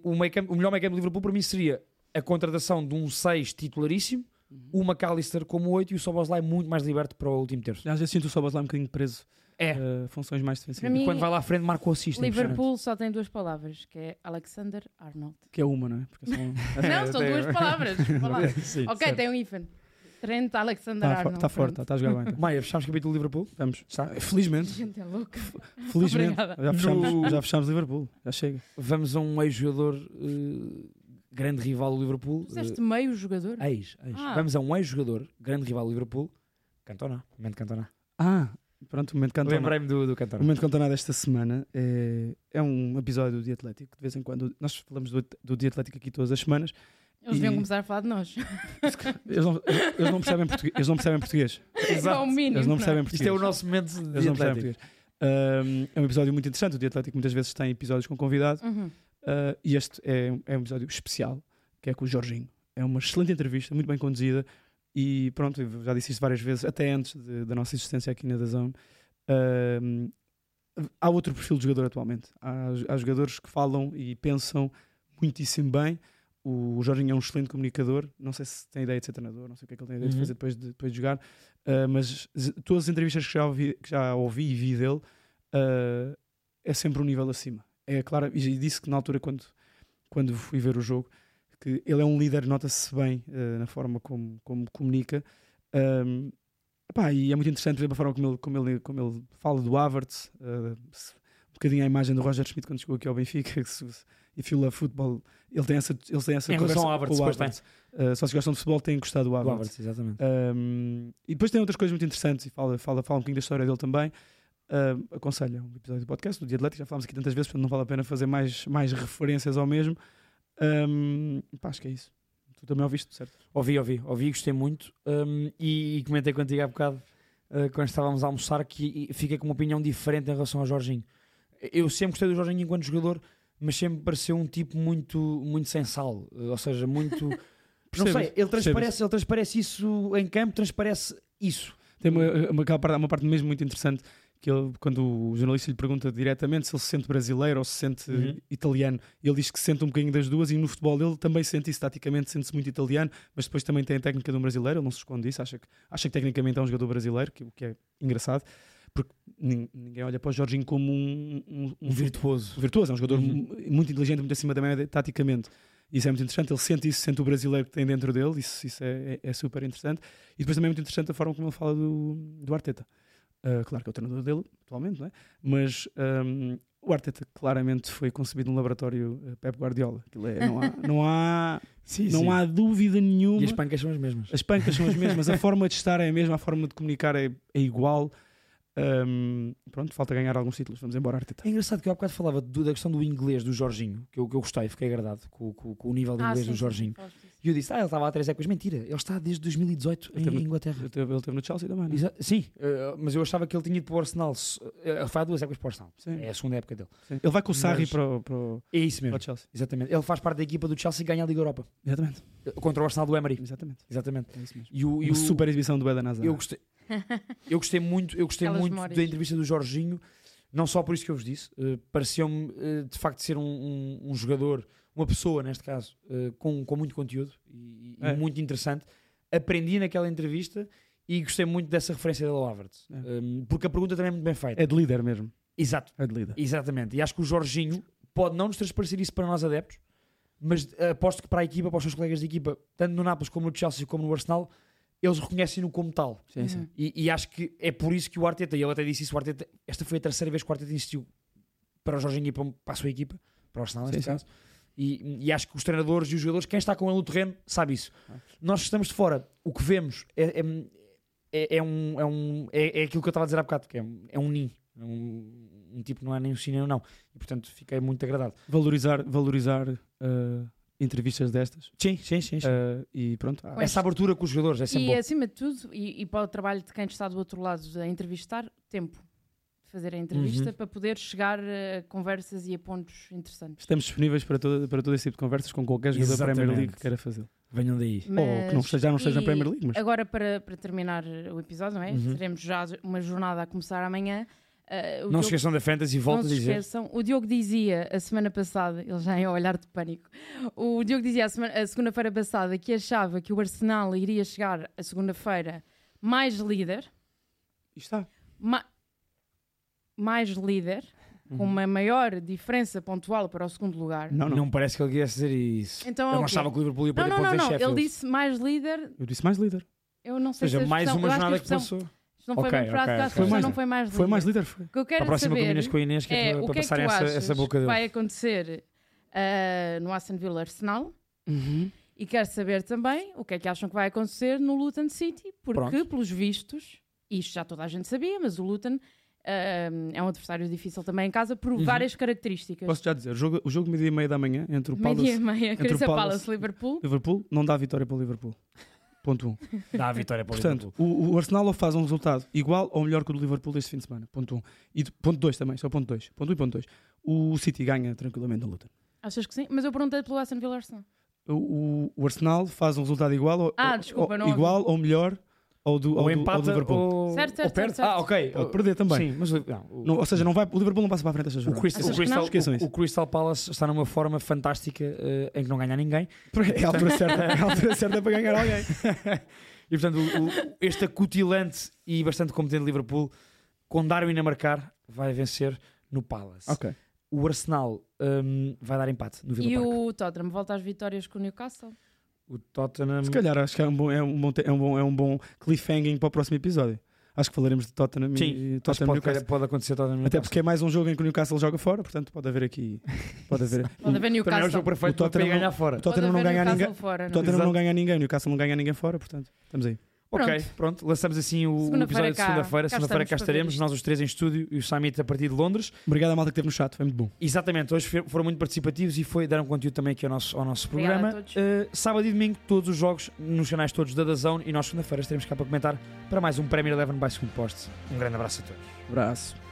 Speaker 1: o, o meio campo- o melhor meio campo do Liverpool para mim seria a contratação de um 6 titularíssimo,
Speaker 3: Uhum.
Speaker 1: o McAllister como 8 e o Soboslai muito mais liberto para o último terço.
Speaker 2: Às vezes sinto o Soboslai um bocadinho preso
Speaker 1: É.
Speaker 2: a funções mais
Speaker 3: Para
Speaker 2: defensivas.
Speaker 3: mim,
Speaker 1: E quando vai lá à frente, marca o assist. é impressionante.
Speaker 3: Liverpool só tem duas palavras, que é Alexander Arnold.
Speaker 2: Que é uma, não é? Porque são-
Speaker 3: Não, são duas palavras. palavras.
Speaker 1: um- Sim,
Speaker 3: ok,
Speaker 1: certo.
Speaker 3: tem um hífen. Trent
Speaker 2: Está
Speaker 3: Alexander-Arnold.
Speaker 2: tá forte, está a jogar bem. então.
Speaker 1: Maia, fechámos o capítulo de Liverpool?
Speaker 2: Vamos.
Speaker 1: Está? tá
Speaker 3: A
Speaker 2: Felizmente,
Speaker 3: gente é louca.
Speaker 1: Uh,
Speaker 2: felizmente,
Speaker 3: Obrigada.
Speaker 2: já fechamos,
Speaker 1: No-
Speaker 2: já fechamos Liverpool. Já chega.
Speaker 1: Vamos a um ex-jogador, eh, grande rival do Liverpool.
Speaker 3: Fizeste meio jogador?
Speaker 1: eh, ex, ex.
Speaker 3: Ah.
Speaker 1: Vamos a um ex-jogador, grande rival do Liverpool, Cantona. Momento Cantona.
Speaker 2: Ah, pronto, o momento Cantona.
Speaker 1: Lembrei-me do, do
Speaker 2: O
Speaker 1: Cantona.
Speaker 2: momento Cantona desta semana é, é um episódio de Atlético. De vez em quando, nós falamos do, do Dia Atlético aqui todas as semanas.
Speaker 3: Eles deviam
Speaker 2: e-
Speaker 3: começar a falar de nós.
Speaker 2: Eles não, eles não percebem, português, eles não percebem português.
Speaker 3: É o mínimo.
Speaker 2: Eles não
Speaker 3: é?
Speaker 2: percebem português.
Speaker 1: Isto é o nosso momento
Speaker 2: Eles
Speaker 1: de
Speaker 2: não percebem
Speaker 1: Atlético.
Speaker 2: português. Ahm, é um episódio muito interessante. O Dia Atlético muitas vezes tem episódios com convidado.
Speaker 3: Uhum.
Speaker 2: Ah, e este é, é um episódio especial, que é com o Jorginho. É uma excelente entrevista, muito bem conduzida. E pronto, eu já disse isto várias vezes, até antes de- da nossa existência aqui na Dazão. Ahm, há outro perfil de jogador atualmente. Há, há jogadores que falam e pensam muitíssimo bem. O Jorginho é um excelente comunicador. Não sei se tem ideia de ser treinador, não sei o que é que ele tem ideia de
Speaker 1: Uhum.
Speaker 2: fazer depois de, depois de jogar. Ah, mas z- todas as entrevistas que já ouvi, que já ouvi e vi dele, ah, é sempre um nível acima. É claro, e e disse que na altura, quando, quando fui ver o jogo, que ele é um líder, nota-se bem eh, na forma como, como comunica. Ahm, pá, e é muito interessante ver a forma como ele, como ele, como ele fala do Havertz, eh, se- um bocadinho a imagem do Roger Schmidt quando chegou aqui ao Benfica, que se, if you love football, ele tem essa, ele tem essa
Speaker 1: Em
Speaker 2: conversa
Speaker 1: relação ao Havertz,
Speaker 2: com o
Speaker 1: pois tem.
Speaker 2: Havertz. Eh, só se gostam de futebol têm gostado do
Speaker 1: Do
Speaker 2: Havertz.
Speaker 1: Havertz, exatamente.
Speaker 2: Um, e depois tem outras coisas muito interessantes e fala, fala, fala um bocadinho da história dele também. Um, aconselho um episódio do podcast, do Dia Atlético, já falámos aqui tantas vezes, portanto não vale a pena fazer mais, mais referências ao mesmo. Um, pá, acho que é isso. Tu também ouviste, certo?
Speaker 1: Ouvi, ouvi, ouvi, gostei muito hum, e, e comentei contigo há bocado uh, quando estávamos a almoçar que fica com uma opinião diferente em relação ao Jorginho. Eu sempre gostei do Jorginho enquanto jogador, mas sempre me pareceu um tipo muito, muito sem sal, uh, ou seja, muito. não sei, ele transparece, ele transparece isso em campo, transparece isso.
Speaker 2: Tem uma, uma, aquela parte, uma parte mesmo muito interessante que ele, quando o jornalista lhe pergunta diretamente se ele se sente brasileiro ou se sente
Speaker 1: Uhum.
Speaker 2: italiano, ele diz que sente um bocadinho das duas e no futebol ele também sente isso, taticamente sente-se muito italiano, mas depois também tem a técnica de um brasileiro, ele não se esconde disso, acha que, acha que tecnicamente é um jogador brasileiro, que, o que é engraçado, porque nin- ninguém olha para o Jorginho como um, um, um
Speaker 1: Um virtuoso.
Speaker 2: virtuoso, é um jogador
Speaker 1: Uhum.
Speaker 2: mu- muito inteligente, muito acima da média taticamente. Isso é muito interessante, ele sente isso, sente o brasileiro que tem dentro dele, isso, isso é, é- é super interessante. E depois também é muito interessante a forma como ele fala do, do Arteta. Ah, claro que é o treinador dele, atualmente, não é? Mas ahm, o Arteta claramente foi concebido num laboratório eh, Pep Guardiola. Aquilo é- não, há, não, há,
Speaker 1: Sim,
Speaker 2: não há dúvida nenhuma.
Speaker 1: E as pancas são as mesmas.
Speaker 2: As pancas são as mesmas, a forma de estar é a mesma, a forma de comunicar é, é igual. Ahm, pronto, falta ganhar alguns títulos. Vamos embora, Arteta.
Speaker 1: É engraçado que eu há bocado falava do- da questão do inglês do Jorginho, que eu, que eu gostei, fiquei agradado com, com- com o nível de
Speaker 3: Ah,
Speaker 1: inglês
Speaker 3: sim,
Speaker 1: do
Speaker 3: sim,
Speaker 1: Jorginho.
Speaker 3: falaste disso.
Speaker 1: E eu disse, ah, ele estava há três épocas. Mentira, ele está desde 2018
Speaker 2: Ele teve-
Speaker 1: em Inglaterra.
Speaker 2: Ele teve, ele teve no Chelsea também, não é?
Speaker 1: Exa- Sim, eh, mas eu achava que ele tinha ido para o Arsenal. se- eh, Ele faz duas épocas para o Arsenal.
Speaker 2: Sim.
Speaker 1: É a segunda época dele.
Speaker 2: Sim. Ele vai com o Sarri
Speaker 1: Mas-
Speaker 2: para, o- para, o-
Speaker 1: É isso
Speaker 2: para
Speaker 1: mesmo.
Speaker 2: o Chelsea.
Speaker 1: Exatamente. Ele faz parte da equipa do Chelsea e ganha a Liga Europa.
Speaker 2: Exatamente.
Speaker 1: eh, Contra o Arsenal do Emery.
Speaker 2: Exatamente.
Speaker 1: Exatamente.
Speaker 2: É isso mesmo.
Speaker 1: E o, e
Speaker 2: Uma
Speaker 1: o-
Speaker 2: super exibição do Eden Hazard.
Speaker 1: eu gostei, eu gostei muito, eu gostei
Speaker 3: Aquelas
Speaker 1: muito
Speaker 3: memórias.
Speaker 1: da entrevista do Jorginho, não só por isso que eu vos disse. eh, Pareceu-me eh, de facto ser um, um- um jogador, uma pessoa neste caso, eh, com, com muito conteúdo e, e
Speaker 2: É.
Speaker 1: muito interessante. Aprendi naquela entrevista e gostei muito dessa referência dele ao Havertz.
Speaker 2: É.
Speaker 1: Eh, Porque a pergunta também é muito bem feita.
Speaker 2: É de líder mesmo.
Speaker 1: Exato.
Speaker 2: É de líder.
Speaker 1: Exatamente, e acho que o Jorginho pode não nos transparecer isso para nós adeptos, mas eh, aposto que para a equipa, para os seus colegas de equipa, tanto no Nápoles como no Chelsea como no Arsenal, eles reconhecem-no como tal.
Speaker 2: Sim, sim.
Speaker 3: Uhum.
Speaker 1: E, e acho que é por isso que o Arteta, e ele até disse isso, o Arteta, esta foi a terceira vez que o Arteta insistiu para o Jorginho e para, para a sua equipa, para o Arsenal neste
Speaker 2: Sim, sim.
Speaker 1: caso. E, e acho que os treinadores e os jogadores, quem está com ele no terreno, sabe isso.
Speaker 2: Ah.
Speaker 1: Nós que estamos de fora, o que vemos é, é, é- é um, é, um, é, é aquilo que eu estava a dizer há bocado, que é, um- é um ninho. É Um, um tipo que não é nem um cinema, não. E portanto fiquei muito agradado.
Speaker 2: Valorizar, valorizar ah, entrevistas destas.
Speaker 1: Sim, sim, sim. sim.
Speaker 2: Ah, e pronto. Ah,
Speaker 1: Essa abertura com os jogadores é sempre
Speaker 3: E
Speaker 1: bom.
Speaker 3: acima de tudo, e, e para o trabalho de quem está do outro lado a entrevistar, tempo de fazer a entrevista
Speaker 1: Uhum.
Speaker 3: para poder chegar a conversas e a pontos interessantes.
Speaker 2: Estamos disponíveis para todo, para todo esse tipo de conversas com qualquer jogador da
Speaker 1: Exatamente.
Speaker 2: Premier League que queira fazer.
Speaker 1: Venham daí.
Speaker 2: Ou que não esteja, já não esteja
Speaker 3: e
Speaker 2: na Premier League, mas
Speaker 3: Agora, para, para terminar o episódio, não é?
Speaker 1: Uhum.
Speaker 3: Teremos já uma jornada a começar amanhã. Ah, o
Speaker 1: Não se
Speaker 3: Diogo-
Speaker 1: esqueçam da Fantasy, volto
Speaker 3: não
Speaker 1: a
Speaker 3: se
Speaker 1: dizer.
Speaker 3: esqueçam, o Diogo dizia a semana passada, ele já é a olhar de pânico. O Diogo dizia a, semana- a segunda-feira passada que achava que o Arsenal iria chegar a segunda-feira mais líder,
Speaker 2: e está.
Speaker 3: ma- mais líder, com uma maior diferença pontual para o segundo lugar.
Speaker 2: Não, não.
Speaker 1: Uhum. Não parece que ele quisesse dizer isso.
Speaker 3: Então,
Speaker 1: eu
Speaker 3: é o
Speaker 1: não
Speaker 3: quê?
Speaker 1: achava que o Liverpool ia
Speaker 3: não,
Speaker 1: perder
Speaker 3: não, não,
Speaker 1: pontos em
Speaker 3: não. ele
Speaker 1: Sheffield.
Speaker 3: disse mais líder,
Speaker 2: Eu disse mais líder.
Speaker 3: Eu não
Speaker 1: Ou
Speaker 3: sei
Speaker 1: seja,
Speaker 3: se a
Speaker 1: mais
Speaker 3: expressão-
Speaker 1: uma
Speaker 3: eu acho
Speaker 1: jornada
Speaker 3: a
Speaker 1: que
Speaker 3: expressão-
Speaker 1: passou.
Speaker 3: Isto não foi
Speaker 1: Ok,
Speaker 3: okay,
Speaker 1: ok,
Speaker 3: frase, acho que
Speaker 1: ok.
Speaker 3: a
Speaker 2: Foi
Speaker 3: expressão
Speaker 2: mais-
Speaker 3: não foi mais
Speaker 2: Foi mais
Speaker 3: livre.
Speaker 2: líder, foi.
Speaker 3: O que eu quero
Speaker 1: A próxima
Speaker 3: saber
Speaker 1: combinas com a Inês que é,
Speaker 3: é,
Speaker 1: para,
Speaker 3: o
Speaker 1: para
Speaker 3: que é que
Speaker 1: passarem
Speaker 3: tu
Speaker 1: essa,
Speaker 3: achas
Speaker 1: essa boca
Speaker 3: que
Speaker 1: dele.
Speaker 3: vai acontecer ah, no Aston Villa Arsenal
Speaker 1: Uhum.
Speaker 3: e quero saber também o que é que acham que vai acontecer no Luton City, porque
Speaker 1: Pronto.
Speaker 3: pelos vistos, isto já toda a gente sabia, mas o Luton ah, é um adversário difícil também em casa
Speaker 1: Uhum.
Speaker 3: por várias características.
Speaker 2: Posso já dizer, o jogo, o jogo meio-dia e meia da manhã entre o Palace
Speaker 3: Meia e
Speaker 2: e
Speaker 3: meia,
Speaker 2: entre o
Speaker 3: Crystal
Speaker 2: Palace-
Speaker 3: Palace, Liverpool.
Speaker 2: Liverpool não dá vitória para o Liverpool. Ponto 1. Um.
Speaker 1: Dá a vitória para o
Speaker 2: Portanto, o, o Arsenal ou faz um resultado igual ou melhor que o do Liverpool deste fim de semana. Ponto 1. Um. E de- ponto 2 também, só ponto 2. Ponto 1 um e ponto 2. O City ganha tranquilamente a luta.
Speaker 3: Achas que sim? Mas eu perguntei pelo Aston Villa Arsenal.
Speaker 2: O, o- o Arsenal faz um resultado igual ou,
Speaker 3: Ah,
Speaker 2: ou-
Speaker 3: desculpa,
Speaker 2: ou-
Speaker 3: não ouvi.
Speaker 2: igual ou melhor ao
Speaker 1: Ou
Speaker 2: do, ao do- ao do
Speaker 1: empata
Speaker 2: Liverpool.
Speaker 1: ou,
Speaker 3: Certo,
Speaker 1: ou
Speaker 3: certo,
Speaker 1: perde.
Speaker 3: certo, certo.
Speaker 1: Ah, ok.
Speaker 2: Pode perder também.
Speaker 1: Sim, mas não, o,
Speaker 2: Não, ou seja, não vai, o Liverpool não passa para a frente esta
Speaker 1: o
Speaker 2: jornada.
Speaker 1: Crystal,
Speaker 3: Achas
Speaker 1: o,
Speaker 3: que não?
Speaker 1: Crystal,
Speaker 2: Esqueçam
Speaker 1: o-
Speaker 2: isso.
Speaker 1: o Crystal Palace está numa forma fantástica eh, em que não ganha ninguém.
Speaker 2: É a altura certa, é a altura certa para ganhar alguém.
Speaker 1: E portanto, o- o- este acutilante e bastante competente Liverpool, com Darwin a marcar, vai vencer no Palace.
Speaker 2: Ok.
Speaker 1: O Arsenal hum, vai dar empate no Villa
Speaker 3: E
Speaker 1: Park. Hum.
Speaker 3: o Tottenham volta às vitórias com o Newcastle?
Speaker 1: O Tottenham.
Speaker 2: Se calhar acho que é um bom, é um bom, te- é um bom, é um bom cliffhanging para o próximo episódio. Acho que falaremos de Tottenham e-
Speaker 1: Sim,
Speaker 2: e
Speaker 1: acho que
Speaker 2: Tottenham
Speaker 1: pode,
Speaker 2: Newcastle.
Speaker 1: pode acontecer Tottenham.
Speaker 2: Até porque é mais um jogo em que o Newcastle joga fora, portanto pode haver aqui. Pode haver.
Speaker 3: Pode haver
Speaker 1: Também é um
Speaker 3: Newcastle.
Speaker 1: jogo perfeito
Speaker 2: O
Speaker 1: para
Speaker 2: Tottenham
Speaker 1: ir ganhar
Speaker 2: não-
Speaker 1: fora.
Speaker 2: o Tottenham não
Speaker 3: Pode haver
Speaker 2: ganha
Speaker 3: Newcastle
Speaker 2: ninguém.
Speaker 3: Fora,
Speaker 2: O
Speaker 3: não é?
Speaker 2: Tottenham
Speaker 1: Exato.
Speaker 2: não ganha ninguém, o Newcastle não ganha ninguém fora, portanto estamos aí.
Speaker 1: Ok,
Speaker 3: Pronto.
Speaker 1: pronto. Lançamos assim o
Speaker 3: Segunda-feira
Speaker 1: episódio de
Speaker 3: cá-
Speaker 1: segunda-feira. Segunda-feira cá
Speaker 3: cá estamos para ver
Speaker 1: estaremos,
Speaker 3: isto.
Speaker 1: nós os três em estúdio e o Summit a partir de Londres.
Speaker 2: Obrigado à malta que teve no chat, foi muito bom.
Speaker 1: Exatamente, hoje fe- foram muito participativos e foi, deram conteúdo também aqui ao nosso, ao nosso
Speaker 3: Obrigada
Speaker 1: programa.
Speaker 3: a todos.
Speaker 1: Eh, sábado e domingo, todos os jogos nos canais todos da Dazão e nós segunda-feira estaremos cá para comentar para mais um Premier Eleven by Segundo Poste. Um grande abraço a todos.
Speaker 2: Abraço.